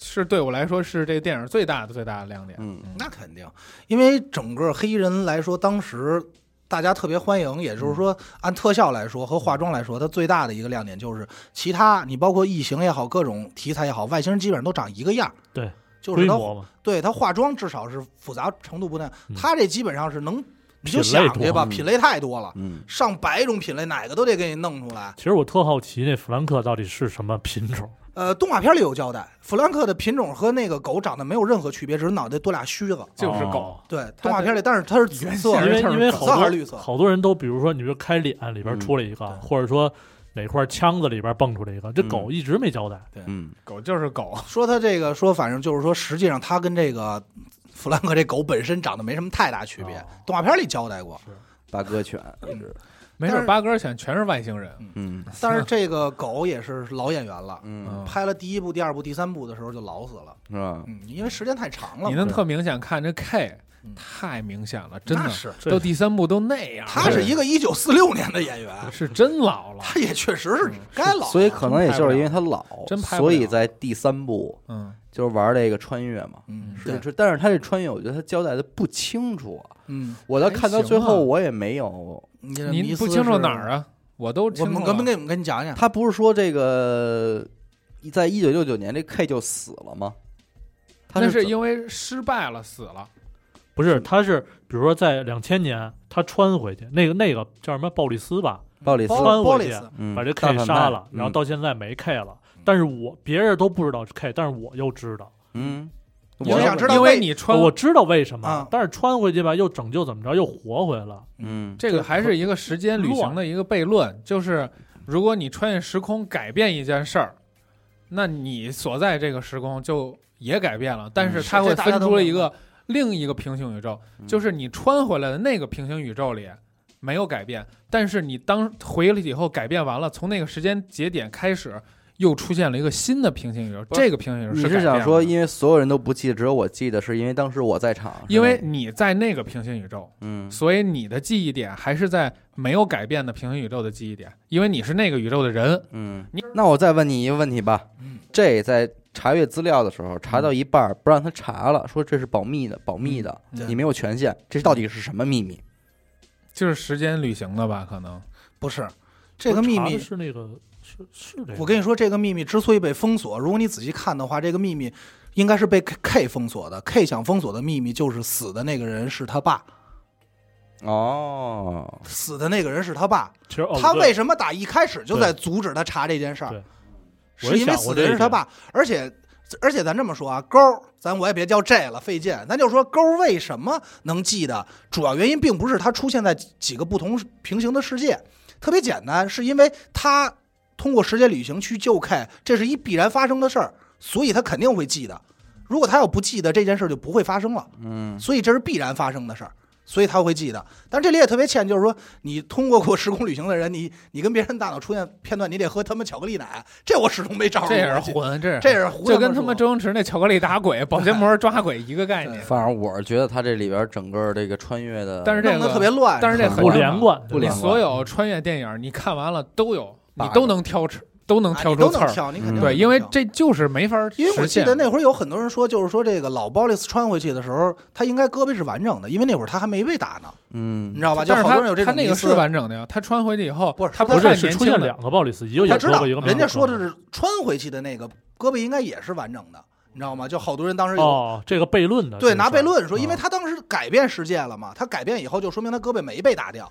[SPEAKER 3] 是对我来说是这电影最大的最大的亮点。
[SPEAKER 1] 嗯
[SPEAKER 2] 那肯定，因为整个黑衣人来说，当时大家特别欢迎，也
[SPEAKER 4] 嗯
[SPEAKER 2] 就是说，按特效来说和化妆来说，它最大的一个亮点就是其他你包括异形也好，各种题材也好，外星人基本上都长一个样儿
[SPEAKER 4] 对，
[SPEAKER 2] 就是
[SPEAKER 4] 规
[SPEAKER 2] 它
[SPEAKER 4] 模嘛，
[SPEAKER 2] 对它化妆至少是复杂程度不太
[SPEAKER 4] 嗯，
[SPEAKER 2] 它这基本上是能你就
[SPEAKER 4] 品
[SPEAKER 2] 想
[SPEAKER 4] 类嗯
[SPEAKER 2] 去吧，
[SPEAKER 1] 多
[SPEAKER 2] 品类太多了，
[SPEAKER 1] 嗯，
[SPEAKER 2] 上百种品类哪个都得给你弄出来。
[SPEAKER 4] 其实我特好奇那弗兰克到底是什么品种，
[SPEAKER 2] 呃，动画片里有交代，弗兰克的品种和那个狗长得没有任何区别，只是脑袋多俩须子。
[SPEAKER 3] 就是狗
[SPEAKER 4] 哦
[SPEAKER 2] 对，动画片里，但是它是紫
[SPEAKER 3] 原
[SPEAKER 2] 色
[SPEAKER 3] 先
[SPEAKER 2] 的
[SPEAKER 4] 因，为
[SPEAKER 3] 这儿
[SPEAKER 4] 因为
[SPEAKER 2] 紫
[SPEAKER 4] 好
[SPEAKER 2] 色还是
[SPEAKER 4] 多
[SPEAKER 2] 绿色？
[SPEAKER 4] 好多人都，比如说你就开脸里边
[SPEAKER 1] 嗯
[SPEAKER 4] 出来一个，
[SPEAKER 2] 对
[SPEAKER 4] 或者说哪块腔子里边蹦出来一个，这
[SPEAKER 1] 嗯
[SPEAKER 4] 狗一直没交代。
[SPEAKER 1] 嗯，
[SPEAKER 3] 狗就是狗，
[SPEAKER 2] 说他这个说，反正就是说，实际上他跟这个弗兰克这狗本身长得没什么太大区别
[SPEAKER 4] 哦，
[SPEAKER 2] 动画片里交代过。
[SPEAKER 1] 八哥犬一直，
[SPEAKER 3] 没
[SPEAKER 2] 但
[SPEAKER 3] 准
[SPEAKER 2] 是
[SPEAKER 3] 八哥选全是外星人。
[SPEAKER 1] 嗯
[SPEAKER 2] 但是这个狗也是老演员了，
[SPEAKER 1] 嗯，
[SPEAKER 2] 拍了第一部、第二部、第三部的时候就老死了，
[SPEAKER 1] 是吧？
[SPEAKER 2] 嗯，因为时间太长了
[SPEAKER 3] 你
[SPEAKER 2] 嘛。
[SPEAKER 3] 能特明显看这 K，
[SPEAKER 2] 嗯
[SPEAKER 3] 太明显了，真的
[SPEAKER 2] 那是，
[SPEAKER 4] 这
[SPEAKER 3] 都第三部都那样了，
[SPEAKER 2] 他是一个一九四六年的演员，
[SPEAKER 3] 是真老了，
[SPEAKER 2] 他也确实是该老了。
[SPEAKER 1] 所以可能也就是因为他老，
[SPEAKER 3] 真拍不了
[SPEAKER 1] 所以在第三部
[SPEAKER 3] 嗯，
[SPEAKER 1] 就是玩这个穿越嘛。
[SPEAKER 2] 嗯，
[SPEAKER 1] 是
[SPEAKER 2] 对，
[SPEAKER 1] 是，但是他这穿越，我觉得他交代的不清楚啊。
[SPEAKER 2] 嗯，
[SPEAKER 1] 我到
[SPEAKER 3] 还
[SPEAKER 1] 看到最
[SPEAKER 3] 行啊
[SPEAKER 1] 后，我也没有，
[SPEAKER 2] 你这迷
[SPEAKER 3] 您
[SPEAKER 2] 思
[SPEAKER 3] 不清楚
[SPEAKER 2] 是
[SPEAKER 3] 哪儿？啊？我都
[SPEAKER 2] 我
[SPEAKER 3] 清楚啊
[SPEAKER 2] 们
[SPEAKER 3] 了。
[SPEAKER 2] 我们给我们跟你讲
[SPEAKER 3] 嗯
[SPEAKER 2] 讲，
[SPEAKER 1] 他不是说这个，在一九六九年这 K 就死了吗？他
[SPEAKER 3] 那是
[SPEAKER 1] 怎
[SPEAKER 3] 因为失败了，死了。
[SPEAKER 4] 不是，他是比如说在两千年他穿回去，那个那个叫什么鲍里斯吧，
[SPEAKER 1] 鲍里斯
[SPEAKER 3] 哦
[SPEAKER 2] 包
[SPEAKER 4] 穿
[SPEAKER 2] 包
[SPEAKER 4] 过
[SPEAKER 2] 里
[SPEAKER 4] 去
[SPEAKER 2] 斯，
[SPEAKER 1] 嗯
[SPEAKER 4] 把这
[SPEAKER 1] 大
[SPEAKER 4] K
[SPEAKER 1] 反
[SPEAKER 4] 杀
[SPEAKER 1] 派
[SPEAKER 4] 了，
[SPEAKER 1] 嗯
[SPEAKER 4] 然后到现在没 K 了。
[SPEAKER 2] 嗯
[SPEAKER 4] 但是我别人都不知道是 K，但是我又知道，
[SPEAKER 1] 嗯，
[SPEAKER 2] 你
[SPEAKER 1] 我
[SPEAKER 2] 就想
[SPEAKER 1] 要
[SPEAKER 2] 知道
[SPEAKER 3] 因
[SPEAKER 2] 为
[SPEAKER 3] 为你穿
[SPEAKER 4] 我知道为什么
[SPEAKER 2] 啊，
[SPEAKER 4] 但是穿回去吧又拯救怎么着又活回来了，
[SPEAKER 1] 嗯
[SPEAKER 3] 这个还是一个时间旅行的一个悖论，就是如果你穿越时空改变一件事儿，那你所在这个时空就也改变了，但是它会分出了一个另一个平行宇宙，
[SPEAKER 1] 嗯
[SPEAKER 3] 就是你穿回来的那个平行宇宙里没有改变，但是你当回来以后改变完了，从那个时间节点开始又出现了一个新的平行宇宙，
[SPEAKER 4] 是
[SPEAKER 3] 这个平行宇宙
[SPEAKER 1] 你
[SPEAKER 3] 改
[SPEAKER 1] 是
[SPEAKER 3] 变
[SPEAKER 1] 想
[SPEAKER 3] 了
[SPEAKER 1] 说，
[SPEAKER 3] 的
[SPEAKER 1] 因为所有人都不记得，只有我记得，是因为当时我在场，是
[SPEAKER 3] 因为
[SPEAKER 1] 吗
[SPEAKER 3] 你在那个平行宇宙，
[SPEAKER 1] 嗯
[SPEAKER 3] 所以你的记忆点还是在没有改变的平行宇宙的记忆点，因为你是那个宇宙的人。
[SPEAKER 1] 嗯
[SPEAKER 3] 你，
[SPEAKER 1] 那我再问你一个问题吧
[SPEAKER 2] 嗯。
[SPEAKER 1] 这在查阅资料的时候，查
[SPEAKER 3] 嗯
[SPEAKER 1] 到一半儿不让他查了，说这是保密的，保密的，
[SPEAKER 2] 嗯对
[SPEAKER 1] 你没有权限。这到底是什么秘密？
[SPEAKER 3] 就是时间旅行的吧？可能
[SPEAKER 2] 不是这个秘
[SPEAKER 4] 查的
[SPEAKER 2] 密。
[SPEAKER 4] 是那个是是这个，
[SPEAKER 2] 我跟你说，这个秘密之所以被封锁，如果你仔细看的话，这个秘密应该是被 K K 封锁的。K 想封锁的秘密就是死的那个人是他爸，
[SPEAKER 1] 哦，
[SPEAKER 2] 死的那个人是他爸。
[SPEAKER 4] 其实哦
[SPEAKER 2] 他
[SPEAKER 4] 对
[SPEAKER 2] 为什么打一开始就在阻止他查这件事
[SPEAKER 4] 对
[SPEAKER 2] 儿？
[SPEAKER 4] 我也
[SPEAKER 2] 是因为
[SPEAKER 4] 想过
[SPEAKER 2] 死的人是他
[SPEAKER 4] 这一点
[SPEAKER 2] 爸，而且而且咱这么说啊，勾儿，咱我也别叫这了，费劲。咱就说勾儿为什么能记得，主要原因并不是他出现在几个不同平行的世界，特别简单，是因为他通过时间旅行去救 K，这是一必然发生的事儿，所以他肯定会记得。如果他要不记得这件事，就不会发生了。
[SPEAKER 1] 嗯，
[SPEAKER 2] 所以这是必然发生的事儿，所以他会记得。但这里也特别欠，就是说你通过过时空旅行的人，你你跟别人大脑出现片段，你得喝他妈巧克力奶，这我始终没找着。
[SPEAKER 3] 这也是，混，这是
[SPEAKER 2] 这也是胡
[SPEAKER 3] 就跟他妈
[SPEAKER 2] 们
[SPEAKER 3] 周星驰那巧克力打鬼、保鲜膜抓鬼一个概念
[SPEAKER 2] 对。
[SPEAKER 1] 反正我是觉得他这里边整个这个穿越的，
[SPEAKER 3] 但是这
[SPEAKER 2] 弄
[SPEAKER 3] 个
[SPEAKER 2] 得特别乱。
[SPEAKER 3] 但是这
[SPEAKER 1] 很
[SPEAKER 3] 很
[SPEAKER 4] 不
[SPEAKER 1] 乱
[SPEAKER 4] 连贯，
[SPEAKER 1] 不连贯
[SPEAKER 3] 所有穿越电影你看完了都有，你
[SPEAKER 1] bug
[SPEAKER 3] 都能挑出，都能
[SPEAKER 2] 啊
[SPEAKER 3] 挑
[SPEAKER 2] 你
[SPEAKER 3] 出
[SPEAKER 2] 都
[SPEAKER 3] 刺
[SPEAKER 2] 能
[SPEAKER 3] 儿。
[SPEAKER 2] 挑，你肯定
[SPEAKER 1] 嗯
[SPEAKER 2] 能
[SPEAKER 3] 对，因为
[SPEAKER 2] 挑。
[SPEAKER 3] 这就是没法
[SPEAKER 2] 因为我
[SPEAKER 3] 实
[SPEAKER 2] 记
[SPEAKER 3] 现
[SPEAKER 2] 得那会儿有很多人说，就是说这个老鲍里斯穿回去的时候，他应该胳膊是完整的，因为那会儿他还没被打呢，你
[SPEAKER 1] 嗯
[SPEAKER 2] 知，道吧？就
[SPEAKER 3] 但是
[SPEAKER 2] 好多人有
[SPEAKER 3] 他
[SPEAKER 2] 这
[SPEAKER 3] 他
[SPEAKER 2] 种
[SPEAKER 3] 那
[SPEAKER 2] 迷
[SPEAKER 3] 个
[SPEAKER 2] 思
[SPEAKER 3] 是。完整的呀，他穿回去以后，
[SPEAKER 2] 不是
[SPEAKER 3] 他
[SPEAKER 2] 他
[SPEAKER 3] 不
[SPEAKER 4] 不
[SPEAKER 3] 是
[SPEAKER 4] 是
[SPEAKER 3] 按
[SPEAKER 4] 是
[SPEAKER 3] 年
[SPEAKER 4] 出
[SPEAKER 3] 轻
[SPEAKER 4] 现
[SPEAKER 3] 的，
[SPEAKER 4] 两个鲍里斯，一个
[SPEAKER 2] 他
[SPEAKER 4] 演
[SPEAKER 2] 知道
[SPEAKER 4] 过，一个没
[SPEAKER 2] 人家
[SPEAKER 3] 嗯
[SPEAKER 4] 有
[SPEAKER 2] 说的是穿回去的那个胳膊应该也是完整的，你知道吗？就好多人当时有
[SPEAKER 4] 哦，这个悖
[SPEAKER 3] 啊
[SPEAKER 4] 论的，这
[SPEAKER 2] 对，
[SPEAKER 4] 个
[SPEAKER 2] 拿
[SPEAKER 4] 事儿
[SPEAKER 2] 悖论说，因为
[SPEAKER 4] 啊
[SPEAKER 2] 他当时改变世界了嘛，他改变以后就说明他胳膊没被打掉，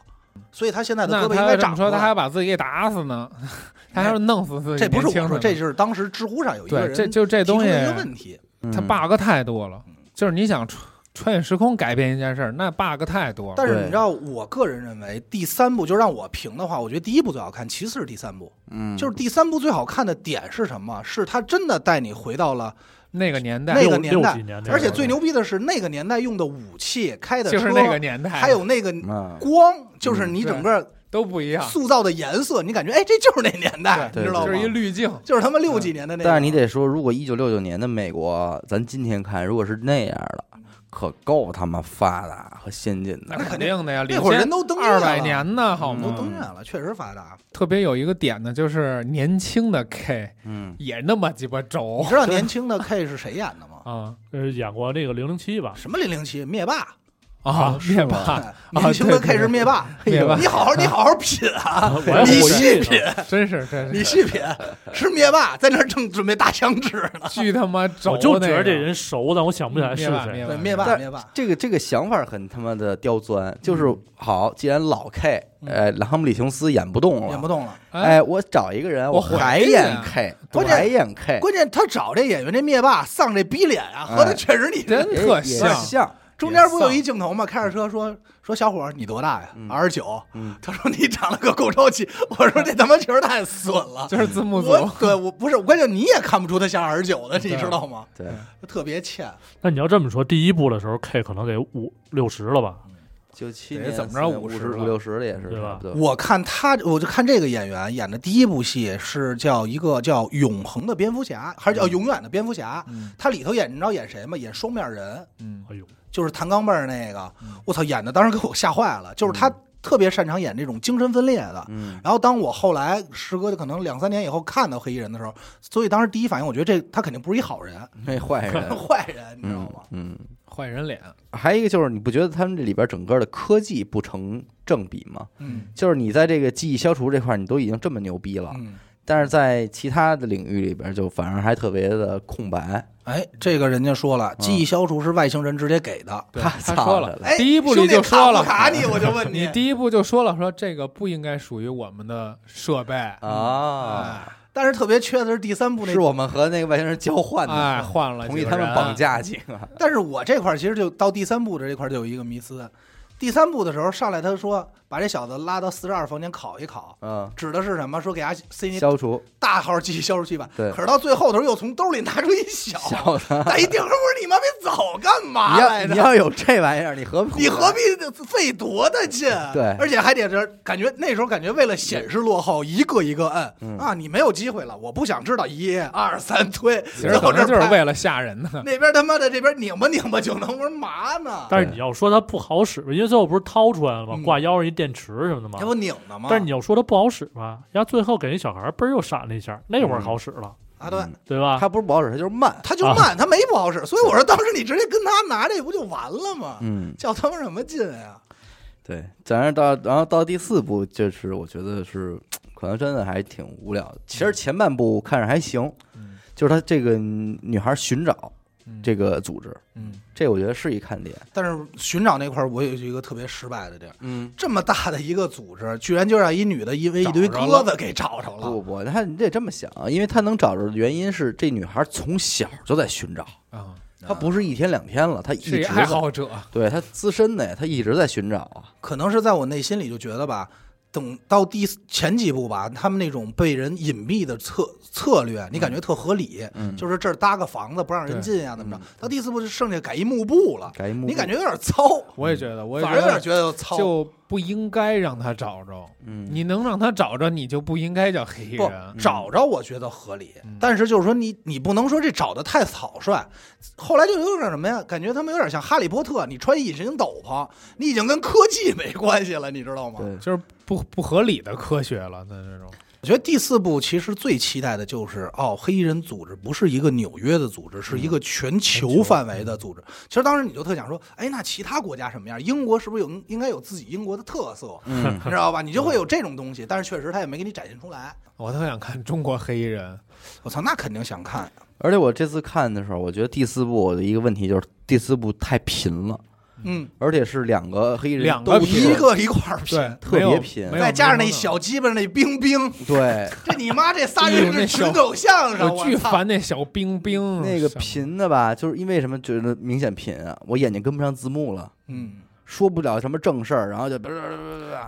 [SPEAKER 2] 所以他现在的
[SPEAKER 3] 那
[SPEAKER 2] 胳膊应该
[SPEAKER 3] 他这
[SPEAKER 2] 长
[SPEAKER 3] 么
[SPEAKER 2] 出来
[SPEAKER 3] 说，他还要把自己给打死呢， 他还要弄死自己
[SPEAKER 2] 这
[SPEAKER 3] 年轻
[SPEAKER 2] 不
[SPEAKER 3] 的呢。
[SPEAKER 2] 是我说，这就是当时知乎上有一个
[SPEAKER 3] 对，
[SPEAKER 2] 人
[SPEAKER 3] 这就这
[SPEAKER 2] 提出
[SPEAKER 3] 东西
[SPEAKER 2] 了一个问题，
[SPEAKER 1] 嗯
[SPEAKER 2] 嗯
[SPEAKER 3] 它 bug 太多了，就是你想穿穿越时空改变一件事儿，那 bug 太多了。
[SPEAKER 2] 但是
[SPEAKER 1] 对
[SPEAKER 2] 你知道，我个人认为第三部就让我评的话，我觉得第一部最好看，其次是第三部。
[SPEAKER 1] 嗯，
[SPEAKER 2] 就是第三部最好看的点是什么？是他真的带你回到了，
[SPEAKER 3] 那个年代
[SPEAKER 2] 那个
[SPEAKER 4] 六
[SPEAKER 2] 年代
[SPEAKER 4] 六几年那个
[SPEAKER 2] 而且最牛逼的是那个年代用的武器、开的
[SPEAKER 3] 就
[SPEAKER 2] 车，
[SPEAKER 3] 是那个年代，
[SPEAKER 2] 还有那个
[SPEAKER 1] 啊，
[SPEAKER 2] 光，就是你
[SPEAKER 3] 对
[SPEAKER 2] 整个
[SPEAKER 3] 都不一样，
[SPEAKER 2] 塑造的颜色，你感觉哎，这就是那年代，你
[SPEAKER 1] 对
[SPEAKER 2] 知道
[SPEAKER 3] 就
[SPEAKER 2] 吗？
[SPEAKER 3] 是一滤镜。
[SPEAKER 2] 就是他妈六几年的那个。
[SPEAKER 1] 但是你得说，如果一九六九年的美国，咱今天看，如果是那样的，可够他妈发达和先进
[SPEAKER 3] 那
[SPEAKER 1] 的。
[SPEAKER 3] 肯定的呀，
[SPEAKER 2] 那会儿人都登月
[SPEAKER 3] 二
[SPEAKER 2] 了，嗯
[SPEAKER 3] 百年呢，好
[SPEAKER 1] 嗯
[SPEAKER 2] 都
[SPEAKER 3] 吗？
[SPEAKER 2] 登月了，确实发达。
[SPEAKER 3] 特别有一个点呢，就是年轻的 K
[SPEAKER 1] 嗯，
[SPEAKER 3] 也那么鸡巴轴
[SPEAKER 2] 你知道年轻的 K 是谁演的 吗？
[SPEAKER 3] 啊
[SPEAKER 4] 呃演过那个零零七吧，
[SPEAKER 2] 什么零零七灭霸？
[SPEAKER 4] 哦
[SPEAKER 3] 啊！灭霸，
[SPEAKER 2] 对年轻的
[SPEAKER 3] 对对
[SPEAKER 2] K 是灭霸。哎
[SPEAKER 3] 灭霸
[SPEAKER 2] 你好好，你好好品 啊，
[SPEAKER 4] 我还
[SPEAKER 2] 你
[SPEAKER 4] 我
[SPEAKER 2] 细
[SPEAKER 4] 记
[SPEAKER 2] 品，
[SPEAKER 4] 得
[SPEAKER 3] 真是真
[SPEAKER 2] 你
[SPEAKER 3] 是
[SPEAKER 2] 细品，是灭霸在那儿正准备打响指呢。
[SPEAKER 3] 巨他妈轴那个！
[SPEAKER 4] 我就觉得这人熟，但我想不
[SPEAKER 2] 嗯
[SPEAKER 4] 起来是
[SPEAKER 3] 灭霸
[SPEAKER 4] 谁。
[SPEAKER 2] 对，
[SPEAKER 3] 灭
[SPEAKER 2] 灭
[SPEAKER 3] 霸
[SPEAKER 2] 霸，灭霸。
[SPEAKER 1] 这个这个想法很他妈的刁钻，就是好，既然老 K，
[SPEAKER 2] 嗯
[SPEAKER 1] 呃，汉姆里琼斯演不动了，
[SPEAKER 2] 演不动了，
[SPEAKER 3] 哎，
[SPEAKER 1] 哎，我找一个人，
[SPEAKER 3] 我
[SPEAKER 1] 还
[SPEAKER 3] 怀疑
[SPEAKER 1] 演
[SPEAKER 3] 啊
[SPEAKER 1] K，我
[SPEAKER 2] 关键
[SPEAKER 1] 还演 K，
[SPEAKER 2] 关键他找这演员这灭霸丧这逼脸啊，和他
[SPEAKER 1] 哎
[SPEAKER 2] 确实你
[SPEAKER 3] 真
[SPEAKER 1] 也
[SPEAKER 3] 特
[SPEAKER 1] 也
[SPEAKER 3] 像
[SPEAKER 1] 像，
[SPEAKER 2] 中间不有一镜头吗？开着车说说小伙儿你多大呀
[SPEAKER 1] 嗯？
[SPEAKER 2] 二十九。
[SPEAKER 1] 嗯，
[SPEAKER 2] 他说你长了个够着急。我说这他妈确实太损了。
[SPEAKER 3] 就是字幕组
[SPEAKER 2] 我对我不是，关键你也看不出他像二十九的，
[SPEAKER 3] 对
[SPEAKER 2] 你知道吗？
[SPEAKER 1] 对，
[SPEAKER 2] 特别欠，
[SPEAKER 4] 那你要这么说，第一部的时候 K 可能得五六十了吧？
[SPEAKER 1] 九七
[SPEAKER 3] 得
[SPEAKER 1] 年
[SPEAKER 3] 怎么着
[SPEAKER 1] 五
[SPEAKER 3] 50
[SPEAKER 1] 十
[SPEAKER 3] 了
[SPEAKER 1] 五六十的也是
[SPEAKER 4] 对
[SPEAKER 1] 差
[SPEAKER 4] 吧
[SPEAKER 1] 不多。
[SPEAKER 2] 我看他，我就看这个演员演的第一部戏是叫一个叫《永恒的蝙蝠侠》，还是叫《永远的蝙蝠侠》？
[SPEAKER 3] 嗯
[SPEAKER 2] 他里头演，你知道演谁吗？演双面人，
[SPEAKER 3] 嗯
[SPEAKER 4] 哎呦，
[SPEAKER 2] 就是弹钢镚儿那个
[SPEAKER 3] 嗯。
[SPEAKER 2] 我操，演的当时给我吓坏了。就是他特别擅长演这种精神分裂的。
[SPEAKER 1] 嗯，
[SPEAKER 2] 然后当我后来时隔可能两三年以后看到黑衣人的时候，所以当时第一反应，我觉得这他肯定不是一好人，
[SPEAKER 1] 那坏人，
[SPEAKER 2] 坏人，你知道
[SPEAKER 1] 嗯
[SPEAKER 2] 吗？
[SPEAKER 1] 嗯，
[SPEAKER 3] 坏人脸，
[SPEAKER 1] 还有一个就是，你不觉得他们这里边整个的科技不成正比吗？
[SPEAKER 2] 嗯
[SPEAKER 1] 就是你在这个记忆消除这块，你都已经这么牛逼了，
[SPEAKER 2] 嗯。
[SPEAKER 1] 但是在其他的领域里边，就反而还特别的空白。
[SPEAKER 2] 哎，这个人家说了，记忆消除是外星人直接给的。
[SPEAKER 3] 嗯 对
[SPEAKER 1] 他
[SPEAKER 3] 他
[SPEAKER 1] 操
[SPEAKER 3] 说
[SPEAKER 1] 了
[SPEAKER 3] 了
[SPEAKER 1] 嘞，
[SPEAKER 2] 哎，
[SPEAKER 3] 第一部里就说了
[SPEAKER 2] 兄弟卡 不卡你？我就问
[SPEAKER 3] 你第一部就说了，说这个不应该属于我们的设备
[SPEAKER 1] 啊，
[SPEAKER 3] 哎
[SPEAKER 2] 但是特别缺的是第三部
[SPEAKER 1] 嗯
[SPEAKER 2] 那
[SPEAKER 1] 是，我们和那个外星人交换
[SPEAKER 3] 哎，
[SPEAKER 1] 的，嗯
[SPEAKER 3] 换了
[SPEAKER 1] 同
[SPEAKER 3] 几
[SPEAKER 1] 意
[SPEAKER 3] 个
[SPEAKER 1] 他们
[SPEAKER 3] 人
[SPEAKER 1] 绑架去了。
[SPEAKER 2] 但是我这块儿其实就到第三部的这块儿就有一个迷思，第三部的时候上来他说把这小子拉到四十二房间烤一烤，
[SPEAKER 1] 嗯，
[SPEAKER 2] 指的是什么？说给他塞进
[SPEAKER 1] 消除
[SPEAKER 2] 大号机消除器吧。
[SPEAKER 1] 对
[SPEAKER 2] 可是到最后的时候又从兜里拿出一小
[SPEAKER 1] 小的。
[SPEAKER 2] 带一钉儿，我说你妈逼早干嘛
[SPEAKER 1] 你
[SPEAKER 2] 来
[SPEAKER 1] 要
[SPEAKER 2] 着
[SPEAKER 1] 你？要有这玩意儿，你何必
[SPEAKER 2] 你何必费多大劲？
[SPEAKER 1] 对
[SPEAKER 2] 而且还得是感觉那时候感觉为了显示落后，一个一个摁、
[SPEAKER 1] 嗯
[SPEAKER 2] 啊，你没有机会了，我不想知道一二三推，
[SPEAKER 3] 其实
[SPEAKER 2] 然后这
[SPEAKER 3] 可能
[SPEAKER 2] 儿
[SPEAKER 3] 就是
[SPEAKER 2] 拍
[SPEAKER 3] 为了吓人的。
[SPEAKER 2] 那边他妈的这边拧吧拧吧就能，我说嘛呢？
[SPEAKER 4] 但是你要说它不好使吧，因为最后不是掏出来了吗
[SPEAKER 2] 嗯？
[SPEAKER 4] 挂腰上一电池什么的吗
[SPEAKER 2] 这？不拧呢吗？
[SPEAKER 4] 但是你要说它不好使吧，人家最后给那小孩儿嘣儿又闪了一下，那会儿好使了，
[SPEAKER 2] 啊，
[SPEAKER 3] 嗯
[SPEAKER 2] 对，
[SPEAKER 4] 对吧？
[SPEAKER 1] 嗯它不是不好使，它就是慢。啊
[SPEAKER 2] 他就
[SPEAKER 3] 啊
[SPEAKER 2] 慢，他没不好使，所以我说当时你直接跟他拿这不就完了吗？
[SPEAKER 1] 嗯，
[SPEAKER 2] 较他妈什么劲呀？
[SPEAKER 1] 对。咱是到然后到第四部，就是我觉得是可能真的还挺无聊的。其实前半部看着还行，
[SPEAKER 3] 嗯
[SPEAKER 1] 就是他这个女孩寻找 这个组织，
[SPEAKER 3] 嗯，
[SPEAKER 1] 这我觉得是一看点。
[SPEAKER 2] 但是寻找那块儿，我有一个特别失败的地儿。
[SPEAKER 1] 嗯，
[SPEAKER 2] 这么大的一个组织，居然就让一女的因为一堆
[SPEAKER 3] 找着了
[SPEAKER 2] 鸽子给找着
[SPEAKER 1] 不
[SPEAKER 2] 了。
[SPEAKER 1] 不，他你得这么想，因为他能找着的原因是这女孩从小就在寻找，
[SPEAKER 3] 啊，
[SPEAKER 1] 她不是一天两天了，嗯她一
[SPEAKER 3] 是
[SPEAKER 1] 直嗯
[SPEAKER 3] 一爱
[SPEAKER 1] 在，
[SPEAKER 3] 好者，
[SPEAKER 1] 对她资深的呀，她一直在寻找啊。
[SPEAKER 2] 可能是在我内心里就觉得吧，等到第四前几部吧，他们那种被人隐蔽的策策略，你感觉特合理，
[SPEAKER 1] 嗯，
[SPEAKER 2] 就是这儿搭个房子不让人进啊，怎
[SPEAKER 3] 嗯
[SPEAKER 2] 么着？到第四部就剩下改一幕布了，
[SPEAKER 1] 改一幕布
[SPEAKER 2] 你感觉有点糙，
[SPEAKER 3] 我也觉得，我也
[SPEAKER 2] 反
[SPEAKER 3] 觉
[SPEAKER 2] 而有点
[SPEAKER 3] 得
[SPEAKER 2] 觉得糙。
[SPEAKER 3] 就不应该让他找着。
[SPEAKER 1] 嗯，
[SPEAKER 3] 你能让他找着，你就不应该叫黑衣
[SPEAKER 2] 不
[SPEAKER 3] 人。
[SPEAKER 2] 找着，我觉得合理
[SPEAKER 3] 嗯，
[SPEAKER 2] 但是就是说你你不能说这找的太草率。后来就有点什么呀？感觉他们有点像哈利波特，你穿隐形斗篷，你已经跟科技没关系了，你知道吗？
[SPEAKER 1] 对，
[SPEAKER 3] 就是不不合理的科学了，那这种
[SPEAKER 2] 我觉得第四部其实最期待的就是，哦，黑衣人组织不是一个纽约的组织，
[SPEAKER 3] 嗯
[SPEAKER 2] 是一个全球范围的组织。其实当时你就特想说，哎，那其他国家什么样？英国是不是有应该有自己英国的特色？
[SPEAKER 1] 嗯，
[SPEAKER 2] 你知道吧？你就会有这种东西，但是确实他也没给你展现出来。
[SPEAKER 3] 我特想看中国黑衣人。
[SPEAKER 2] 我操，那肯定想看。
[SPEAKER 1] 而且我这次看的时候，我觉得第四部我的一个问题就是第四部太贫了，
[SPEAKER 2] 嗯，
[SPEAKER 1] 而且是两个黑衣人
[SPEAKER 3] 两
[SPEAKER 1] 都
[SPEAKER 3] 个
[SPEAKER 1] 是
[SPEAKER 2] 一个一块儿拼，
[SPEAKER 3] 嗯对，
[SPEAKER 1] 特别
[SPEAKER 3] 没有
[SPEAKER 1] 贫
[SPEAKER 3] 没有
[SPEAKER 2] 再加上那
[SPEAKER 3] 没有
[SPEAKER 2] 小鸡巴那冰冰，
[SPEAKER 1] 对
[SPEAKER 3] 哦
[SPEAKER 2] 这你妈这仨人是群口相声，
[SPEAKER 3] 我巨
[SPEAKER 2] 我操！
[SPEAKER 3] 烦那小冰冰，
[SPEAKER 1] 那个
[SPEAKER 3] 什么，
[SPEAKER 1] 贫的吧，就是因为什么觉得明显贫啊，我眼睛跟不上字幕了，
[SPEAKER 2] 嗯，
[SPEAKER 1] 说不了什么正事儿，然后就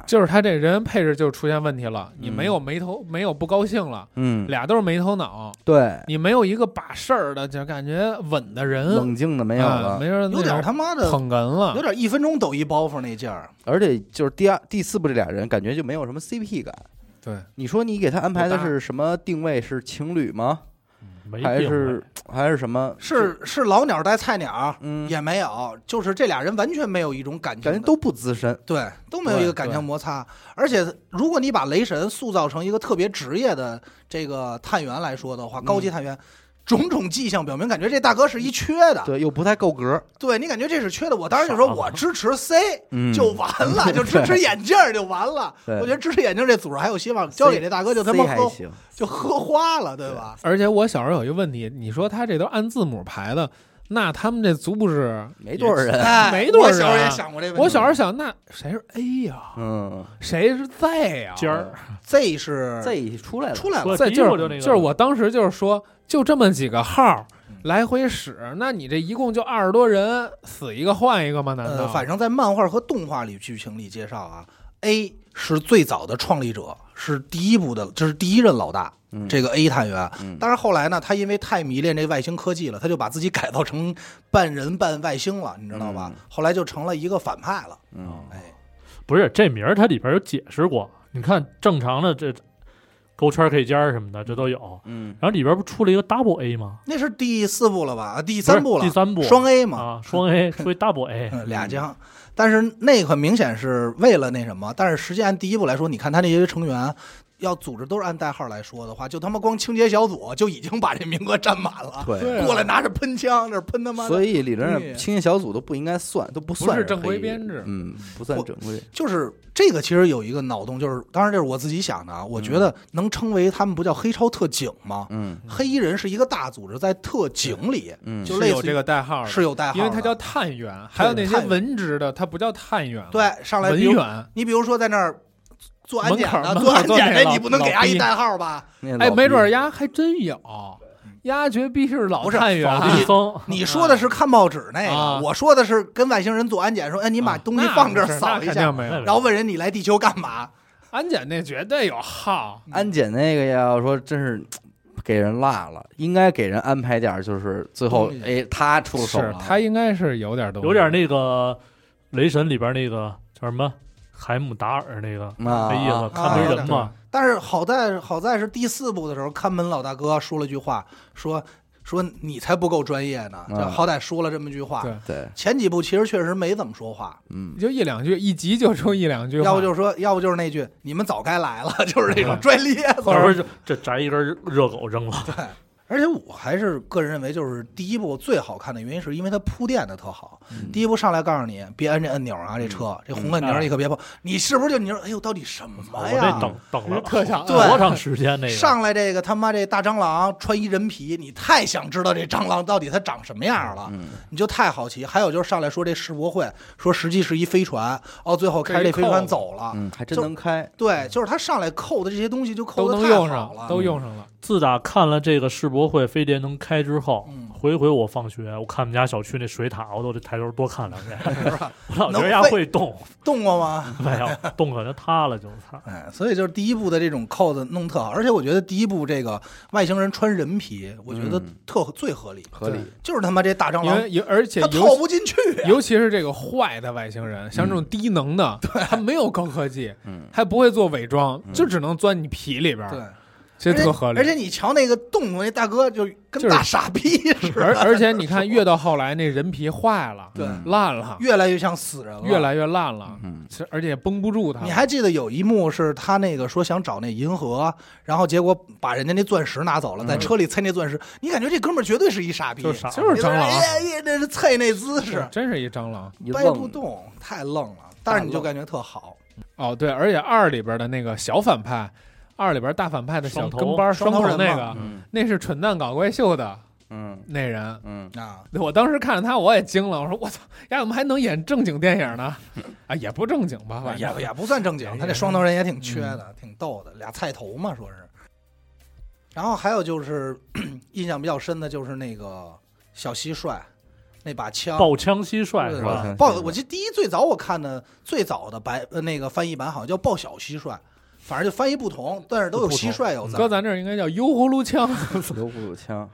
[SPEAKER 3] 就是他这人配置就出现问题了。你
[SPEAKER 1] 嗯
[SPEAKER 3] 没有没头，没有不高兴了，
[SPEAKER 1] 嗯，
[SPEAKER 3] 俩都是没头脑，
[SPEAKER 1] 对，
[SPEAKER 3] 你没有一个把事儿的，就感觉稳的人，
[SPEAKER 1] 冷静的没
[SPEAKER 3] 没
[SPEAKER 1] 有
[SPEAKER 3] 了，
[SPEAKER 1] 了，
[SPEAKER 3] 没有
[SPEAKER 2] 有点他妈的，
[SPEAKER 3] 捧哏啊了
[SPEAKER 2] 有。点一分钟抖一包袱那劲儿。
[SPEAKER 1] 而且就是第二、第四部这俩人感觉就没有什么 CP 感。
[SPEAKER 3] 对，
[SPEAKER 1] 你说你给他安排的
[SPEAKER 3] 不搭
[SPEAKER 1] 是什么定位？是情侣吗？
[SPEAKER 4] 没
[SPEAKER 1] 还
[SPEAKER 4] 病
[SPEAKER 1] 是还是什么？
[SPEAKER 2] 是是老鸟带菜鸟，
[SPEAKER 1] 嗯，
[SPEAKER 2] 也没有，就是这俩人完全没有一种感情
[SPEAKER 1] 感
[SPEAKER 2] 的，
[SPEAKER 1] 觉都不资深。
[SPEAKER 2] 对，都没有一个感情摩擦。而且，如果你把雷神塑造成一个特别职业的这个探员来说的话，
[SPEAKER 1] 嗯
[SPEAKER 2] 高级探员，种种迹象表明，感觉这大哥是一缺的。
[SPEAKER 1] 对，又不太够格，
[SPEAKER 2] 对你感觉这是缺的，我当时就说
[SPEAKER 4] 少
[SPEAKER 2] 我支持 C
[SPEAKER 1] 嗯
[SPEAKER 2] 就完了，就支持眼镜儿就完了。
[SPEAKER 1] 对
[SPEAKER 2] 我觉得支持眼镜儿这组织还有希望，交给这大哥就他
[SPEAKER 1] C
[SPEAKER 2] 妈
[SPEAKER 1] 还
[SPEAKER 2] 喝
[SPEAKER 1] 行，
[SPEAKER 2] 就喝花了，对吧？
[SPEAKER 3] 而且我小时候有一个问题，你说他这都按字母排的，那他们这组不是
[SPEAKER 1] 没多少人。
[SPEAKER 2] 哎，
[SPEAKER 3] 没多
[SPEAKER 2] 我
[SPEAKER 3] 少啊人
[SPEAKER 2] 小时候也想过这问题。
[SPEAKER 3] 我小时候想，那谁是 A 呀、
[SPEAKER 1] 嗯，
[SPEAKER 3] 谁是 Z 呀、
[SPEAKER 4] 尖
[SPEAKER 2] 嗯
[SPEAKER 4] 儿
[SPEAKER 2] Z 是
[SPEAKER 1] Z 出来了，
[SPEAKER 2] 出来
[SPEAKER 4] 我
[SPEAKER 2] 了，
[SPEAKER 3] Z
[SPEAKER 4] 第一
[SPEAKER 3] 就
[SPEAKER 4] 我就那
[SPEAKER 3] 是
[SPEAKER 4] 个
[SPEAKER 3] 就是我当时就是说，就这么几个号儿
[SPEAKER 1] 嗯
[SPEAKER 3] 来回使，那你这一共就二十多人，死一个换一个吗？难道？
[SPEAKER 2] 呃，反正在漫画和动画里剧情里介绍啊，A 是最早的创立者，是第一部的，这是第一任老大。
[SPEAKER 1] 嗯
[SPEAKER 2] 这个 A 探员，
[SPEAKER 1] 嗯
[SPEAKER 2] 但是后来呢，他因为太迷恋这外星科技了，他就把自己改造成半人半外星了，你知道吧？
[SPEAKER 1] 嗯
[SPEAKER 2] 后来就成了一个反派了。
[SPEAKER 4] 哦
[SPEAKER 1] 嗯，
[SPEAKER 2] 哎，
[SPEAKER 4] 不是这名儿，它里边有解释过。你看正常的这勾圈 K 尖儿什么的，这都有。
[SPEAKER 1] 嗯，
[SPEAKER 4] 然后里边不出了一个 Double A 吗？
[SPEAKER 2] 那是第四部了吧？啊，第三部
[SPEAKER 4] 不
[SPEAKER 2] 了，
[SPEAKER 4] 是第三部
[SPEAKER 2] 双 A 嘛，
[SPEAKER 4] 啊，双 A 出一 Double A，
[SPEAKER 2] 嗯俩将。但是那个明显是为了那什么，但是实际按第一部来说，你看他那些成员要组织都是按代号来说的话，就他妈光清洁小组就已经把这名额占满了，
[SPEAKER 1] 对。
[SPEAKER 3] 对啊
[SPEAKER 2] 过来拿着喷枪，这喷他妈
[SPEAKER 1] 嗯所
[SPEAKER 2] 的，
[SPEAKER 1] 以理论上
[SPEAKER 2] 对
[SPEAKER 1] 青年小组都不应该算，都不
[SPEAKER 3] 不
[SPEAKER 1] 算
[SPEAKER 3] 是正
[SPEAKER 1] 黑
[SPEAKER 3] 规
[SPEAKER 1] 衣人
[SPEAKER 3] 编制
[SPEAKER 1] 嗯，不算
[SPEAKER 2] 我
[SPEAKER 1] 正规。
[SPEAKER 2] 就是这个其实有一个脑洞，就是当然这是我自己想的啊，我
[SPEAKER 3] 嗯
[SPEAKER 2] 觉得能称为他们不叫黑超特警吗？
[SPEAKER 1] 嗯
[SPEAKER 2] 黑衣人是一个大组织，在特警里
[SPEAKER 1] 嗯，
[SPEAKER 2] 就是类
[SPEAKER 3] 有
[SPEAKER 2] 似于
[SPEAKER 3] 这个代号的，
[SPEAKER 2] 是有代号的，
[SPEAKER 3] 因为他叫探员，还有那些文职的，他不叫探员，，
[SPEAKER 2] 对上来
[SPEAKER 3] 文
[SPEAKER 2] 比如
[SPEAKER 3] 员。
[SPEAKER 2] 你比如说在那儿做安检
[SPEAKER 3] 门口
[SPEAKER 2] 的，
[SPEAKER 3] 门口
[SPEAKER 2] 做安检
[SPEAKER 3] 坐那
[SPEAKER 2] 的，
[SPEAKER 3] 老
[SPEAKER 2] 你不能给
[SPEAKER 3] 老
[SPEAKER 2] 阿姨
[SPEAKER 3] 逼
[SPEAKER 2] 代号吧？
[SPEAKER 1] 那
[SPEAKER 3] 哎，
[SPEAKER 1] 老
[SPEAKER 3] 没准
[SPEAKER 1] 逼
[SPEAKER 3] 儿丫还真有，鸦雀逼是
[SPEAKER 2] 嗯
[SPEAKER 3] 老
[SPEAKER 2] 不是
[SPEAKER 3] 探员
[SPEAKER 2] 法
[SPEAKER 4] 李
[SPEAKER 2] 律
[SPEAKER 3] 了，
[SPEAKER 4] 松
[SPEAKER 2] 你说的是看报纸那
[SPEAKER 3] 啊
[SPEAKER 2] 个，我说的是跟外星人做安检，说，哎，你把
[SPEAKER 3] 啊
[SPEAKER 2] 东西
[SPEAKER 3] 那
[SPEAKER 2] 放这
[SPEAKER 3] 不
[SPEAKER 2] 儿
[SPEAKER 3] 是
[SPEAKER 2] 扫
[SPEAKER 3] 那
[SPEAKER 2] 一
[SPEAKER 3] 肯
[SPEAKER 2] 下
[SPEAKER 3] 定，没
[SPEAKER 4] 没有
[SPEAKER 3] 有。
[SPEAKER 2] 然后问人你来地球干嘛？
[SPEAKER 3] 安检那绝对有号，
[SPEAKER 1] 安检那个呀，我说真是给人落了，应该给人安排点儿，就是最后
[SPEAKER 2] 东西
[SPEAKER 1] 哎他出手
[SPEAKER 3] 是
[SPEAKER 1] 了，
[SPEAKER 3] 他应该是有点东西，
[SPEAKER 4] 有点那个雷神里边那个叫什么海姆达尔那个
[SPEAKER 1] 啊
[SPEAKER 4] 那意思，看
[SPEAKER 2] 啊
[SPEAKER 4] 门
[SPEAKER 2] 有
[SPEAKER 4] 人
[SPEAKER 2] 点
[SPEAKER 4] 嘛，
[SPEAKER 2] 但是好在好在是第四部的时候，看门老大哥说了句话，说说你才不够专业呢，
[SPEAKER 1] 嗯
[SPEAKER 2] 这好歹说了这么句话
[SPEAKER 3] 对。
[SPEAKER 1] 对，
[SPEAKER 2] 前几部其实确实没怎么说话，
[SPEAKER 1] 嗯，
[SPEAKER 3] 就一两句，一集就出一两句话，
[SPEAKER 2] 要不就是说，要不就是那句“你们早该来了”， 就是那种
[SPEAKER 4] 嗯
[SPEAKER 2] 拽咧子。
[SPEAKER 4] 或者说这摘一根热狗扔了，
[SPEAKER 2] 而且我还是个人认为，就是第一部最好看的原因，是因为它铺垫的特好。
[SPEAKER 1] 嗯
[SPEAKER 2] 第一部上来告诉你，别摁这按钮啊，这车这红按钮
[SPEAKER 4] 嗯哦
[SPEAKER 2] 你可别碰。你是不是就你说，哎呦，到底什么
[SPEAKER 4] 我这
[SPEAKER 2] 呀？
[SPEAKER 4] 等等了
[SPEAKER 3] 特想
[SPEAKER 2] 对
[SPEAKER 4] 多长时间那个
[SPEAKER 2] 上来这个他妈这大蟑螂穿一人皮，你太想知道这蟑螂到底它长什么样了，
[SPEAKER 3] 啊
[SPEAKER 1] 嗯
[SPEAKER 2] 你就太好奇。还有就是上来说这世博会，说实际是一飞船，哦，最后开这飞船走
[SPEAKER 3] 啊
[SPEAKER 2] 了。
[SPEAKER 1] 嗯，还真
[SPEAKER 2] 就
[SPEAKER 1] 能开，
[SPEAKER 2] 对，就是他上来扣的这些东西就扣
[SPEAKER 3] 都
[SPEAKER 2] 的
[SPEAKER 3] 能
[SPEAKER 2] 太
[SPEAKER 3] 用
[SPEAKER 2] 好
[SPEAKER 3] 上，
[SPEAKER 2] 了，
[SPEAKER 3] 都用上了。
[SPEAKER 4] 自打看了这个世博会飞碟能开之后，
[SPEAKER 2] 嗯
[SPEAKER 4] 回回我放学，我看我们家小区那水塔，我都得抬头多看两眼。
[SPEAKER 2] 是吧？
[SPEAKER 4] 我老觉得它会动，
[SPEAKER 2] 动过吗？
[SPEAKER 4] 没有动可能塌了就擦。
[SPEAKER 2] 哎，所以就是第一部的这种扣子弄特好，而且我觉得第一部这个外星人穿人皮，我觉得
[SPEAKER 1] 嗯
[SPEAKER 2] 特、最合理，
[SPEAKER 1] 合理
[SPEAKER 3] 对。
[SPEAKER 2] 就是他妈这大蟑
[SPEAKER 3] 因
[SPEAKER 2] 螂
[SPEAKER 3] 为，有而且
[SPEAKER 2] 它嗯套嗯
[SPEAKER 3] 尤
[SPEAKER 2] 不进去啊、
[SPEAKER 3] 尤其是这个坏的外星人，像这种低能的，他没有高科技，
[SPEAKER 1] 嗯
[SPEAKER 3] 还不会做伪装，
[SPEAKER 1] 嗯
[SPEAKER 3] 就只能钻你皮里边儿，
[SPEAKER 2] 对，
[SPEAKER 3] 这
[SPEAKER 2] 而且
[SPEAKER 3] 特合理。
[SPEAKER 2] 而且你瞧那个动作，那大哥就跟
[SPEAKER 3] 就是
[SPEAKER 2] 大傻逼似的，
[SPEAKER 3] 而而且你看，越到后来那人皮坏了，
[SPEAKER 2] 对
[SPEAKER 1] 嗯
[SPEAKER 3] 烂了，
[SPEAKER 2] 越来越像死人了，
[SPEAKER 3] 越。来越烂了，
[SPEAKER 1] 嗯，
[SPEAKER 3] 其实而且也绷不住他。
[SPEAKER 2] 你还记得有一幕是他那个说想找那银河，然后结果把人家那钻石拿走了，在车里蹭那钻石。你感觉这哥们儿绝对是一傻逼，
[SPEAKER 4] 就是傻子，
[SPEAKER 3] 嗯就是
[SPEAKER 2] 你说
[SPEAKER 3] 蟑螂
[SPEAKER 2] 哎呀，那是蹭那姿势，
[SPEAKER 3] 真啊是一蟑螂
[SPEAKER 1] 一
[SPEAKER 2] 掰不
[SPEAKER 1] 愣
[SPEAKER 2] 动，太愣了。但是你就感觉特好，
[SPEAKER 3] 哦，对，而且二里边的那个小反派，二里边大反派的小
[SPEAKER 4] 双头
[SPEAKER 3] 跟班
[SPEAKER 2] 双头
[SPEAKER 3] 头
[SPEAKER 2] 人
[SPEAKER 3] 那
[SPEAKER 2] 嘛
[SPEAKER 3] 个，
[SPEAKER 1] 嗯
[SPEAKER 3] 那是蠢蛋搞怪秀的
[SPEAKER 1] 嗯
[SPEAKER 3] 那人。
[SPEAKER 1] 嗯，
[SPEAKER 2] 啊，
[SPEAKER 3] 我当时看着他，我也惊了，我说我操，呀，怎么还能演正经电影呢？ 啊，也不正经吧，反
[SPEAKER 2] 也
[SPEAKER 3] 正
[SPEAKER 2] 也不算正经
[SPEAKER 3] 哎，
[SPEAKER 2] 他这双头人也挺缺的，挺逗的，俩菜头嘛，说是。然后还有就是 印象比较深的就是那个小蟋蟀那把枪，
[SPEAKER 4] 爆枪蟋蟀
[SPEAKER 2] 对
[SPEAKER 4] 是
[SPEAKER 1] 吧
[SPEAKER 4] 吧？
[SPEAKER 1] 枪
[SPEAKER 2] 爆，我记得第一最早我看的最早的白呃那个翻译版好像叫爆小蟋蟀，反正就翻译不同，但是都有
[SPEAKER 4] 不同
[SPEAKER 2] 蟋蟀有字
[SPEAKER 3] 搁
[SPEAKER 2] 儿。
[SPEAKER 3] 咱这儿应该叫油葫 芦枪，
[SPEAKER 1] 有步有枪，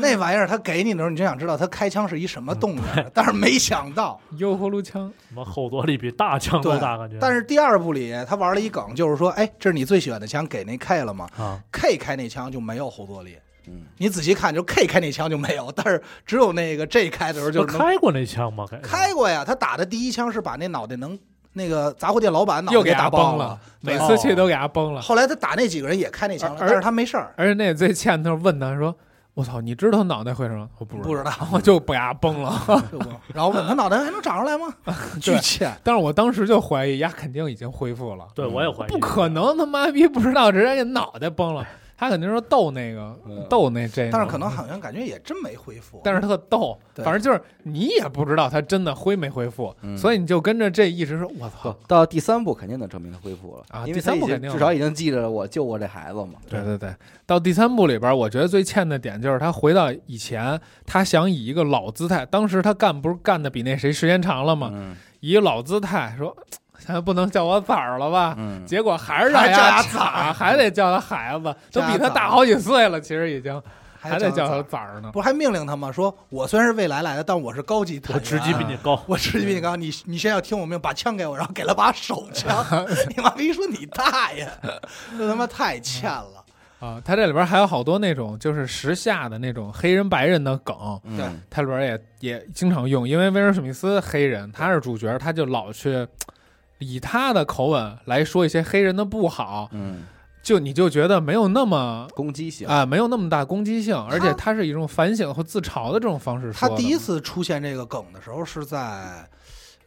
[SPEAKER 2] 那玩意儿他给你的时候，你就想知道他开枪是一什么动静儿，但是没想到。
[SPEAKER 3] 油葫芦枪，
[SPEAKER 4] 什么后坐力比大枪都大，感觉。
[SPEAKER 2] 但是第二部里他玩了一梗，就是说，哎，这是你最喜欢的枪，给那 K 了吗？
[SPEAKER 4] 啊，
[SPEAKER 2] K 开那枪就没有后坐力。
[SPEAKER 1] 嗯，
[SPEAKER 2] 你仔细看，就 K 开那枪就没有，但是只有那个 J 开的时候
[SPEAKER 4] 就
[SPEAKER 2] 就是能
[SPEAKER 4] 开过那枪吗？开
[SPEAKER 2] 开过呀。他打的第一枪是把那脑袋能那个杂货店老板脑
[SPEAKER 3] 又
[SPEAKER 2] 袋
[SPEAKER 3] 给
[SPEAKER 2] 给
[SPEAKER 3] 他
[SPEAKER 2] 打
[SPEAKER 3] 崩
[SPEAKER 2] 爆
[SPEAKER 3] 了，，
[SPEAKER 2] 对哦
[SPEAKER 3] 每次去都给他崩了。
[SPEAKER 2] 后来他打那几个人也开那枪了，
[SPEAKER 3] 而
[SPEAKER 2] 但是他没事儿，
[SPEAKER 3] 而且那最欠的问他说：“我操，你知道脑袋会什么？”我不
[SPEAKER 2] 不
[SPEAKER 3] 知
[SPEAKER 2] 知道。
[SPEAKER 3] 道，我就给他崩了。
[SPEAKER 2] 就不然后问他脑袋还能长出来吗？巨欠。
[SPEAKER 3] 但是我当时就怀疑丫肯定已经恢复了，
[SPEAKER 4] 对我也怀
[SPEAKER 2] 哎
[SPEAKER 4] 疑，
[SPEAKER 3] 不可能他妈逼不知道直接给脑袋崩了。他肯定说逗那个
[SPEAKER 1] 嗯
[SPEAKER 3] 逗那这，
[SPEAKER 2] 但是可能好像感觉也真没恢复，
[SPEAKER 3] 但是特逗，
[SPEAKER 2] 对
[SPEAKER 3] 反正就是你也不知道他真的恢没恢复，
[SPEAKER 1] 嗯
[SPEAKER 3] 所以你就跟着这一直说，我
[SPEAKER 1] 不
[SPEAKER 3] 操，
[SPEAKER 1] 到第三部肯定能证明他恢复了
[SPEAKER 3] 啊
[SPEAKER 1] 因
[SPEAKER 3] 第
[SPEAKER 1] 为他
[SPEAKER 3] 三
[SPEAKER 1] 已
[SPEAKER 3] 部
[SPEAKER 1] 经
[SPEAKER 3] 肯定
[SPEAKER 1] 至
[SPEAKER 3] 了
[SPEAKER 1] 少已经记着我救过这孩子嘛，
[SPEAKER 3] 对对对。到第三部里边，我觉得最欠的点就是他回到以前，他想以一个老姿态，当时他干不是干的比那谁时间长了吗？
[SPEAKER 1] 嗯
[SPEAKER 3] 以老姿态说，现在不能叫我崽儿了吧？
[SPEAKER 1] 嗯，
[SPEAKER 3] 结果还是
[SPEAKER 2] 还
[SPEAKER 3] 让
[SPEAKER 2] 叫他崽
[SPEAKER 3] 他
[SPEAKER 2] 儿
[SPEAKER 3] 还得叫他孩 子，都
[SPEAKER 2] 叫他
[SPEAKER 3] 比他
[SPEAKER 2] 崽
[SPEAKER 3] 大
[SPEAKER 2] 儿
[SPEAKER 3] 好几岁了，其实已经还
[SPEAKER 2] 叫
[SPEAKER 3] 得叫他
[SPEAKER 2] 他
[SPEAKER 3] 崽儿呢。
[SPEAKER 2] 不是还命令他吗？说我虽然是未来来的，但我是高级啊探
[SPEAKER 4] 我
[SPEAKER 2] 员。
[SPEAKER 4] 职级比你高。
[SPEAKER 2] 我吃鸡比你高，你你先要听我命，把枪给我，然后给了把手 枪，你妈逼说你大爷，这他妈太欠了。
[SPEAKER 3] 啊，他这里边还有好多那种就是时下的那种黑人白人的梗，
[SPEAKER 1] 嗯
[SPEAKER 2] 对
[SPEAKER 3] 他里边也也经常用，因为威尔史密斯黑人，他是主角，他就老去以他的口吻来说一些黑人的不好，
[SPEAKER 1] 嗯，
[SPEAKER 3] 就你就觉得没有那么
[SPEAKER 1] 攻击性，
[SPEAKER 3] 啊、没有那么大攻击性，而且他是一种反省和自嘲的这种方式
[SPEAKER 2] 他
[SPEAKER 3] 说的
[SPEAKER 2] 第一次出现这个梗的时候是在，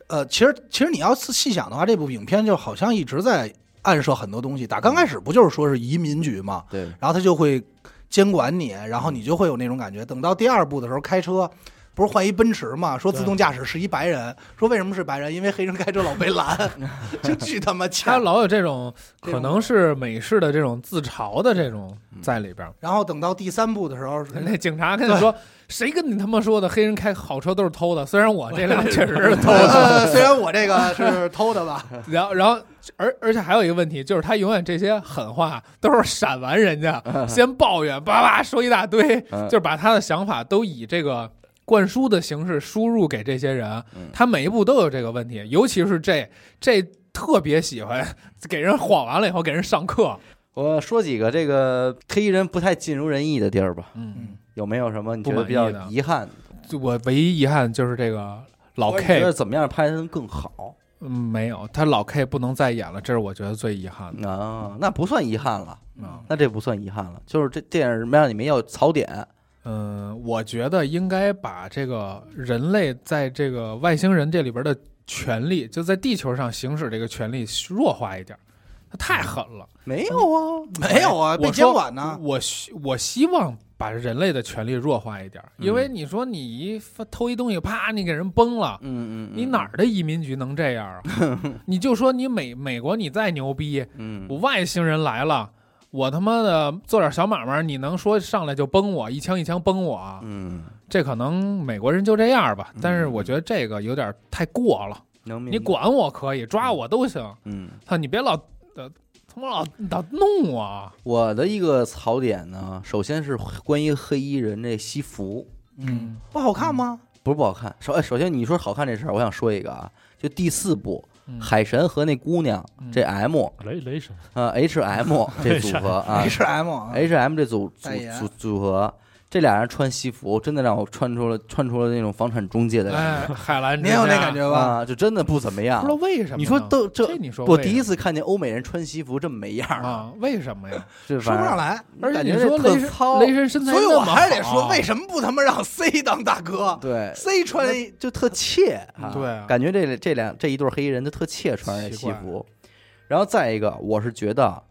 [SPEAKER 2] 呃，其实其实你要是细想的话，这部影片就好像一直在暗示很多东西。打刚开始不就是说是移民局嘛，
[SPEAKER 1] 对，
[SPEAKER 2] 然后他就会监管你，然后你就会有那种感觉。等到第二部的时候开车，不是换一奔驰嘛？说自动驾驶是一白人，说为什么是白人？因为黑人开车老被 拦，就巨他妈
[SPEAKER 3] 他
[SPEAKER 2] 欠。
[SPEAKER 3] 老有这种
[SPEAKER 2] 这种
[SPEAKER 3] 可能是美式的这种自嘲的这种在里边儿。
[SPEAKER 2] 然后等到第三部的时候，
[SPEAKER 3] 那警察跟你 说，谁跟你他妈说的？黑人开好车都是偷的，虽然我 这辆确实是偷的。
[SPEAKER 2] 呃，虽然我这个是偷的吧，
[SPEAKER 3] 然后，然后，而而且还有一个问题，就是他永远这些狠话都是闪完人家，先抱怨，叭叭说一大堆，
[SPEAKER 1] 嗯
[SPEAKER 3] 就是把他的想法都以这个灌输的形式输入给这些人
[SPEAKER 1] 嗯。
[SPEAKER 3] 他每一步都有这个问题，尤其是这这特别喜欢给人晃完了以后给人上课。
[SPEAKER 1] 我说几个这个黑衣人不太尽如人意的地儿吧，
[SPEAKER 3] 嗯，
[SPEAKER 1] 有没有什么你觉
[SPEAKER 3] 不
[SPEAKER 1] 得
[SPEAKER 3] 满
[SPEAKER 1] 比
[SPEAKER 3] 意
[SPEAKER 1] 较
[SPEAKER 3] 的
[SPEAKER 1] 遗憾？
[SPEAKER 3] 就我唯一遗憾就是这个老
[SPEAKER 1] 或者你觉
[SPEAKER 3] K
[SPEAKER 1] 得怎么样拍的更好
[SPEAKER 3] 嗯没有，他老 K 不能再演了，这是我觉得最遗憾的。
[SPEAKER 1] 啊？那不算遗憾了，
[SPEAKER 3] 嗯
[SPEAKER 1] 那这不算遗憾了，就是这电影让你没有槽点。
[SPEAKER 3] 嗯，我觉得应该把这个人类在这个外星人这里边的权利，就在地球上行使这个权利弱化一点儿，他太狠了。
[SPEAKER 1] 没有啊，
[SPEAKER 2] 没有啊，
[SPEAKER 3] 我
[SPEAKER 2] 被
[SPEAKER 3] 说
[SPEAKER 2] 监管呢。
[SPEAKER 3] 我希我希望把人类的权利弱化一点儿，
[SPEAKER 1] 嗯
[SPEAKER 3] 因为你说你一发偷一东西，啪，你给人崩了。
[SPEAKER 1] 嗯嗯，嗯
[SPEAKER 3] 你哪？儿的移民局能这样 啊？你就说你美美国你再牛逼，
[SPEAKER 1] 嗯，
[SPEAKER 3] 我外星人来了，我他妈的做点小买卖，你能说上来就崩我一枪一枪崩我啊？
[SPEAKER 1] 嗯，
[SPEAKER 3] 这可能美国人就这样吧
[SPEAKER 1] 嗯，
[SPEAKER 3] 但是我觉得这个有点太过了。
[SPEAKER 1] 能明
[SPEAKER 3] 你管我可以，抓我都行，
[SPEAKER 1] 嗯。
[SPEAKER 3] 操你别老呃他妈老老弄我啊。
[SPEAKER 1] 我的一个槽点呢，首先是关于黑衣人这西服
[SPEAKER 2] 嗯，不好看吗？
[SPEAKER 1] 不是不好看，首哎首先你说好看这事儿，我想说一个啊，就第四部
[SPEAKER 3] 嗯，
[SPEAKER 1] 海神和那姑娘
[SPEAKER 3] 嗯
[SPEAKER 1] 这 M
[SPEAKER 4] 雷雷神，
[SPEAKER 1] 呃 H M 这组合 啊
[SPEAKER 2] H M 啊，
[SPEAKER 1] ，H M 这组组
[SPEAKER 2] 代言
[SPEAKER 1] 组组合，这俩人穿西服，真的让我穿出了穿出了那种房产中介的感
[SPEAKER 3] 哎，海蓝之
[SPEAKER 2] 您
[SPEAKER 3] 家，
[SPEAKER 2] 有那感觉
[SPEAKER 1] 觉
[SPEAKER 2] 吧？
[SPEAKER 1] 啊，就真的不怎么
[SPEAKER 3] 不
[SPEAKER 1] 样
[SPEAKER 3] 知道。为什么呢？
[SPEAKER 1] 你说都
[SPEAKER 3] 这
[SPEAKER 1] 这，
[SPEAKER 3] 你说
[SPEAKER 1] 我
[SPEAKER 3] 为
[SPEAKER 1] 第
[SPEAKER 3] 什
[SPEAKER 1] 一次看见欧美人穿西服这么没样
[SPEAKER 3] 么啊，为什么呀？
[SPEAKER 1] 这
[SPEAKER 2] 说
[SPEAKER 1] 反
[SPEAKER 2] 不上
[SPEAKER 1] 正
[SPEAKER 2] 来，
[SPEAKER 3] 而且
[SPEAKER 1] 感
[SPEAKER 3] 你
[SPEAKER 1] 觉
[SPEAKER 3] 说
[SPEAKER 1] 这
[SPEAKER 3] 雷
[SPEAKER 1] 特
[SPEAKER 3] 神
[SPEAKER 1] 糙，
[SPEAKER 3] 雷神身材
[SPEAKER 2] 所以
[SPEAKER 3] 那
[SPEAKER 2] 我
[SPEAKER 3] 么好，啊
[SPEAKER 2] 还得说，为什么不他妈让 C 当大哥
[SPEAKER 1] 对
[SPEAKER 2] ？C 穿一
[SPEAKER 1] 就特切啊，
[SPEAKER 3] 对啊
[SPEAKER 1] 感觉这这两这一对黑衣人就特切穿着这
[SPEAKER 3] 奇
[SPEAKER 1] 西
[SPEAKER 3] 怪
[SPEAKER 1] 服，然后再一个，我是觉得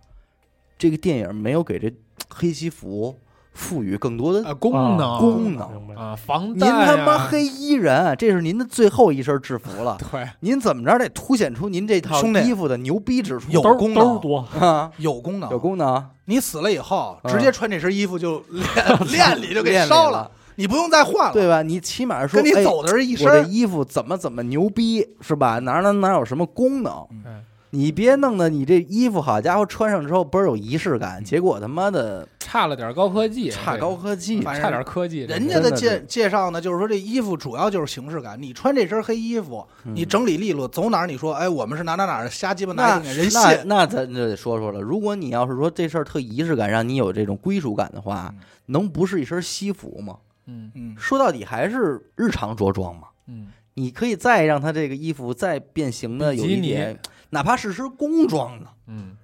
[SPEAKER 1] 这个电影没有给这黑西服赋予更多的
[SPEAKER 3] 呃功
[SPEAKER 4] 啊
[SPEAKER 3] 能
[SPEAKER 1] 功能。
[SPEAKER 4] 明白？
[SPEAKER 3] 啊防
[SPEAKER 1] 您
[SPEAKER 3] 弹
[SPEAKER 1] 他
[SPEAKER 3] 呀
[SPEAKER 1] 妈黑衣人，这是您的最后一身制服了，
[SPEAKER 3] 对，
[SPEAKER 1] 您怎么着得凸显出您这套
[SPEAKER 2] 兄弟
[SPEAKER 1] 衣服的牛逼之处，
[SPEAKER 2] 有
[SPEAKER 4] 兜
[SPEAKER 2] 功能
[SPEAKER 4] 兜多，
[SPEAKER 1] 啊，
[SPEAKER 2] 有功能，
[SPEAKER 1] 有功能，
[SPEAKER 2] 你死了以后，
[SPEAKER 1] 嗯
[SPEAKER 2] 直接穿这身衣服就 链链里就给
[SPEAKER 1] 练
[SPEAKER 2] 烧
[SPEAKER 1] 练了，
[SPEAKER 2] 你不用再换了。
[SPEAKER 1] 对吧？你起码说，
[SPEAKER 2] 跟你
[SPEAKER 1] 哎
[SPEAKER 2] 走的是一身
[SPEAKER 1] 我这
[SPEAKER 2] 儿。
[SPEAKER 1] 衣服怎么怎么牛逼是吧？哪儿哪儿哪儿有什么功能
[SPEAKER 3] 嗯？
[SPEAKER 1] 你别弄得你这衣服好家伙穿上之后倍儿有仪式感，结果他妈的
[SPEAKER 3] 差了点高科技，
[SPEAKER 1] 差
[SPEAKER 3] 这
[SPEAKER 1] 高科技。
[SPEAKER 2] 反正
[SPEAKER 3] 差点科技，
[SPEAKER 2] 人家
[SPEAKER 3] 这
[SPEAKER 1] 真
[SPEAKER 2] 的
[SPEAKER 3] 个
[SPEAKER 1] 的
[SPEAKER 2] 介
[SPEAKER 1] 是
[SPEAKER 2] 介绍呢，就是说这衣服主要就是形式感。你穿这身黑衣服，
[SPEAKER 1] 嗯
[SPEAKER 2] 你整理利落，走哪儿你说，哎，我们是哪哪哪儿的，瞎鸡巴拿
[SPEAKER 1] 那
[SPEAKER 2] 一给人信。
[SPEAKER 1] 那那咱就得说说了，如果你要是说这事儿特仪式感，让你有这种归属感的话
[SPEAKER 3] 嗯，
[SPEAKER 1] 能不是一身西服吗？
[SPEAKER 3] 嗯
[SPEAKER 2] 嗯，
[SPEAKER 1] 说到底还是日常着装嘛。
[SPEAKER 3] 嗯，
[SPEAKER 1] 你可以再让他这个衣服再变形的有
[SPEAKER 3] 比
[SPEAKER 1] 一
[SPEAKER 3] 基尼
[SPEAKER 1] 点，哪怕是身工装呢，
[SPEAKER 3] 嗯，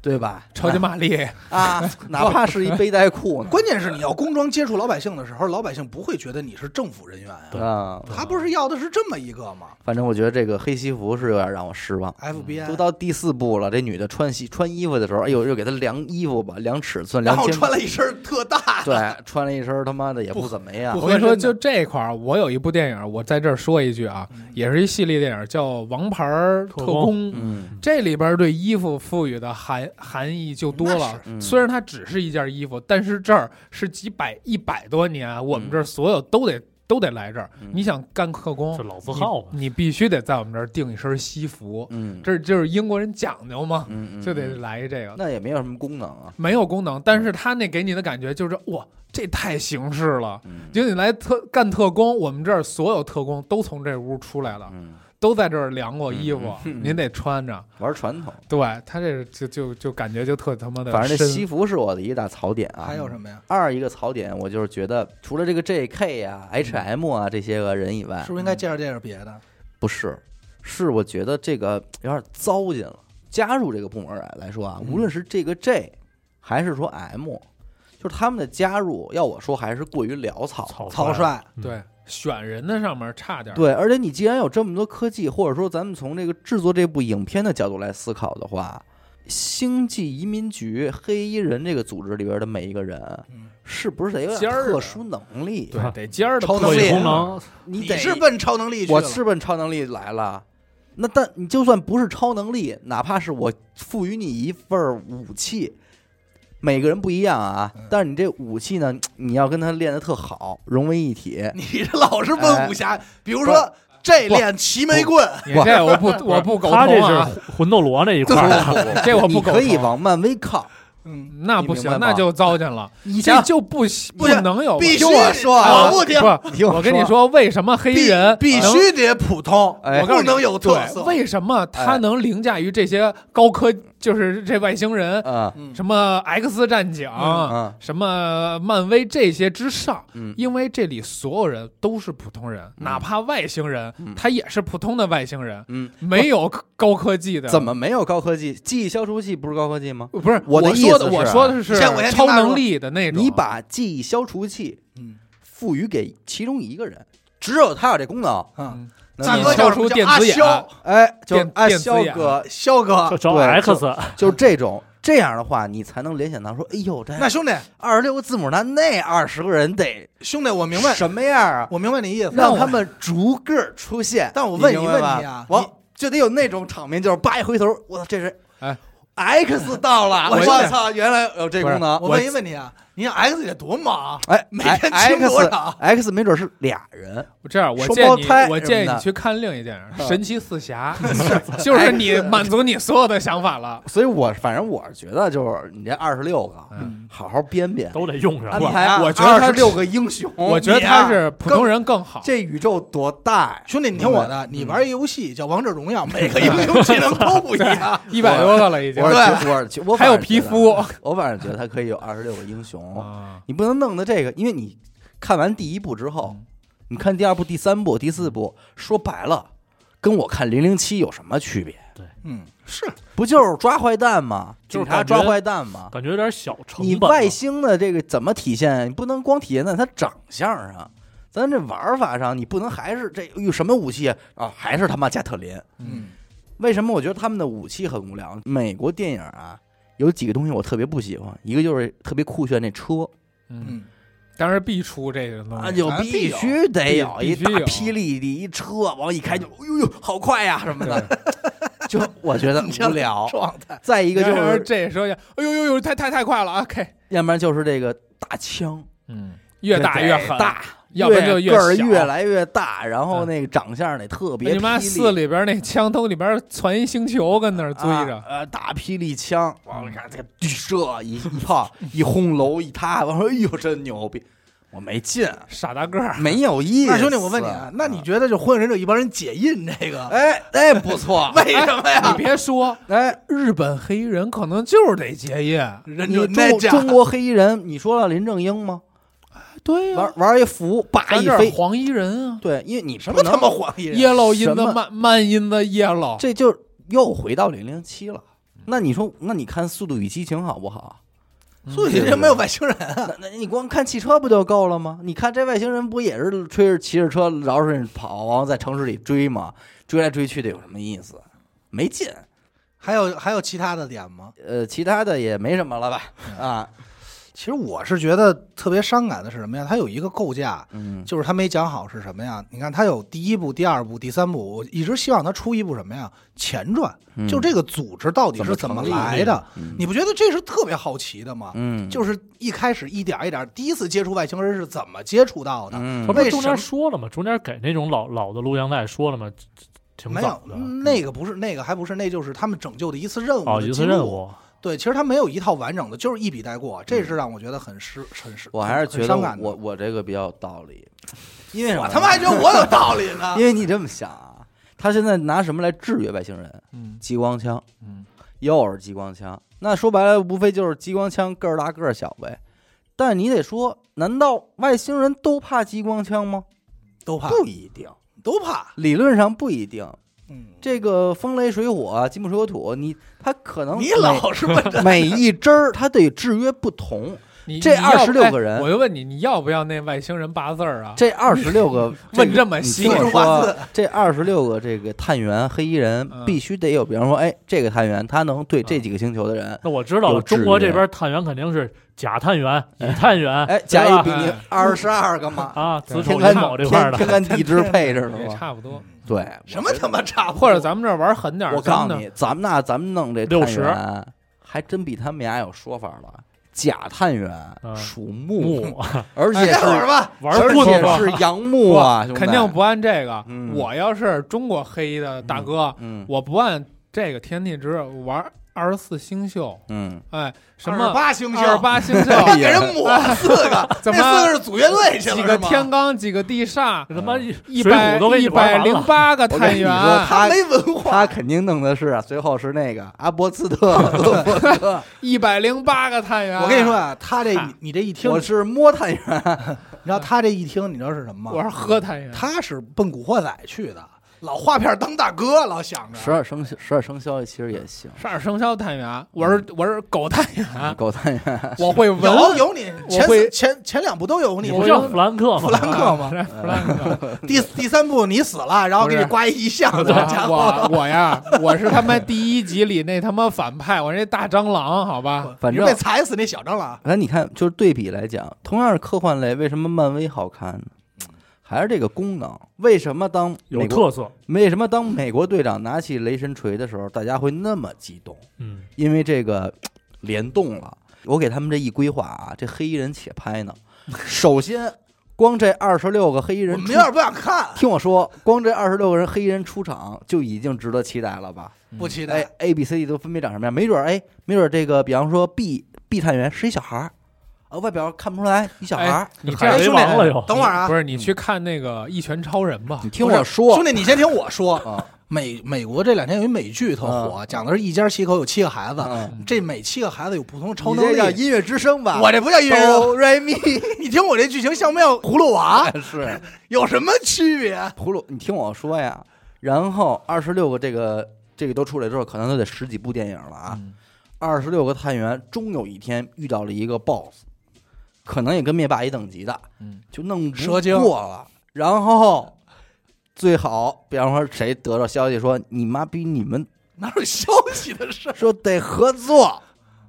[SPEAKER 1] 对吧？
[SPEAKER 3] 超级玛丽，
[SPEAKER 1] 啊， 哪怕是一背带裤呢
[SPEAKER 2] 关键是你要工装接触老百姓的时候，老百姓不会觉得你是政府人员啊，
[SPEAKER 1] 啊。
[SPEAKER 2] 他不是要的是这么一个吗
[SPEAKER 1] 反正我觉得这个黑西服是有点让我失望。嗯都
[SPEAKER 2] ？FBI，
[SPEAKER 1] 到第四部了，这女的穿西穿衣服的时候，哎呦，又给她量衣服吧，量尺寸，量
[SPEAKER 2] 然后
[SPEAKER 1] 肩
[SPEAKER 2] 穿了一身特大的，
[SPEAKER 1] 对，啊穿了一身他妈的也不怎么样
[SPEAKER 2] 不
[SPEAKER 3] 我跟你说，
[SPEAKER 2] 真的
[SPEAKER 3] 就这块儿，我有一部电影，我在这儿说一句啊，也是一系列电影，叫《王牌特
[SPEAKER 4] 特
[SPEAKER 3] 工》。
[SPEAKER 1] 嗯
[SPEAKER 3] 这里边对衣服赋予的含含义就多
[SPEAKER 2] 那
[SPEAKER 3] 了
[SPEAKER 2] 是。
[SPEAKER 1] 嗯
[SPEAKER 3] 虽然它只是一件衣服，但是这儿是几百一百多年，我们这儿所有都得都得来这儿
[SPEAKER 1] 嗯。
[SPEAKER 3] 你想干特工
[SPEAKER 4] 这，老字号嘛
[SPEAKER 3] 你，你必须得在我们这儿订一身西服，
[SPEAKER 1] 嗯，
[SPEAKER 3] 这就是英国人讲究嘛，
[SPEAKER 1] 嗯嗯
[SPEAKER 3] 就得
[SPEAKER 1] 嗯
[SPEAKER 3] 来一这个。
[SPEAKER 1] 那也没有什么功能啊，
[SPEAKER 3] 没有功能，但是他那给你的感觉就是哇，这太形式了。
[SPEAKER 1] 嗯
[SPEAKER 3] 就你来特干特工，我们这儿所有特工都从这屋出来了，
[SPEAKER 1] 嗯，
[SPEAKER 3] 都在这儿量过衣服，
[SPEAKER 1] 嗯嗯
[SPEAKER 3] 您得穿着。
[SPEAKER 1] 玩传统。
[SPEAKER 3] 对他这就就就感觉就特他妈的深，
[SPEAKER 1] 反正这西服是我的一大槽点啊。
[SPEAKER 2] 呃还有什么呀？
[SPEAKER 1] 二一个槽点，我就是觉得除了这个 J.K. 啊、H.M. 啊这些个人以外
[SPEAKER 2] 嗯是，不是应该介绍介绍别的？
[SPEAKER 1] 不是，是我觉得这个有点糟践了。加入这个部门来来说啊，无
[SPEAKER 2] 嗯
[SPEAKER 1] 论是这个 J，还是说 M，就是他们的加入，要我说还是过于潦草。
[SPEAKER 4] 草
[SPEAKER 2] 草率，
[SPEAKER 4] 嗯
[SPEAKER 3] 对选人的上面差点儿。
[SPEAKER 1] 对，而且你既然有这么多科技，或者说咱们从这个制作这部影片的角度来思考的话，星际移民局黑衣人这个组织里边的每一个人
[SPEAKER 2] 嗯，
[SPEAKER 1] 是不是得有点
[SPEAKER 3] 尖儿的啊
[SPEAKER 1] 特殊能力？
[SPEAKER 4] 对
[SPEAKER 3] 得尖儿的
[SPEAKER 2] 超
[SPEAKER 4] 特
[SPEAKER 2] 能
[SPEAKER 4] 异
[SPEAKER 2] 力
[SPEAKER 4] 功能，
[SPEAKER 1] 你
[SPEAKER 2] 你
[SPEAKER 1] 得
[SPEAKER 2] 是奔超能力去了，
[SPEAKER 1] 我是奔超能力来了。那但你就算不是超能力，哪怕是我赋予你一份儿武器，每个人不一样啊
[SPEAKER 2] 嗯。
[SPEAKER 1] 但是你这武器呢，你要跟他练得特好，融为一体。
[SPEAKER 2] 你这老是
[SPEAKER 1] 哎
[SPEAKER 2] 奔武侠，比如说这练齐眉棍，
[SPEAKER 3] 你这我不我不苟
[SPEAKER 4] 他这
[SPEAKER 3] 同啊，
[SPEAKER 4] 是魂斗罗那一
[SPEAKER 1] 不
[SPEAKER 4] 块
[SPEAKER 1] 不
[SPEAKER 4] 儿的，
[SPEAKER 1] 不，
[SPEAKER 3] 这我
[SPEAKER 1] 你
[SPEAKER 3] 不苟
[SPEAKER 1] 可以
[SPEAKER 3] 同。啊
[SPEAKER 1] 往漫威靠。
[SPEAKER 2] 嗯，
[SPEAKER 3] 那不
[SPEAKER 1] 你明白
[SPEAKER 3] 行，
[SPEAKER 1] 吗
[SPEAKER 3] 那就糟践了，
[SPEAKER 1] 你
[SPEAKER 3] 这就不
[SPEAKER 2] 不行
[SPEAKER 3] 能有。
[SPEAKER 2] 必须
[SPEAKER 1] 听我说啊
[SPEAKER 2] 我不听，
[SPEAKER 1] 你
[SPEAKER 3] 不，
[SPEAKER 1] 听
[SPEAKER 3] 我跟你，说，为什么黑衣
[SPEAKER 2] 必
[SPEAKER 3] 人嗯
[SPEAKER 2] 必
[SPEAKER 3] 能
[SPEAKER 2] 须得普通，
[SPEAKER 1] 哎
[SPEAKER 3] 我告
[SPEAKER 2] 不
[SPEAKER 3] 诉你
[SPEAKER 2] 能有特
[SPEAKER 3] 对，
[SPEAKER 2] 色。
[SPEAKER 3] 为什么他能凌驾于这些高科，就是这外星人，
[SPEAKER 1] 嗯
[SPEAKER 2] 嗯
[SPEAKER 3] 什么 X 战警，
[SPEAKER 1] 嗯
[SPEAKER 3] 什么漫威这些之上？
[SPEAKER 1] 嗯，
[SPEAKER 3] 因为这里所有人都是普通人，
[SPEAKER 1] 嗯
[SPEAKER 3] 哪怕外星人，
[SPEAKER 1] 嗯
[SPEAKER 3] 他也是普通的外星人，
[SPEAKER 1] 嗯，
[SPEAKER 3] 没有高科技的。
[SPEAKER 1] 怎？么没有高科技？记忆消除器不是高科技吗？
[SPEAKER 3] 不是
[SPEAKER 1] 我的
[SPEAKER 3] 我
[SPEAKER 1] 意思
[SPEAKER 3] 说的，
[SPEAKER 1] 是啊
[SPEAKER 3] 我说的是
[SPEAKER 2] 先我先听
[SPEAKER 3] 超
[SPEAKER 2] 他说
[SPEAKER 3] 能力的那种。啊
[SPEAKER 1] 你把记忆消除器
[SPEAKER 2] 嗯
[SPEAKER 1] 赋予给其中一个人，只有他有这功能。
[SPEAKER 2] 嗯，
[SPEAKER 1] 那
[SPEAKER 2] 大
[SPEAKER 1] 你
[SPEAKER 2] 哥
[SPEAKER 3] 消
[SPEAKER 2] 叫什
[SPEAKER 3] 除
[SPEAKER 2] 么叫
[SPEAKER 3] 电
[SPEAKER 2] 阿
[SPEAKER 3] 子眼
[SPEAKER 2] 肖？
[SPEAKER 1] 哎，就
[SPEAKER 3] 电
[SPEAKER 1] 哎，
[SPEAKER 3] 电子
[SPEAKER 1] 肖
[SPEAKER 3] 眼
[SPEAKER 1] 哥，
[SPEAKER 2] 肖哥
[SPEAKER 4] 就，找
[SPEAKER 1] 对
[SPEAKER 4] X，
[SPEAKER 1] 就这种这样的话，你才能联想到说，哎呦，这
[SPEAKER 2] 那兄弟
[SPEAKER 1] 二十六个字母，那那二十个人得
[SPEAKER 2] 兄弟，我明白，
[SPEAKER 1] 什么样啊？
[SPEAKER 2] 我明白你意思，
[SPEAKER 1] 让
[SPEAKER 2] 但
[SPEAKER 1] 他
[SPEAKER 2] 我
[SPEAKER 1] 们逐个儿出现。
[SPEAKER 2] 但我问
[SPEAKER 1] 你
[SPEAKER 2] 你
[SPEAKER 1] 明白
[SPEAKER 2] 问
[SPEAKER 1] 吧
[SPEAKER 2] 题啊你
[SPEAKER 1] 我就得有那种场面，就是叭一回头，我操，这是
[SPEAKER 3] 哎
[SPEAKER 1] X 到了，
[SPEAKER 2] 我
[SPEAKER 1] 我
[SPEAKER 2] 现在
[SPEAKER 1] 操，原来有这
[SPEAKER 3] 不是
[SPEAKER 1] 功能。
[SPEAKER 2] 我问一问题啊，你看 X 姐多忙啊，
[SPEAKER 1] 哎，
[SPEAKER 2] 每天
[SPEAKER 1] I-
[SPEAKER 2] 清多
[SPEAKER 1] X
[SPEAKER 2] 少？
[SPEAKER 1] X 没准是俩人，
[SPEAKER 3] 这样，我
[SPEAKER 1] 双
[SPEAKER 3] 建议
[SPEAKER 1] 胞胎
[SPEAKER 3] 你，我建议你去看另一件
[SPEAKER 1] 嗯
[SPEAKER 3] 《神奇 四侠》， 就是你满足你所有的想法了。
[SPEAKER 1] 所以我反正我是觉得就是你这二十六个，啊
[SPEAKER 3] 嗯
[SPEAKER 1] 好好编编，
[SPEAKER 4] 都得用上
[SPEAKER 1] 安
[SPEAKER 2] 不。
[SPEAKER 1] 排啊
[SPEAKER 3] 我觉得他是
[SPEAKER 1] 26个英雄，
[SPEAKER 3] 我觉得
[SPEAKER 2] 你啊
[SPEAKER 3] 他是普通人更好。。
[SPEAKER 1] 这宇宙多大呀？
[SPEAKER 2] 兄弟，你听我的，你玩一游戏叫《王者荣耀》，每个英雄技能都不一样
[SPEAKER 3] 一百多个了已经
[SPEAKER 1] 我，是觉我是觉我
[SPEAKER 3] 还
[SPEAKER 1] 反
[SPEAKER 3] 有
[SPEAKER 1] 而觉
[SPEAKER 3] 皮
[SPEAKER 1] 得
[SPEAKER 3] 肤，
[SPEAKER 1] 我反正觉得他可以有二十六个英雄，
[SPEAKER 3] 啊
[SPEAKER 1] 你不能弄的这个，因为你看完第一部之后
[SPEAKER 3] 嗯，
[SPEAKER 1] 你看第二部、第三部、第四部，说白了，跟我看零零七有什么区别？
[SPEAKER 2] 嗯，是
[SPEAKER 1] 不就是抓坏蛋吗？
[SPEAKER 4] 就是
[SPEAKER 1] 警察
[SPEAKER 4] 感觉
[SPEAKER 1] 抓坏蛋吗？
[SPEAKER 4] 感觉有点小成
[SPEAKER 1] 啊你
[SPEAKER 4] 本了。
[SPEAKER 1] 外星的这个怎么体现？你不能光体现在他长相上，咱这玩法上，你不能还是这有什么武器啊啊？还是他妈加特林？
[SPEAKER 2] 嗯，
[SPEAKER 1] 为什么我觉得他们的武器很无聊？美国电影啊，有几个东西我特别不喜欢，一个就是特别酷炫那车
[SPEAKER 3] 嗯，
[SPEAKER 2] 嗯，
[SPEAKER 3] 当然必出这个东
[SPEAKER 1] 啊，
[SPEAKER 3] 西。
[SPEAKER 1] 就
[SPEAKER 2] 啊
[SPEAKER 1] 必
[SPEAKER 2] 必
[SPEAKER 1] 须得有
[SPEAKER 3] 必
[SPEAKER 1] 一
[SPEAKER 3] 必须
[SPEAKER 1] 大
[SPEAKER 3] 有
[SPEAKER 1] 霹雳的一车，往一开就，哎呦呦，好快呀什么的，
[SPEAKER 3] 对
[SPEAKER 1] 就我觉 得
[SPEAKER 2] 你这
[SPEAKER 1] 无聊。
[SPEAKER 2] 状态，
[SPEAKER 1] 再一个就
[SPEAKER 3] 然而
[SPEAKER 1] 是，
[SPEAKER 3] 这时候，哎呦呦呦，太太太快了啊！K，
[SPEAKER 1] 要不然就是这个大枪
[SPEAKER 3] 嗯，越大越狠，
[SPEAKER 1] 大，
[SPEAKER 3] 要不然就
[SPEAKER 1] 越个儿
[SPEAKER 3] 小嗯
[SPEAKER 1] 越。来越大，然后那个长相得特别
[SPEAKER 3] 你妈
[SPEAKER 1] 霹雳
[SPEAKER 3] 四里边那枪都里边攒一星球跟那儿追
[SPEAKER 1] 啊
[SPEAKER 3] 着，
[SPEAKER 1] 呃，大霹雳枪，往里看，这这一一 炮一轰楼一塌， 我说哎呦真牛逼，我没劲，啊
[SPEAKER 3] 傻大个儿。
[SPEAKER 1] 没有意思。
[SPEAKER 2] 那兄弟，我问你啊，那你觉得就《火影忍者》一帮人解印这个，，
[SPEAKER 1] 哎哎不错
[SPEAKER 2] 为什么呀
[SPEAKER 3] 你？别说，
[SPEAKER 1] 嗯 哎，
[SPEAKER 3] 日本黑衣人可能就是得结印。
[SPEAKER 2] 忍
[SPEAKER 1] 你
[SPEAKER 2] 者那
[SPEAKER 1] 中
[SPEAKER 2] 家
[SPEAKER 1] 中国黑衣人，你说了林正英吗？
[SPEAKER 3] 对呀
[SPEAKER 2] 啊
[SPEAKER 1] 玩，玩一服，叭
[SPEAKER 3] 咱
[SPEAKER 1] 一
[SPEAKER 3] 这儿
[SPEAKER 1] 飞，
[SPEAKER 3] 黄衣人啊
[SPEAKER 1] 对，因为你
[SPEAKER 2] 什
[SPEAKER 1] 什
[SPEAKER 2] 么他妈黄衣人？
[SPEAKER 3] ，yellow 音
[SPEAKER 1] 什么
[SPEAKER 3] 的慢慢音的 yellow，
[SPEAKER 1] 这就又回到零零七了。那你说，那你看《速度与激情》好不好？
[SPEAKER 2] 所以人家没有外星人，
[SPEAKER 1] 那那你光看汽车不就够了吗？你看这外星人不也是吹着骑着车绕着人跑，然后在城市里追吗？追来追去的有什么意思？没劲。
[SPEAKER 2] 还有还有其他的点吗？
[SPEAKER 1] 呃，其他的也没什么了吧？啊，
[SPEAKER 2] 其实我是觉得特别伤感的是什么呀？它有一个构架，
[SPEAKER 1] 嗯
[SPEAKER 2] 就是他没讲好是什么呀？你看，他有第一部、第二部、第三部，我一直希望他出一部什么呀？前传，
[SPEAKER 1] 嗯
[SPEAKER 2] 就这个组织到底是怎么来的？
[SPEAKER 1] 嗯
[SPEAKER 2] 你不觉得这是特别好奇的吗？
[SPEAKER 1] 嗯，
[SPEAKER 2] 就是一开始一点一点，第一次接触外星人是怎么接触到的？
[SPEAKER 1] 嗯
[SPEAKER 4] 他不是
[SPEAKER 2] 为
[SPEAKER 4] 中
[SPEAKER 2] 什么
[SPEAKER 4] 间说了吗？中间给那种老老的录像带说了吗？挺
[SPEAKER 2] 没
[SPEAKER 4] 早
[SPEAKER 2] 有
[SPEAKER 4] 的，
[SPEAKER 1] 嗯
[SPEAKER 2] 那个不是那个，还不是那就是他们拯救的一次任务
[SPEAKER 4] 哦，
[SPEAKER 2] 的
[SPEAKER 4] 一
[SPEAKER 2] 记
[SPEAKER 4] 次任
[SPEAKER 2] 录。
[SPEAKER 4] 务，
[SPEAKER 2] 对，其实他没有一套完整的，就是一笔带过，这是让我觉得很失很失。
[SPEAKER 1] 我还是觉
[SPEAKER 2] 很
[SPEAKER 1] 得
[SPEAKER 2] 伤感的
[SPEAKER 1] 我我这个比较有道理，因为什么
[SPEAKER 2] 我
[SPEAKER 1] 呢
[SPEAKER 2] 他妈还觉得我有道理 呢
[SPEAKER 1] 因。为你这么想啊，他现在拿什么来制约外星人？
[SPEAKER 3] 嗯
[SPEAKER 1] 激光枪，
[SPEAKER 3] 嗯，
[SPEAKER 1] 又是激光枪。那说白了，无非就是激光枪个儿大个儿小呗。但你得说，难道外星人都怕激光枪吗？
[SPEAKER 2] 都怕，
[SPEAKER 1] 不一定，
[SPEAKER 2] 都怕。
[SPEAKER 1] 理论上不一定。
[SPEAKER 2] 嗯，
[SPEAKER 1] 这个风雷水火、金木水火土，你他可能
[SPEAKER 2] 你
[SPEAKER 1] 每
[SPEAKER 2] 老是问这
[SPEAKER 1] 每一支儿，它得制约不同。
[SPEAKER 3] 你
[SPEAKER 1] 这
[SPEAKER 3] 你要不
[SPEAKER 1] 26
[SPEAKER 3] 哎
[SPEAKER 1] 个人
[SPEAKER 3] 我就问你，你要不要那外星人八字儿啊？，
[SPEAKER 1] 这二十六个
[SPEAKER 3] 问这么
[SPEAKER 1] 你
[SPEAKER 3] 细
[SPEAKER 1] 听我
[SPEAKER 2] 听我
[SPEAKER 1] 说，啊这二十六个这个探员黑衣人
[SPEAKER 3] 嗯
[SPEAKER 1] 必须得有，比方说，哎，这个探员他能对这几个星球的人，
[SPEAKER 4] 那我知道
[SPEAKER 1] 有
[SPEAKER 4] 了，
[SPEAKER 1] 制
[SPEAKER 4] 中国这
[SPEAKER 1] 约
[SPEAKER 4] 边探员肯定是甲探员、乙探 员，
[SPEAKER 1] 哎，
[SPEAKER 4] 对
[SPEAKER 1] 甲乙
[SPEAKER 4] 嗯吧
[SPEAKER 1] 丙丁二十二个 嘛，
[SPEAKER 4] 啊，子
[SPEAKER 1] 天
[SPEAKER 4] 丑寅
[SPEAKER 1] 干
[SPEAKER 4] 卯这块儿
[SPEAKER 1] 天
[SPEAKER 4] 的，
[SPEAKER 1] 天干地支配着是
[SPEAKER 3] 也
[SPEAKER 1] 吧？
[SPEAKER 3] 差不多。
[SPEAKER 1] 对，
[SPEAKER 2] 什么他妈差不多
[SPEAKER 3] 或者咱们这儿玩狠点
[SPEAKER 1] 嗯
[SPEAKER 3] 儿，
[SPEAKER 1] 我告
[SPEAKER 3] 咱
[SPEAKER 1] 诉
[SPEAKER 3] 们
[SPEAKER 1] 你，咱们那咱们弄这探
[SPEAKER 4] 60
[SPEAKER 1] 员，还真比他们俩有说法了。甲探员
[SPEAKER 4] 嗯
[SPEAKER 1] 属木，
[SPEAKER 4] 木
[SPEAKER 1] 而且
[SPEAKER 2] 待会哎儿
[SPEAKER 1] 是
[SPEAKER 2] 吧，
[SPEAKER 4] 玩
[SPEAKER 1] 而
[SPEAKER 4] 棍
[SPEAKER 1] 且
[SPEAKER 4] 子，
[SPEAKER 1] 是阳木啊，兄
[SPEAKER 3] 这
[SPEAKER 1] 弟
[SPEAKER 3] 肯定不按这个
[SPEAKER 1] 嗯。
[SPEAKER 3] 我要是中国黑衣的大哥，
[SPEAKER 1] 嗯
[SPEAKER 3] 我不按这个天地之我玩二十四星宿，
[SPEAKER 1] 嗯，
[SPEAKER 3] 哎，什
[SPEAKER 2] 二十
[SPEAKER 3] 么
[SPEAKER 2] 八星宿
[SPEAKER 3] 二十八星宿，
[SPEAKER 1] 哎
[SPEAKER 2] 给人抹四个，
[SPEAKER 3] 怎么
[SPEAKER 2] 那四个是组乐队去了
[SPEAKER 3] 几
[SPEAKER 2] 是
[SPEAKER 3] 个
[SPEAKER 2] 吗？
[SPEAKER 3] 天罡，几个地煞，
[SPEAKER 4] 他妈一
[SPEAKER 3] 一
[SPEAKER 4] 水
[SPEAKER 3] 百
[SPEAKER 4] 浒都给
[SPEAKER 3] 一
[SPEAKER 4] 你
[SPEAKER 3] 百
[SPEAKER 4] 玩完
[SPEAKER 3] 零
[SPEAKER 4] 了。
[SPEAKER 3] 八个
[SPEAKER 1] 我跟
[SPEAKER 3] 探
[SPEAKER 1] 你
[SPEAKER 3] 员，
[SPEAKER 1] 说，他
[SPEAKER 2] 他没文化，
[SPEAKER 1] 他肯定弄的是啊最后是那个阿波茨特洛夫特，
[SPEAKER 3] 一百零八个探员。
[SPEAKER 2] 我跟你说，啊，他这
[SPEAKER 3] 哈
[SPEAKER 2] 你这一听，
[SPEAKER 1] 我
[SPEAKER 2] 你
[SPEAKER 1] 是摸探员，
[SPEAKER 2] 知道他这一听，你知道是什么
[SPEAKER 3] 我
[SPEAKER 2] 吗？
[SPEAKER 3] 是喝探员，
[SPEAKER 2] 他是奔古惑仔去的，老画片当大哥，老想着
[SPEAKER 1] 十二生肖十二生肖其实也行，
[SPEAKER 3] 十二生肖探员，我是我是狗探员，
[SPEAKER 1] 狗探员，
[SPEAKER 3] 我会闻
[SPEAKER 2] 有有你前
[SPEAKER 3] 会
[SPEAKER 2] 四前前两部都有你，
[SPEAKER 4] 你不叫弗兰克
[SPEAKER 2] 弗
[SPEAKER 4] 吗？
[SPEAKER 2] 兰克吗？
[SPEAKER 3] 弗兰克，
[SPEAKER 2] 第第三部你死了，然后给你
[SPEAKER 3] 不是
[SPEAKER 2] 刮一遗像，
[SPEAKER 3] 我
[SPEAKER 2] 好家伙，
[SPEAKER 3] 我我呀，我是他妈第一集里那他妈反派，我是那大蟑螂，好吧？
[SPEAKER 1] 反
[SPEAKER 2] 你
[SPEAKER 1] 正
[SPEAKER 2] 啊被踩死那小蟑螂，
[SPEAKER 1] 那你看，就是对比来讲，同样是科幻类，为什么漫威好看呢？还是这个功能？为什么当
[SPEAKER 4] 有
[SPEAKER 1] 美国
[SPEAKER 4] 特色，
[SPEAKER 1] 为什么当美国队长拿起雷神锤的时候，大家会那么激动？
[SPEAKER 4] 嗯，
[SPEAKER 1] 因为这个联动了。我给他们这一规划啊，这黑衣人且拍呢。 首先，光这二十六个黑衣
[SPEAKER 2] 我
[SPEAKER 1] 人
[SPEAKER 2] 们
[SPEAKER 1] 出
[SPEAKER 2] 有，点不想看，
[SPEAKER 1] 听我说，光这二十六个人黑衣人出场就已经值得期待了吧？
[SPEAKER 2] 不期
[SPEAKER 1] 哎
[SPEAKER 2] 待。
[SPEAKER 1] ，A、B、C、D 都分别长什么样？没准儿，哎，没准儿这个，比方说 B B 探员是一小孩儿，啊，外表看不出来，一小孩儿。
[SPEAKER 3] 哎你这
[SPEAKER 4] 海
[SPEAKER 3] 样
[SPEAKER 4] 贼
[SPEAKER 2] 兄
[SPEAKER 4] 王了
[SPEAKER 2] 弟，
[SPEAKER 4] 又。
[SPEAKER 2] 等会儿啊
[SPEAKER 3] 不，是你去看那个《一拳超人》吧
[SPEAKER 1] 嗯你？听
[SPEAKER 2] 不是
[SPEAKER 1] 我说，
[SPEAKER 2] 兄弟，你先听我说。
[SPEAKER 1] 啊
[SPEAKER 2] 美美国这两天有一美剧特火，讲的是一家七口有七个孩 子，
[SPEAKER 1] 嗯
[SPEAKER 2] 这每七个孩子有不同的超
[SPEAKER 1] 你
[SPEAKER 2] 能
[SPEAKER 1] 这叫
[SPEAKER 2] 力。
[SPEAKER 1] 音乐之声吧？
[SPEAKER 2] 我这不叫一人啊
[SPEAKER 1] 哆来咪
[SPEAKER 2] 你听我这剧情像不像葫芦
[SPEAKER 1] 哎
[SPEAKER 2] 娃？
[SPEAKER 1] 啊是
[SPEAKER 2] 有什么区别？啊
[SPEAKER 1] 葫芦，你听我说呀。然后二十六个这个这个都出来之后，可能都得十几部电影了啊。
[SPEAKER 3] 嗯
[SPEAKER 1] 二十六个探员终有一天遇到了一个 BOSS，可能也跟灭霸一等级的，
[SPEAKER 3] 嗯
[SPEAKER 1] 就弄不
[SPEAKER 2] 蛇精
[SPEAKER 1] 过了。然后最好，比方说谁得到消息说你妈逼你们
[SPEAKER 2] 哪有消息的事儿？
[SPEAKER 1] 说得合 作，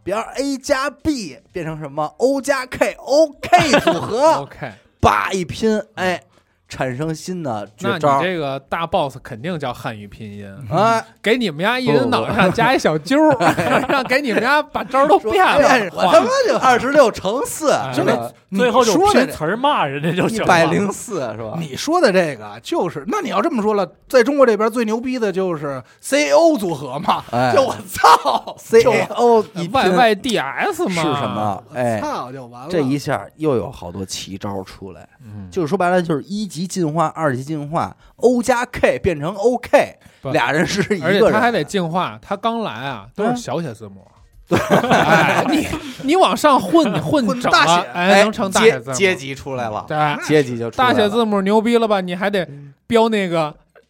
[SPEAKER 1] 比方 A 加 B 变成什么 O 加 K，OK 组合，
[SPEAKER 3] OK，
[SPEAKER 1] 叭一拼，哎，产生新的
[SPEAKER 3] 那
[SPEAKER 1] 绝
[SPEAKER 3] 你
[SPEAKER 1] 招。
[SPEAKER 3] 这个大 boss 肯定叫汉语拼音，
[SPEAKER 1] 哎，
[SPEAKER 3] 给你们家一
[SPEAKER 1] 不哎
[SPEAKER 3] 人脑袋上加一小揪儿， 让给你们家把招儿都变
[SPEAKER 1] 变
[SPEAKER 3] 了。
[SPEAKER 1] 哎我他妈就二十六乘四，
[SPEAKER 3] 哎
[SPEAKER 1] 是
[SPEAKER 2] 兄弟
[SPEAKER 1] 吧？
[SPEAKER 2] 你
[SPEAKER 4] 最后就
[SPEAKER 2] 说的
[SPEAKER 4] 拼
[SPEAKER 2] 这
[SPEAKER 4] 词儿骂人家就
[SPEAKER 1] 一
[SPEAKER 4] 行了。
[SPEAKER 1] 百零四是吧？
[SPEAKER 2] 你说的这个啊就是，那你要这么说了，在中国这边最牛逼的就是 C E O 组合嘛，
[SPEAKER 1] 哎
[SPEAKER 2] 就我操
[SPEAKER 1] C
[SPEAKER 2] 就
[SPEAKER 1] A
[SPEAKER 2] 我
[SPEAKER 1] O 一拼
[SPEAKER 3] Y Y D S
[SPEAKER 1] 是
[SPEAKER 3] 嘛
[SPEAKER 1] 什？么？哎，
[SPEAKER 2] 操就完了。
[SPEAKER 1] 这一下又有好多奇招出来。
[SPEAKER 3] 嗯
[SPEAKER 1] 就是说白了，就是一级进化、二级进化，O 加 K 变成 OK，
[SPEAKER 3] 不
[SPEAKER 1] 俩人是一个
[SPEAKER 3] 而
[SPEAKER 1] 人，
[SPEAKER 3] 且他还得进化，他刚来啊，都
[SPEAKER 1] 对啊
[SPEAKER 3] 是小写字 母。哎，你你往上混，你混
[SPEAKER 2] 混
[SPEAKER 3] 整
[SPEAKER 2] 大
[SPEAKER 3] 了
[SPEAKER 2] 写，
[SPEAKER 3] 哎，能成大
[SPEAKER 1] 阶
[SPEAKER 3] 写字母。
[SPEAKER 1] 阶级出来了，
[SPEAKER 3] 对，
[SPEAKER 1] 啊阶级就出来
[SPEAKER 3] 大
[SPEAKER 1] 了
[SPEAKER 3] 写字母牛逼了吧？你还得
[SPEAKER 2] 嗯
[SPEAKER 3] 标那个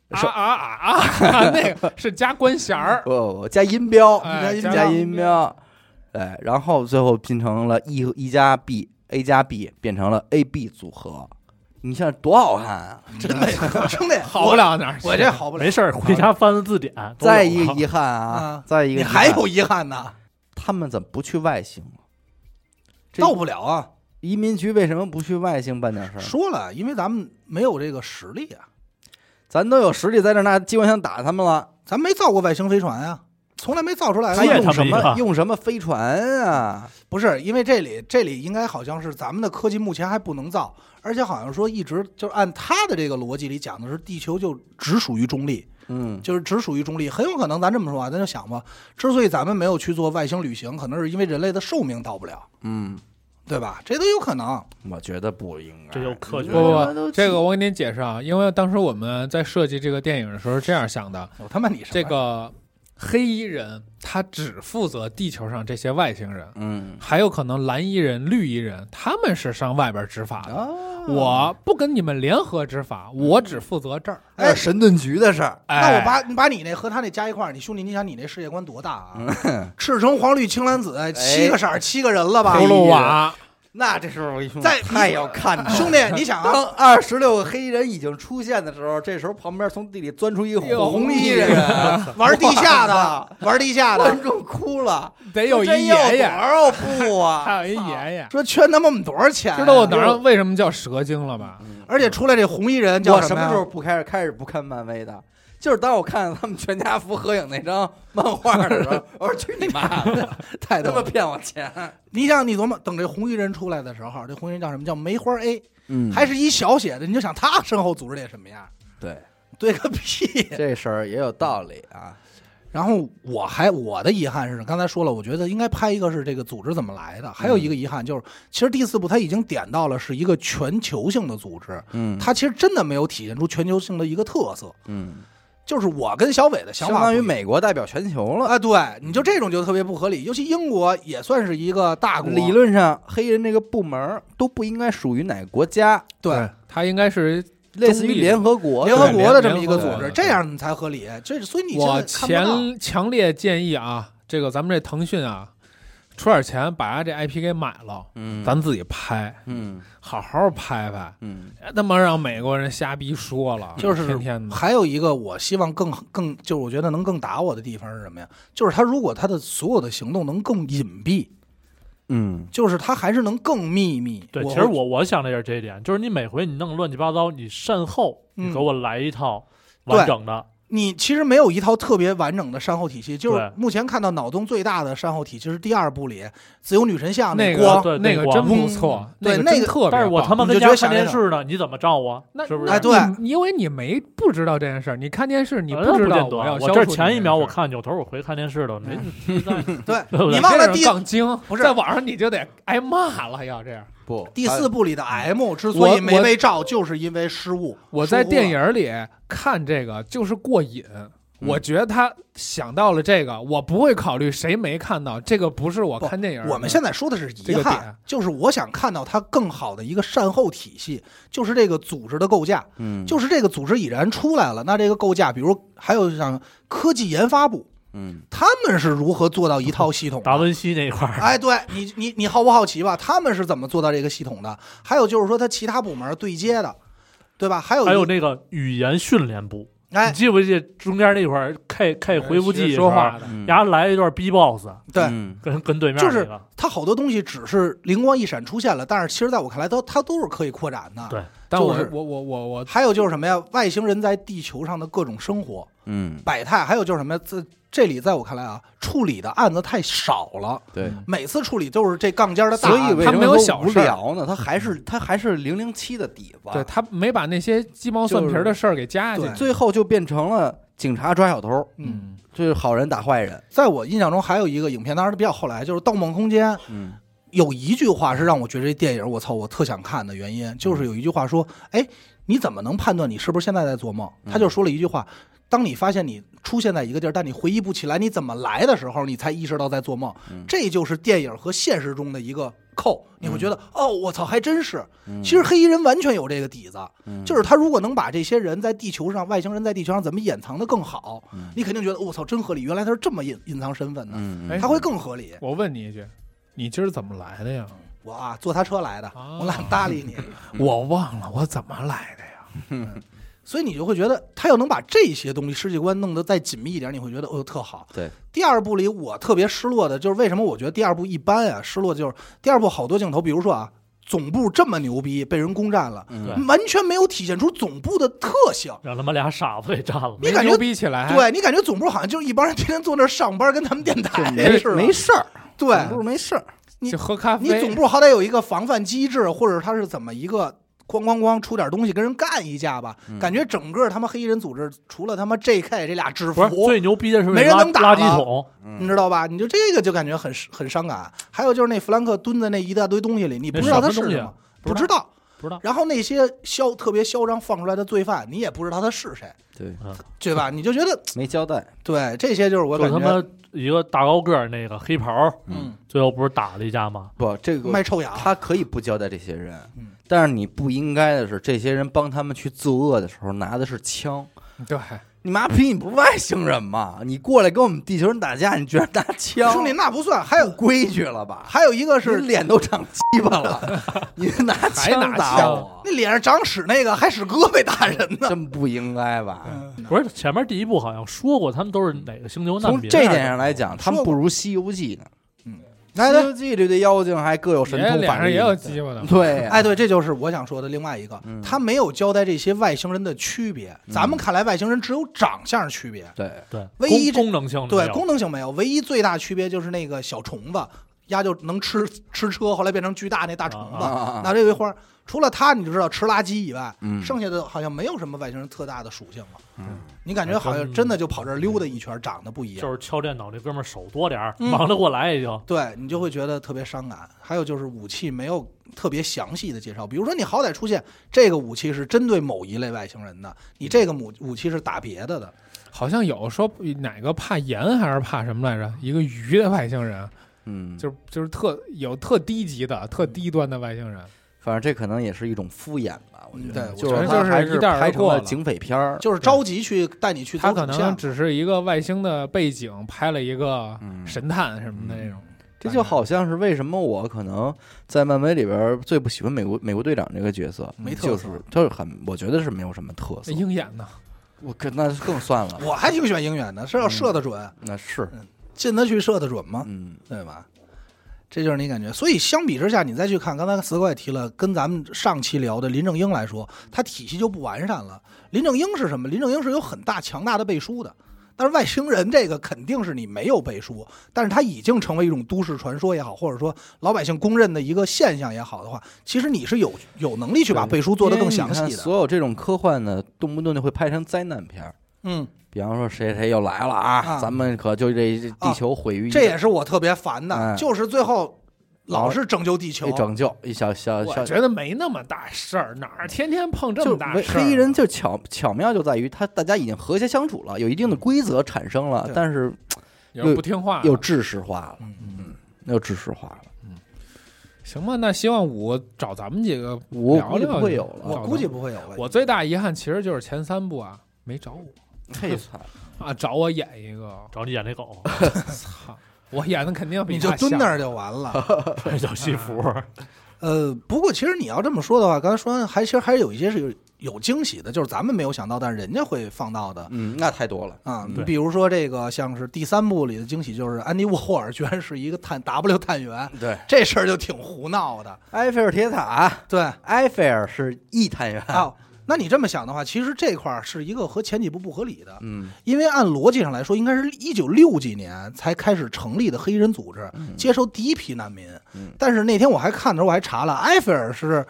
[SPEAKER 3] 啊
[SPEAKER 1] 是
[SPEAKER 3] 啊啊 啊，那个是加关弦儿。
[SPEAKER 1] 不不不哦加音标，
[SPEAKER 3] 哎
[SPEAKER 1] 音
[SPEAKER 3] 加
[SPEAKER 1] 加
[SPEAKER 3] 音
[SPEAKER 1] 音标，哎，然后最后拼成了 E 和 E 加 B A 加 B 变成了 A B 组合，你像多好看啊！
[SPEAKER 2] 真的 兄弟
[SPEAKER 3] 好不，了哪儿去。
[SPEAKER 2] 我我这好不了。
[SPEAKER 4] 没事儿，回家翻翻字典。都有
[SPEAKER 1] 再一个
[SPEAKER 4] 了
[SPEAKER 1] 遗憾
[SPEAKER 2] 啊
[SPEAKER 1] 啊，再一个
[SPEAKER 2] 你
[SPEAKER 1] 遗憾
[SPEAKER 2] 还有遗憾呢，
[SPEAKER 1] 他们怎么不去外星啊？这
[SPEAKER 2] 到不了啊。
[SPEAKER 1] 移民局为什么不去外星办点事儿？
[SPEAKER 2] 说了，因为咱们没有这个实力啊，
[SPEAKER 1] 咱都有实力在这儿拿机关枪打他们了，
[SPEAKER 2] 咱没造过外星飞船啊，从来没造出来
[SPEAKER 1] 还
[SPEAKER 4] 借
[SPEAKER 2] 过。
[SPEAKER 1] 用
[SPEAKER 4] 他
[SPEAKER 1] 什
[SPEAKER 4] 们一
[SPEAKER 1] 么
[SPEAKER 4] 个
[SPEAKER 1] 用什么飞船 啊？
[SPEAKER 2] 不是，因为这里这里应该好像是咱们的科技目前还不能造，而且好像说一直就是按他的这个逻辑里讲的是，地球就只属于中立，
[SPEAKER 1] 嗯，
[SPEAKER 2] 就是只属于中立，很有可能咱这么说啊，咱就想吧，之所以咱们没有去做外星旅行，可能是因为人类的寿命到不了，
[SPEAKER 1] 嗯，
[SPEAKER 2] 对吧？这都有可能。
[SPEAKER 1] 我觉得不应该，
[SPEAKER 4] 这就科
[SPEAKER 1] 嗯
[SPEAKER 4] 学
[SPEAKER 3] 不不
[SPEAKER 1] 你
[SPEAKER 3] 不，
[SPEAKER 1] 们
[SPEAKER 3] 这个我给您解释啊，因为当时我们在设计这个电影的时候是这样想的：
[SPEAKER 2] 我他妈你什么
[SPEAKER 3] 这个黑衣人他只负责地球上这些外星人，
[SPEAKER 1] 嗯
[SPEAKER 3] 还有可能蓝衣人、绿衣人，他们是上外边执法的。
[SPEAKER 1] 啊，
[SPEAKER 2] 哦
[SPEAKER 3] 我不跟你们联合执法，我只负责这儿。
[SPEAKER 1] 那是神盾局的事儿，
[SPEAKER 2] 嗯那我
[SPEAKER 3] 哎
[SPEAKER 2] 把你把你那和他那加一块儿，你兄弟，你想你那世
[SPEAKER 1] 嗯
[SPEAKER 2] 界
[SPEAKER 1] 哎
[SPEAKER 2] 观多大啊？赤橙黄绿青蓝紫，七个色儿，七个人了吧
[SPEAKER 1] 黑？
[SPEAKER 3] 葫芦娃
[SPEAKER 1] 那这时候我跟你说，
[SPEAKER 2] 在
[SPEAKER 1] 太要哎看你了
[SPEAKER 2] 兄弟，你想啊，
[SPEAKER 1] 当二十六个黑衣人已经出现的时候，这时候旁边从地里钻出一个
[SPEAKER 3] 哟
[SPEAKER 1] 哎红衣人，
[SPEAKER 2] 啊
[SPEAKER 1] 啊
[SPEAKER 2] 玩地下
[SPEAKER 1] 哇
[SPEAKER 2] 的，玩地下的，
[SPEAKER 1] 观众哭了，
[SPEAKER 3] 得有一
[SPEAKER 1] 真要
[SPEAKER 3] 爷
[SPEAKER 1] 多
[SPEAKER 3] 爷，
[SPEAKER 1] 少步啊？
[SPEAKER 3] 还有一爷爷，
[SPEAKER 2] 说圈他妈我们多少钱啊？
[SPEAKER 3] 知道我哪儿为什么叫蛇精了吧？
[SPEAKER 2] 而且出来这红衣人叫
[SPEAKER 1] 我什
[SPEAKER 2] 么
[SPEAKER 1] 么
[SPEAKER 2] 呀
[SPEAKER 1] 时候不开始开始不看漫威的？就是当我看他们全家福合影那张漫画的时 候，我说去你妈的，
[SPEAKER 2] 太
[SPEAKER 1] 他
[SPEAKER 2] 逗
[SPEAKER 1] 妈
[SPEAKER 2] 了！
[SPEAKER 1] 骗我钱！
[SPEAKER 2] 你想，你琢磨，等这红衣人出来的时候，这红衣人叫什么？叫梅花 A，
[SPEAKER 1] 嗯
[SPEAKER 2] 还是一小写的，你就想他身后组织得什么样？
[SPEAKER 1] 对
[SPEAKER 2] 对个屁！
[SPEAKER 1] 这事儿也有道理啊。
[SPEAKER 2] 然后我还我的遗憾是，刚才说了，我觉得应该拍一个是这个组织怎么来的，还有一个遗憾就是，其实第四部它已经点到了是一个全球性的组织，
[SPEAKER 1] 嗯
[SPEAKER 2] 它其实真的没有体现出全球性的一个特色。
[SPEAKER 1] 嗯，
[SPEAKER 2] 就是我跟小伟的想
[SPEAKER 1] 相
[SPEAKER 2] 法
[SPEAKER 1] 当于
[SPEAKER 3] 嗯
[SPEAKER 2] 不一样
[SPEAKER 1] 美国代表全球了。
[SPEAKER 2] 啊，对，你就这种就特别不合理，尤其英国也算是一个大国，
[SPEAKER 1] 理论上，黑人这个部门都不应该属于哪个国家，
[SPEAKER 2] 对。
[SPEAKER 3] 他应该是
[SPEAKER 1] 类似于联合国
[SPEAKER 2] 联
[SPEAKER 3] 合
[SPEAKER 2] 合
[SPEAKER 3] 对
[SPEAKER 2] 国的这么一个组
[SPEAKER 3] 联合
[SPEAKER 2] 织
[SPEAKER 3] 国，
[SPEAKER 2] 这样你才合理。这所以你现啊
[SPEAKER 3] 我
[SPEAKER 2] 在看不到
[SPEAKER 3] 前强烈建议啊，这个咱们这腾讯啊，出点钱把这 IP 给买了，
[SPEAKER 1] 嗯
[SPEAKER 3] 咱自己拍，
[SPEAKER 1] 嗯
[SPEAKER 3] 好好拍拍，
[SPEAKER 1] 嗯
[SPEAKER 3] 别他妈让美国人瞎逼说了，
[SPEAKER 2] 就是
[SPEAKER 3] 天天的。
[SPEAKER 2] 还有一个我希望更更就是我觉得能更打我的地方是什么呀？就是他如果他的所有的行动能更隐蔽，
[SPEAKER 1] 嗯
[SPEAKER 2] 就是他还是能更秘密。
[SPEAKER 4] 对，
[SPEAKER 2] 会
[SPEAKER 4] 其实我我想的也是这一点，就是你每回你弄乱七八糟，你善后，
[SPEAKER 2] 嗯
[SPEAKER 4] 你给我来一套完整的，
[SPEAKER 2] 你其实没有一套特别完整的善后体系，就是
[SPEAKER 4] 对
[SPEAKER 2] 目前看到脑洞最大的善后体系是第二部里自由女神像
[SPEAKER 3] 那
[SPEAKER 2] 光。嗯
[SPEAKER 4] 对
[SPEAKER 3] 那
[SPEAKER 4] 那
[SPEAKER 3] 个
[SPEAKER 4] 光
[SPEAKER 3] 真不错，
[SPEAKER 2] 对
[SPEAKER 3] 个
[SPEAKER 2] 那
[SPEAKER 3] 真
[SPEAKER 2] 个
[SPEAKER 3] 特别棒。
[SPEAKER 4] 但是我他妈
[SPEAKER 2] 你就
[SPEAKER 4] 在
[SPEAKER 2] 觉
[SPEAKER 4] 家
[SPEAKER 2] 得想
[SPEAKER 4] 看电
[SPEAKER 2] 那
[SPEAKER 4] 视呢，你怎么照我？
[SPEAKER 3] 那
[SPEAKER 4] 是不是？
[SPEAKER 2] 哎对
[SPEAKER 3] 你因为你没不知道这件事儿，你看电视你
[SPEAKER 4] 呃那
[SPEAKER 3] 知道
[SPEAKER 4] 见得
[SPEAKER 3] 要
[SPEAKER 4] 我
[SPEAKER 3] 消除
[SPEAKER 4] 这
[SPEAKER 3] 这
[SPEAKER 4] 前一秒我
[SPEAKER 3] 件事
[SPEAKER 4] 看，有头我回看电视了，没
[SPEAKER 2] 哎
[SPEAKER 3] 嗯
[SPEAKER 4] 没在对
[SPEAKER 2] 对，
[SPEAKER 4] 不
[SPEAKER 2] 你
[SPEAKER 4] 对？
[SPEAKER 3] 儿
[SPEAKER 2] 忘了
[SPEAKER 3] 这
[SPEAKER 2] 第
[SPEAKER 3] 人杠精，
[SPEAKER 2] 不是
[SPEAKER 3] 在网上你就得挨骂了，要这样。
[SPEAKER 1] 不
[SPEAKER 2] 第四部里的 M 之
[SPEAKER 3] 哎我
[SPEAKER 2] 所以没
[SPEAKER 3] 我
[SPEAKER 2] 被照，就是因为失误。
[SPEAKER 3] 我在
[SPEAKER 2] 疏忽了嗯
[SPEAKER 3] 电影里看这个就是过瘾，我觉得他想到了这个，我不会考虑谁没看到，这个不是我
[SPEAKER 2] 不
[SPEAKER 3] 看电影。
[SPEAKER 2] 我们现在说的是遗
[SPEAKER 3] 这个
[SPEAKER 2] 憾
[SPEAKER 3] 点，
[SPEAKER 2] 就是我想看到它更好的一个善后体系，就是这个组织的构架，
[SPEAKER 1] 嗯
[SPEAKER 2] 就是这个组织已然出来了，那这个构架，比如还有像科技研发部，
[SPEAKER 1] 嗯
[SPEAKER 2] 他们是如何做到一套系统的
[SPEAKER 4] 达文西那一块 儿，
[SPEAKER 2] 哎，对你，你你好不好奇吧？他们是怎么做到这个系统的？还有就是说，它其他部门对接的，对吧？还有
[SPEAKER 4] 还有
[SPEAKER 2] 一
[SPEAKER 4] 那嗯个语言训练部，你
[SPEAKER 2] 哎，
[SPEAKER 4] 记不记得中间那会儿开开回复
[SPEAKER 3] 学
[SPEAKER 4] 器
[SPEAKER 3] 说话的，
[SPEAKER 1] 嗯
[SPEAKER 4] 然后来一段 B boss，
[SPEAKER 2] 对，
[SPEAKER 1] 嗯
[SPEAKER 4] 跟跟对面
[SPEAKER 2] 就是
[SPEAKER 4] 那个
[SPEAKER 2] 它好多东西只是灵光一闪出现了，但是其实在我看来都，它都是可以扩展的。
[SPEAKER 4] 对
[SPEAKER 3] 但我
[SPEAKER 2] 就是
[SPEAKER 3] 我我我我
[SPEAKER 2] 还有就是什么呀？外星人在地球上的各种生活
[SPEAKER 1] 嗯，
[SPEAKER 2] 百态，还有就是什么呀？这这里在我看来啊，处理的案子太少了，
[SPEAKER 1] 对。
[SPEAKER 2] 每次处理都是这杠尖儿的大
[SPEAKER 1] 所
[SPEAKER 2] 案。
[SPEAKER 1] 以为
[SPEAKER 3] 他
[SPEAKER 1] 什么
[SPEAKER 3] 没有
[SPEAKER 1] 说
[SPEAKER 3] 小
[SPEAKER 1] 无
[SPEAKER 3] 事儿
[SPEAKER 1] 聊呢？他还是他还是零零七的底子，
[SPEAKER 3] 对他没把那些鸡毛蒜皮儿的事儿给加进
[SPEAKER 2] 对
[SPEAKER 3] 去。嗯
[SPEAKER 1] 最后就变成了警察抓小偷，
[SPEAKER 2] 嗯，，
[SPEAKER 1] 就是好人打坏人。
[SPEAKER 2] 在我印象中还有一个影片，当然比较后来，就是《盗梦空间》。
[SPEAKER 1] 嗯
[SPEAKER 2] 有一句话是让我觉得这电影我操我特想看的原因，
[SPEAKER 1] 嗯
[SPEAKER 2] 就是有一句话说，哎，你怎么能判断你是不是现在在做梦？
[SPEAKER 1] 嗯
[SPEAKER 2] 他就说了一句话，当你发现你出现在一个地儿，但你回忆不起来你怎么来的时候，你才意识到在做梦
[SPEAKER 1] 嗯。
[SPEAKER 2] 这就是电影和现实中的一个扣，你会觉得哦，我操，还真是。
[SPEAKER 1] 嗯
[SPEAKER 2] 其实黑衣人完全有这个底子，
[SPEAKER 1] 嗯
[SPEAKER 2] 就是他如果能把这些人在地球上、外星人在地球上怎么隐藏的更好
[SPEAKER 1] 嗯，
[SPEAKER 2] 你肯定觉得我哦操，真合理，原来他是这么隐隐藏身份的，
[SPEAKER 1] 嗯，
[SPEAKER 3] 哎
[SPEAKER 1] 嗯
[SPEAKER 2] 他会更合理。
[SPEAKER 3] 我问你一句，你今儿怎么来的呀？
[SPEAKER 2] 我啊，坐他车来的，
[SPEAKER 3] 啊
[SPEAKER 1] 哦
[SPEAKER 2] 我懒得搭理你，
[SPEAKER 3] 我忘了我怎么来的呀？
[SPEAKER 2] 所以你就会觉得他要能把这些东西世界观弄得再紧密一点，你会觉得哦特好。
[SPEAKER 1] 对，
[SPEAKER 2] 第二部里我特别失落的就是为什么我觉得第二部一般啊？失落就是第二部好多镜头，比如说啊，总部这么牛逼被人攻占了，
[SPEAKER 1] 嗯
[SPEAKER 4] 对
[SPEAKER 2] 完全没有体现出总部的特性。
[SPEAKER 4] 让他妈俩傻子给占了。
[SPEAKER 2] 你
[SPEAKER 3] 没
[SPEAKER 2] 感觉
[SPEAKER 3] 牛逼起
[SPEAKER 1] 哎
[SPEAKER 3] 来，
[SPEAKER 2] 对你感觉总部好像就是一帮人天天坐那儿上班，跟咱们电台
[SPEAKER 1] 就没
[SPEAKER 2] 似的。
[SPEAKER 1] 没事儿，
[SPEAKER 2] 对，
[SPEAKER 1] 不是没事儿。
[SPEAKER 3] 就喝咖啡。
[SPEAKER 2] 你总部好歹有一个防范机制，或者他是怎么一个哐哐哐出点东西跟人干一架吧？
[SPEAKER 1] 嗯
[SPEAKER 2] 感觉整个他妈黑衣人组织除了他妈 J.K. 这俩制
[SPEAKER 4] 不是
[SPEAKER 2] 服，
[SPEAKER 4] 最牛逼的是
[SPEAKER 2] 没人
[SPEAKER 4] 垃
[SPEAKER 2] 能打
[SPEAKER 4] 垃圾
[SPEAKER 2] 了
[SPEAKER 4] 桶，
[SPEAKER 1] 嗯
[SPEAKER 2] 你知道吧？你就这个就感觉很很伤感。还有就是那弗兰克蹲在那一大堆东西里，你不知道他
[SPEAKER 4] 那什
[SPEAKER 2] 是
[SPEAKER 4] 么东西
[SPEAKER 2] 什么
[SPEAKER 4] 啊，
[SPEAKER 2] 不知道。
[SPEAKER 4] 不知道
[SPEAKER 2] 然后那些嚣特别嚣张放出来的罪犯，你也不知道他是谁，
[SPEAKER 1] 对，
[SPEAKER 2] 对吧？你就觉得
[SPEAKER 1] 没交代。
[SPEAKER 2] 对这些就是我
[SPEAKER 4] 就
[SPEAKER 2] 感
[SPEAKER 4] 他
[SPEAKER 2] 觉，
[SPEAKER 4] 妈一个大高个儿那个黑袍，
[SPEAKER 2] 嗯，
[SPEAKER 4] 最后不是打了一架吗？
[SPEAKER 1] 不，这个
[SPEAKER 2] 卖臭氧，
[SPEAKER 1] 他可以不交代这些人
[SPEAKER 2] 嗯，
[SPEAKER 1] 但是你不应该的是，这些人帮他们去作恶的时候拿的是枪，
[SPEAKER 3] 对，
[SPEAKER 1] 你妈逼，你不是外星人吗？你过来跟我们地球人打架，你居然拿枪，
[SPEAKER 2] 兄弟，那不算。还有
[SPEAKER 1] 规矩了吧？
[SPEAKER 2] 还有一个
[SPEAKER 1] 是
[SPEAKER 2] 是
[SPEAKER 1] 脸都长鸡巴 了，你拿枪
[SPEAKER 3] 拿
[SPEAKER 1] 打
[SPEAKER 3] 枪
[SPEAKER 1] 我，
[SPEAKER 2] 那脸上长屎那个，还使胳膊打人呢。
[SPEAKER 1] 真不应该吧？
[SPEAKER 4] 不是前面第一部好像说过他们都是哪个星球难
[SPEAKER 1] 从
[SPEAKER 4] 民，
[SPEAKER 1] 这点上来讲，他们
[SPEAKER 2] 说
[SPEAKER 1] 不
[SPEAKER 2] 过
[SPEAKER 1] 如《西游记》呢。
[SPEAKER 2] 嗯
[SPEAKER 1] 《西游记》这对妖精还各有神
[SPEAKER 3] 人家
[SPEAKER 1] 通，
[SPEAKER 3] 脸
[SPEAKER 1] 反
[SPEAKER 3] 上
[SPEAKER 1] 正
[SPEAKER 3] 也有鸡巴的。
[SPEAKER 1] 对呀，
[SPEAKER 2] 哎，对，这就是我想说的另外一个
[SPEAKER 1] 啊嗯，
[SPEAKER 2] 他没有交代这些外星人的区别。咱们看来，外星人只有长相区别，
[SPEAKER 1] 对，
[SPEAKER 4] 对，
[SPEAKER 2] 唯一
[SPEAKER 4] 功功能性的
[SPEAKER 2] 对
[SPEAKER 4] 没有
[SPEAKER 2] 功能性没有。唯一最大区别就是那个小虫子，丫就能吃吃车，后来变成巨大那大虫
[SPEAKER 1] 啊
[SPEAKER 2] 子。
[SPEAKER 1] 啊啊
[SPEAKER 2] 那这为花儿，除了它，你就知道吃垃圾以外，
[SPEAKER 1] 嗯
[SPEAKER 2] 剩下的好像没有什么外星人特大的属性了。
[SPEAKER 1] 嗯
[SPEAKER 2] 你
[SPEAKER 4] 哎
[SPEAKER 2] 感觉好像真的就跑这儿溜达一圈，长得不一样。
[SPEAKER 4] 就是敲电脑那哥们儿手多点儿，
[SPEAKER 2] 嗯
[SPEAKER 4] 忙得过来也就。
[SPEAKER 2] 对你就会觉得特别伤感。还有就是武器没有特别详细的介绍，比如说你好歹出现这个武器是针对某一类外星人的，你
[SPEAKER 3] 嗯
[SPEAKER 2] 这个武武器是打别的的，
[SPEAKER 3] 好像有说哪个怕盐还是怕什么来着？一个鱼的外星人，
[SPEAKER 1] 嗯，
[SPEAKER 3] 就是就是特有特低级的、特低端的外星人。
[SPEAKER 1] 反正这可能也是一种敷衍吧，我觉
[SPEAKER 2] 对
[SPEAKER 1] 得。
[SPEAKER 2] 我
[SPEAKER 1] 就
[SPEAKER 2] 觉
[SPEAKER 1] 是
[SPEAKER 2] 得
[SPEAKER 1] 他
[SPEAKER 3] 就是
[SPEAKER 1] 还
[SPEAKER 3] 一带而
[SPEAKER 1] 拍成
[SPEAKER 3] 过
[SPEAKER 1] 了
[SPEAKER 3] 了
[SPEAKER 1] 警匪片儿，
[SPEAKER 2] 就是着急去带你去
[SPEAKER 3] 他
[SPEAKER 2] 走
[SPEAKER 3] 可
[SPEAKER 2] 主
[SPEAKER 3] 能
[SPEAKER 2] 线。
[SPEAKER 3] 只是一个外星的背景，拍了一个
[SPEAKER 1] 嗯
[SPEAKER 3] 神探什么的这种。
[SPEAKER 1] 这就好像是为什么我可能在漫威里边儿最不喜欢美国美国队长这个角色，哎
[SPEAKER 2] 没
[SPEAKER 1] 就
[SPEAKER 2] 特
[SPEAKER 1] 是
[SPEAKER 2] 色
[SPEAKER 1] 就是很，我觉得是没有什么特色
[SPEAKER 3] 那。鹰眼呢？
[SPEAKER 1] 我可那更算了，
[SPEAKER 2] 我还挺喜欢鹰眼的，是要
[SPEAKER 3] 嗯
[SPEAKER 2] 射得准，
[SPEAKER 1] 那是，
[SPEAKER 2] 进得去射得准吗？
[SPEAKER 1] 嗯
[SPEAKER 2] 对吧？这就是你感觉，所以相比之下，你再去看，刚才死狗也提了，跟咱们上期聊的林正英来说，他体系就不完善了。林正英是什么？林正英是有很大强大的背书的，但是外星人这个肯定是你没有背书，但是它已经成为一种都市传说也好，或者说老百姓公认的一个现象也好的话，其实你是有有能力去把背书做得更详
[SPEAKER 1] 因为
[SPEAKER 2] 细
[SPEAKER 1] 你看
[SPEAKER 2] 的。
[SPEAKER 1] 所有这种科幻的，动不动就会拍成灾难片儿，
[SPEAKER 2] 嗯，
[SPEAKER 1] 比方说谁谁又来了啊，
[SPEAKER 2] 啊
[SPEAKER 1] 咱们可就这这地球毁于一
[SPEAKER 2] 这也是我特别烦的，
[SPEAKER 1] 哎
[SPEAKER 2] 就是最后老是拯救地球
[SPEAKER 1] 一，拯救一小小
[SPEAKER 3] 我
[SPEAKER 1] 小，
[SPEAKER 3] 觉得没那么大事儿，哪儿天天碰这
[SPEAKER 1] 就
[SPEAKER 3] 么大
[SPEAKER 1] 唯
[SPEAKER 3] 事儿？啊
[SPEAKER 1] 黑衣人就巧巧妙就在于他大家已经和谐相处了，有一定的规则产生了，
[SPEAKER 2] 对啊
[SPEAKER 1] 但是
[SPEAKER 3] 有人不听话了，啊
[SPEAKER 1] 又制式化了，
[SPEAKER 2] 嗯
[SPEAKER 1] 嗯，又制式化了。
[SPEAKER 3] 行吧？那希望五找咱们几个
[SPEAKER 1] 我
[SPEAKER 3] 聊
[SPEAKER 1] 估计
[SPEAKER 3] 聊
[SPEAKER 1] 不
[SPEAKER 3] 去
[SPEAKER 1] 会有
[SPEAKER 2] 我
[SPEAKER 1] 了，
[SPEAKER 2] 估计不会有问题。
[SPEAKER 3] 我最大遗憾其实就是前三部啊没找我
[SPEAKER 1] 太惨。
[SPEAKER 3] 啊，找我演一个，
[SPEAKER 4] 找你演那 狗，
[SPEAKER 3] 操，我演的肯定比
[SPEAKER 2] 你就
[SPEAKER 3] 他
[SPEAKER 2] 蹲
[SPEAKER 3] 像
[SPEAKER 2] 那儿就完了。
[SPEAKER 3] 哎
[SPEAKER 4] 穿小西服，
[SPEAKER 2] 呃，不过其实你要这么说的话，刚才说完还其实还有一些是有有惊喜的，就是咱们没有想到，但是人家会放到的
[SPEAKER 1] 嗯，那太多了。
[SPEAKER 2] 啊。你
[SPEAKER 4] 对
[SPEAKER 2] 比如说这个，像是第三部里的惊喜，就是安迪沃霍尔 居然是一个探 W 探员，
[SPEAKER 1] 对，
[SPEAKER 2] 这事儿就挺胡闹的。
[SPEAKER 1] 埃菲尔铁塔，
[SPEAKER 2] 对，
[SPEAKER 1] 埃菲尔是一探员。
[SPEAKER 2] 啊，那你这么想的话，其实这块儿是一个和前几部不合理的，
[SPEAKER 1] 嗯，
[SPEAKER 2] 因为按逻辑上来说，应该是一九六几年才开始成立的黑衣人组织，接收第一批难民。
[SPEAKER 1] 嗯
[SPEAKER 2] 但是那天我还看的时候，我还查了，埃菲尔是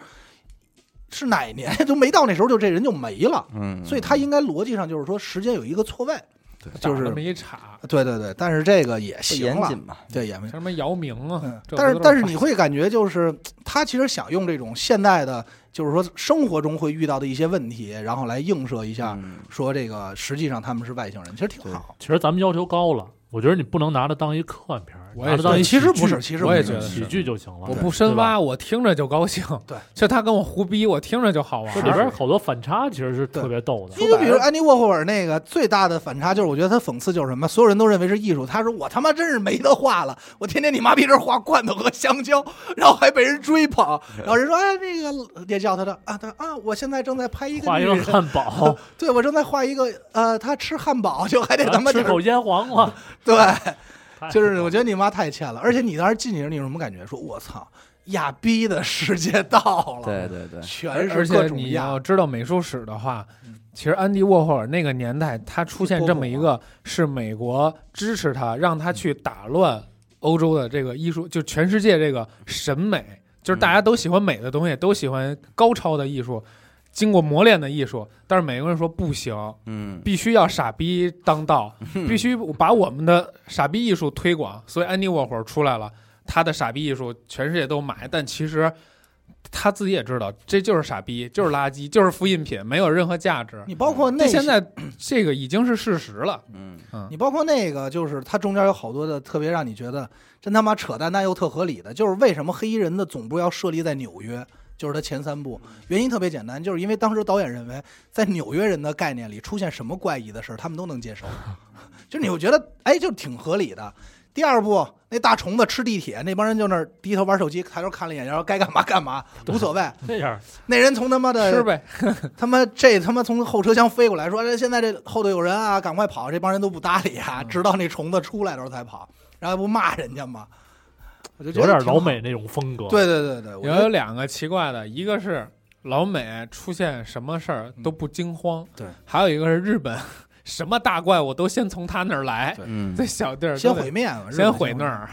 [SPEAKER 2] 是哪年都没到那时候，就这人就没了。
[SPEAKER 1] 嗯，
[SPEAKER 2] 所以他应该逻辑上就是说时间有一个错位，就
[SPEAKER 3] 找
[SPEAKER 2] 是
[SPEAKER 3] 那么一岔，
[SPEAKER 2] 对对对，但是这个也
[SPEAKER 1] 不
[SPEAKER 2] 行
[SPEAKER 1] 严
[SPEAKER 2] 了，
[SPEAKER 1] 谨嘛。
[SPEAKER 2] 对也没
[SPEAKER 3] 像。什么姚明
[SPEAKER 2] 嗯
[SPEAKER 3] 啊，这不
[SPEAKER 2] 但是
[SPEAKER 3] 都
[SPEAKER 2] 但是你会感觉就是他其实想用这种现代的，就是说生活中会遇到的一些问题，然后来映射一下，
[SPEAKER 1] 嗯
[SPEAKER 2] 说这个实际上他们是外星人，其实挺好。
[SPEAKER 4] 其实咱们要求高了，我觉得你不能拿它当一科幻片儿，
[SPEAKER 3] 我也
[SPEAKER 4] 拿它当一
[SPEAKER 2] 对
[SPEAKER 4] 喜
[SPEAKER 2] 其
[SPEAKER 4] 剧
[SPEAKER 2] 实不是，其实
[SPEAKER 3] 我也
[SPEAKER 2] 不是
[SPEAKER 3] 觉得
[SPEAKER 4] 喜剧就行了。
[SPEAKER 3] 我不深
[SPEAKER 4] 对吧
[SPEAKER 3] 挖，我听着就高兴。
[SPEAKER 2] 对，
[SPEAKER 3] 就他跟我胡逼，我听着就好玩
[SPEAKER 4] 这
[SPEAKER 3] 儿。
[SPEAKER 4] 里边好多反差，其实是特别逗的。
[SPEAKER 2] 因为比如安妮沃霍尔那个最大的反差就是，我觉得他讽刺就是什么，所有人都认为是艺术，他说我他妈真是没得画了，我天天你妈逼这儿画罐头和香蕉，然后还被人追捧，然后人说哎那个也叫他的啊他啊，我现在正在拍一个
[SPEAKER 4] 画一
[SPEAKER 2] 女
[SPEAKER 4] 个
[SPEAKER 2] 人，
[SPEAKER 4] 汉 堡，
[SPEAKER 2] 对我正在画一个呃他吃汉堡就还得
[SPEAKER 3] 啊
[SPEAKER 2] 他妈就
[SPEAKER 4] 吃
[SPEAKER 2] 是
[SPEAKER 4] 口腌黄瓜，
[SPEAKER 2] 对， 就是我觉得你妈太欠了，而且你当时进去时你有什么感觉？说我操，亚逼的世界到了，
[SPEAKER 1] 对，对对，
[SPEAKER 2] 全
[SPEAKER 3] 而
[SPEAKER 2] 是
[SPEAKER 3] 而
[SPEAKER 2] 各
[SPEAKER 3] 且
[SPEAKER 2] 种
[SPEAKER 3] 你
[SPEAKER 2] 亚嗯
[SPEAKER 3] 要，知道美术史的话，其实安迪沃霍尔那个年代，他出现这么一个，是美国支持他，让他去打乱欧洲的这个艺术，就全世界这个审美，就是
[SPEAKER 2] 嗯
[SPEAKER 3] 大家都喜欢美的东西，都喜欢高超的艺术，经过磨练的艺术。但是美国人说不行，
[SPEAKER 1] 嗯，
[SPEAKER 3] 必须要傻逼当道，必须把我们的傻逼艺术推广。所以安迪沃霍尔出来了，他的傻逼艺术全世界都买，但其实他自己也知道，这就是傻逼，就是垃圾，就是复印品，没有任何价值。
[SPEAKER 2] 你包括那
[SPEAKER 3] 那嗯现
[SPEAKER 2] 些
[SPEAKER 3] 在这个已经是事实了，
[SPEAKER 1] 嗯，
[SPEAKER 2] 你包括那个，就是它中间有好多的特别让你觉得真他妈扯淡，但又特合理的，就是为什么黑衣人的总部要设立在纽约？就是他前三部。原因特别简单，就是因为当时导演认为，在纽约人的概念里，出现什么怪异的事儿他们都能接受， 就你会觉得哎，就挺合理的。第二部那大虫子吃地铁，那帮人就那儿低头玩手机，抬头看了一眼，然后该干嘛干嘛，
[SPEAKER 4] 对
[SPEAKER 2] 无所谓。
[SPEAKER 4] 这样
[SPEAKER 2] 那人从他妈的
[SPEAKER 3] 吃呗，
[SPEAKER 2] 他妈这他妈从后车厢飞过来说，这哎现在这后头有人啊，赶快跑！这帮人都不搭理啊，
[SPEAKER 3] 嗯
[SPEAKER 2] 直到那虫子出来的时候才跑，然后不骂人家吗？我就觉
[SPEAKER 4] 有
[SPEAKER 2] 得
[SPEAKER 4] 点
[SPEAKER 2] 挺好
[SPEAKER 4] 老。美那种风格，，
[SPEAKER 2] 对对对对，我
[SPEAKER 3] 也
[SPEAKER 2] 觉得
[SPEAKER 3] 有两个奇怪的，一个是老美出现什么事儿都不惊慌，
[SPEAKER 2] 嗯对，
[SPEAKER 3] 还有一个是日本 什么大怪我都先从他那儿来，
[SPEAKER 2] 对
[SPEAKER 1] 嗯
[SPEAKER 3] 这，小地儿
[SPEAKER 2] 先
[SPEAKER 3] 都得
[SPEAKER 2] 毁灭嘛，日本
[SPEAKER 3] 先毁
[SPEAKER 2] 先
[SPEAKER 3] 那。儿，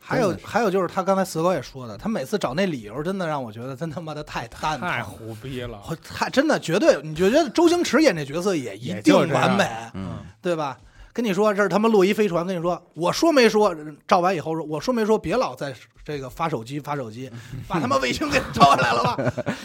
[SPEAKER 2] 还有
[SPEAKER 1] 真的
[SPEAKER 2] 还有就是他刚才死狗也说的，他每次找那理由，真的让我觉得真他妈的太淡了，
[SPEAKER 3] 太胡逼了。
[SPEAKER 2] 我太真的绝对，你觉得周星驰演这角色也一
[SPEAKER 3] 也
[SPEAKER 2] 定
[SPEAKER 3] 就这样
[SPEAKER 2] 完美，
[SPEAKER 1] 嗯，
[SPEAKER 2] 对吧？跟你说，这是他妈洛伊飞船。跟你说，我说没说？照完以后说，我说没说？别老在这个发手机发手
[SPEAKER 3] 嗯
[SPEAKER 2] 机，把他妈卫星给照下来了 吧？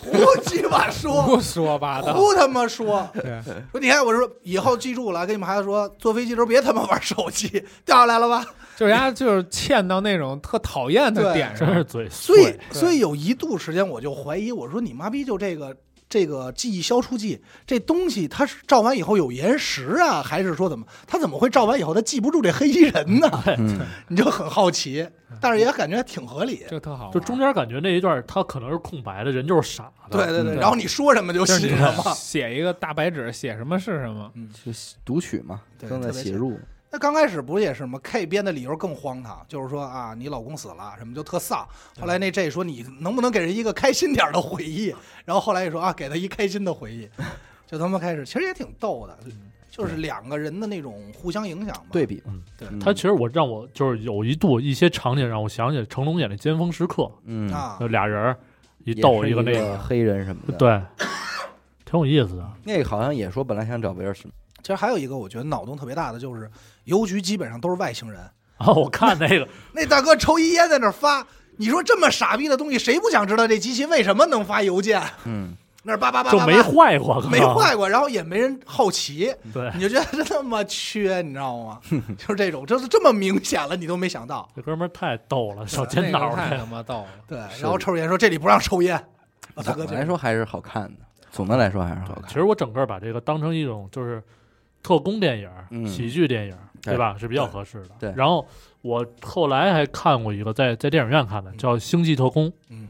[SPEAKER 2] 胡鸡巴说，
[SPEAKER 3] 胡说八道，
[SPEAKER 2] 胡他妈说
[SPEAKER 3] 对
[SPEAKER 2] 说！你看，我说以后记住了，跟你们孩子说，坐飞机的时候别他妈玩手机，掉下来了吧？
[SPEAKER 3] 就是人家就是欠到那种特讨厌的
[SPEAKER 2] 对
[SPEAKER 3] 点
[SPEAKER 4] 真是
[SPEAKER 3] 上，
[SPEAKER 4] 嘴
[SPEAKER 2] 所以
[SPEAKER 4] 碎，
[SPEAKER 3] 对
[SPEAKER 2] 所以有一度时间我就怀疑，我说你妈逼就这个这个记忆消除剂这东西，它是照完以后有延时啊，还是说怎么？它怎么会照完以后它记不住这黑衣人呢？
[SPEAKER 1] 嗯
[SPEAKER 2] 你就很好奇，但是也感觉挺合理。
[SPEAKER 3] 这特好玩。
[SPEAKER 4] 就中间感觉那一段他可能是空白的，人就是傻的，
[SPEAKER 2] 对对对，
[SPEAKER 1] 嗯
[SPEAKER 2] 然后你说什么就
[SPEAKER 3] 就是
[SPEAKER 2] 信什
[SPEAKER 3] 你
[SPEAKER 2] 么。
[SPEAKER 3] 写一个大白纸，写什么是什么。
[SPEAKER 1] 就读取嘛，
[SPEAKER 2] 对
[SPEAKER 1] 正在
[SPEAKER 2] 特别
[SPEAKER 1] 写
[SPEAKER 2] 像
[SPEAKER 1] 入，
[SPEAKER 2] 那刚开始不是也是吗？K 编的理由更荒唐，就是说啊，你老公死了，什么就特丧。后来那 J 说你能不能给人一个开心点儿的回忆，然后后来也说啊，给他一开心的回忆，就他妈开始，其实也挺逗的，就是两个人的那种互相影响吧。
[SPEAKER 1] 对，比嘛
[SPEAKER 4] 嗯，
[SPEAKER 2] 嗯对
[SPEAKER 1] 嗯
[SPEAKER 4] 他其实我让我就是有一度一些场景让我想起成龙演的《尖峰时刻》，
[SPEAKER 1] 嗯，
[SPEAKER 2] 啊，
[SPEAKER 4] 就俩人儿一
[SPEAKER 1] 也
[SPEAKER 4] 斗
[SPEAKER 1] 是一
[SPEAKER 4] 个那
[SPEAKER 1] 个黑人什么的，，
[SPEAKER 4] 对，挺有意思的。
[SPEAKER 1] 那个好像也说本来想找威尔史密
[SPEAKER 2] 其实还有一个我觉得脑洞特别大的就是，邮局基本上都是外星人，
[SPEAKER 4] 啊，我看 那个，
[SPEAKER 2] 那大哥抽一烟在那儿发，你说这么傻逼的东西，谁不想知道这机器为什么能发邮件？
[SPEAKER 1] 斯，嗯，
[SPEAKER 2] 那儿叭叭叭
[SPEAKER 4] 就
[SPEAKER 2] 叭叭
[SPEAKER 4] 没坏过，可能
[SPEAKER 2] 没。坏过，然后也没人好奇，
[SPEAKER 4] 对，
[SPEAKER 2] 你就觉得真他妈缺，你知道 吗？就是这种，就是这么明显了，你都没想到。
[SPEAKER 4] 这哥们儿太逗了，小
[SPEAKER 3] 那
[SPEAKER 4] 尖
[SPEAKER 3] 个
[SPEAKER 4] 脑儿
[SPEAKER 3] 太
[SPEAKER 4] 那
[SPEAKER 3] 他
[SPEAKER 4] 个。
[SPEAKER 3] 妈逗了，
[SPEAKER 2] 对，
[SPEAKER 1] 是
[SPEAKER 2] 然后抽着烟说这里不让抽 烟，啊大
[SPEAKER 1] 总
[SPEAKER 2] 哥
[SPEAKER 1] 的
[SPEAKER 2] 就
[SPEAKER 1] 来说还是好看的，总的来说还是好
[SPEAKER 4] 其
[SPEAKER 1] 看，
[SPEAKER 4] 实我整个把这个当成一种就是特工电影儿、
[SPEAKER 1] 嗯
[SPEAKER 4] 喜剧电影儿，
[SPEAKER 1] 对
[SPEAKER 4] 对吧？是比较合适的。
[SPEAKER 1] 对
[SPEAKER 4] 然后我后来还看过一个在在电影院看的，叫《星际特工》，
[SPEAKER 2] 嗯，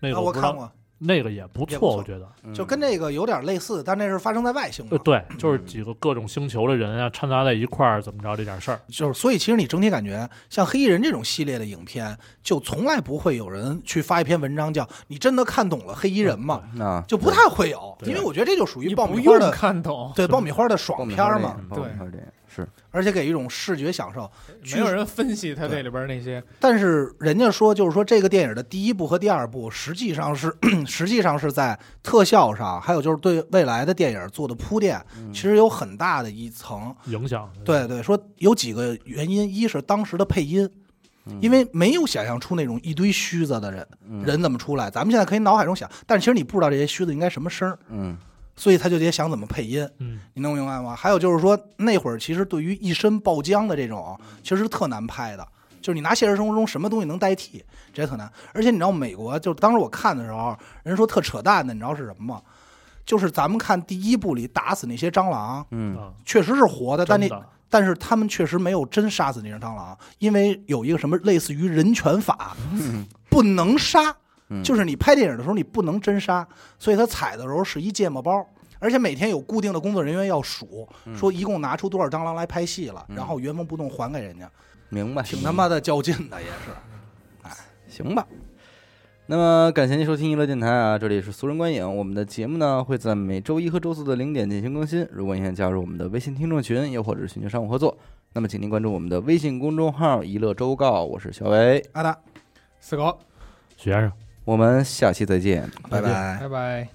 [SPEAKER 4] 那
[SPEAKER 2] 啊，
[SPEAKER 4] 个
[SPEAKER 2] 我
[SPEAKER 4] 不知
[SPEAKER 2] 看
[SPEAKER 4] 道，
[SPEAKER 2] 过，
[SPEAKER 4] 那个也不
[SPEAKER 2] 也不
[SPEAKER 4] 错，
[SPEAKER 2] 错嗯
[SPEAKER 4] 我觉得。
[SPEAKER 1] 嗯
[SPEAKER 2] 就跟那个有点类似，但那是发生在外星
[SPEAKER 4] 呃，
[SPEAKER 2] 嘛。
[SPEAKER 4] 对，就是几个各种星球的人啊，掺杂在一块儿，怎么着这点事儿？
[SPEAKER 2] 就是，所以其实你整体感觉，像黑衣人这种系列的影片，就从来不会有人去发一篇文章叫“你真的看懂了黑衣人
[SPEAKER 4] 嗯
[SPEAKER 2] 吗
[SPEAKER 1] 啊”，，
[SPEAKER 2] 就不太会有，
[SPEAKER 4] 对
[SPEAKER 2] 因为我觉得这就属于
[SPEAKER 3] 你
[SPEAKER 2] 爆
[SPEAKER 3] 不
[SPEAKER 2] 米花
[SPEAKER 3] 用
[SPEAKER 2] 的，
[SPEAKER 3] 看懂，
[SPEAKER 2] 对爆米花的
[SPEAKER 1] 爆
[SPEAKER 2] 爽
[SPEAKER 1] 米
[SPEAKER 2] 片
[SPEAKER 1] 花
[SPEAKER 2] 儿
[SPEAKER 1] 电
[SPEAKER 2] 嘛，
[SPEAKER 1] 影爆米花电影是，
[SPEAKER 2] 而且给一种视觉享受。
[SPEAKER 3] 没有人分析他这里边那些
[SPEAKER 2] 但是人家说，就是说这个电影的第一部和第二部，实际上是 实际上是在特效上，还有就是对未来的电影做的铺垫，
[SPEAKER 1] 嗯
[SPEAKER 2] 其实有很大的一层。
[SPEAKER 4] 嗯影响。
[SPEAKER 2] 对对，说有几个原因，一是当时的配音，因为没有想象出那种一堆须子的人
[SPEAKER 1] 嗯
[SPEAKER 2] 人怎么出来，咱们现在可以脑海中想，但是其实你不知道这些须子应该什么声儿，
[SPEAKER 1] 嗯
[SPEAKER 2] 所以他就得想怎么配音。
[SPEAKER 4] 嗯，
[SPEAKER 2] 你能明白吗？还有就是说，那会儿其实对于一身爆浆的这种，啊
[SPEAKER 4] 嗯
[SPEAKER 2] 其实是特难拍的。就是你拿现实生活中什么东西能代替，这也特难。而且你知道美国，就当时我看的时候，人说特扯淡的，你知道是什么吗？就是咱们看第一部里打死那些蟑螂，
[SPEAKER 1] 嗯
[SPEAKER 4] 啊，
[SPEAKER 2] 确实是活的，但
[SPEAKER 4] 真
[SPEAKER 2] 那
[SPEAKER 4] 的
[SPEAKER 2] 但是他们确实没有真杀死那只蟑螂，因为有一个什么类似于人权法，不能杀，
[SPEAKER 1] 嗯
[SPEAKER 2] 就是你拍电影的时候你不能真杀，所以他采的时候是一芥末包，而且每天有固定的工作人员要数，说一共拿出多少蟑螂来拍戏了，
[SPEAKER 1] 嗯
[SPEAKER 2] 然后原封不动还给人家，
[SPEAKER 1] 明白，
[SPEAKER 2] 挺他妈的较劲的也是。
[SPEAKER 1] 行吧。那么感谢您收听娱乐电台啊，这里是俗人观影。我们的节目呢会在每周一和周四的零点进行更新。如果您想加入我们的微信听众群，又或者是寻求商务合作，那么请您关注我们的微信公众号“娱乐周告”。我是小伟，
[SPEAKER 2] 阿达，
[SPEAKER 3] 死狗，
[SPEAKER 4] 许先生。
[SPEAKER 1] 我们下期再见。
[SPEAKER 2] 拜拜。
[SPEAKER 3] 拜拜。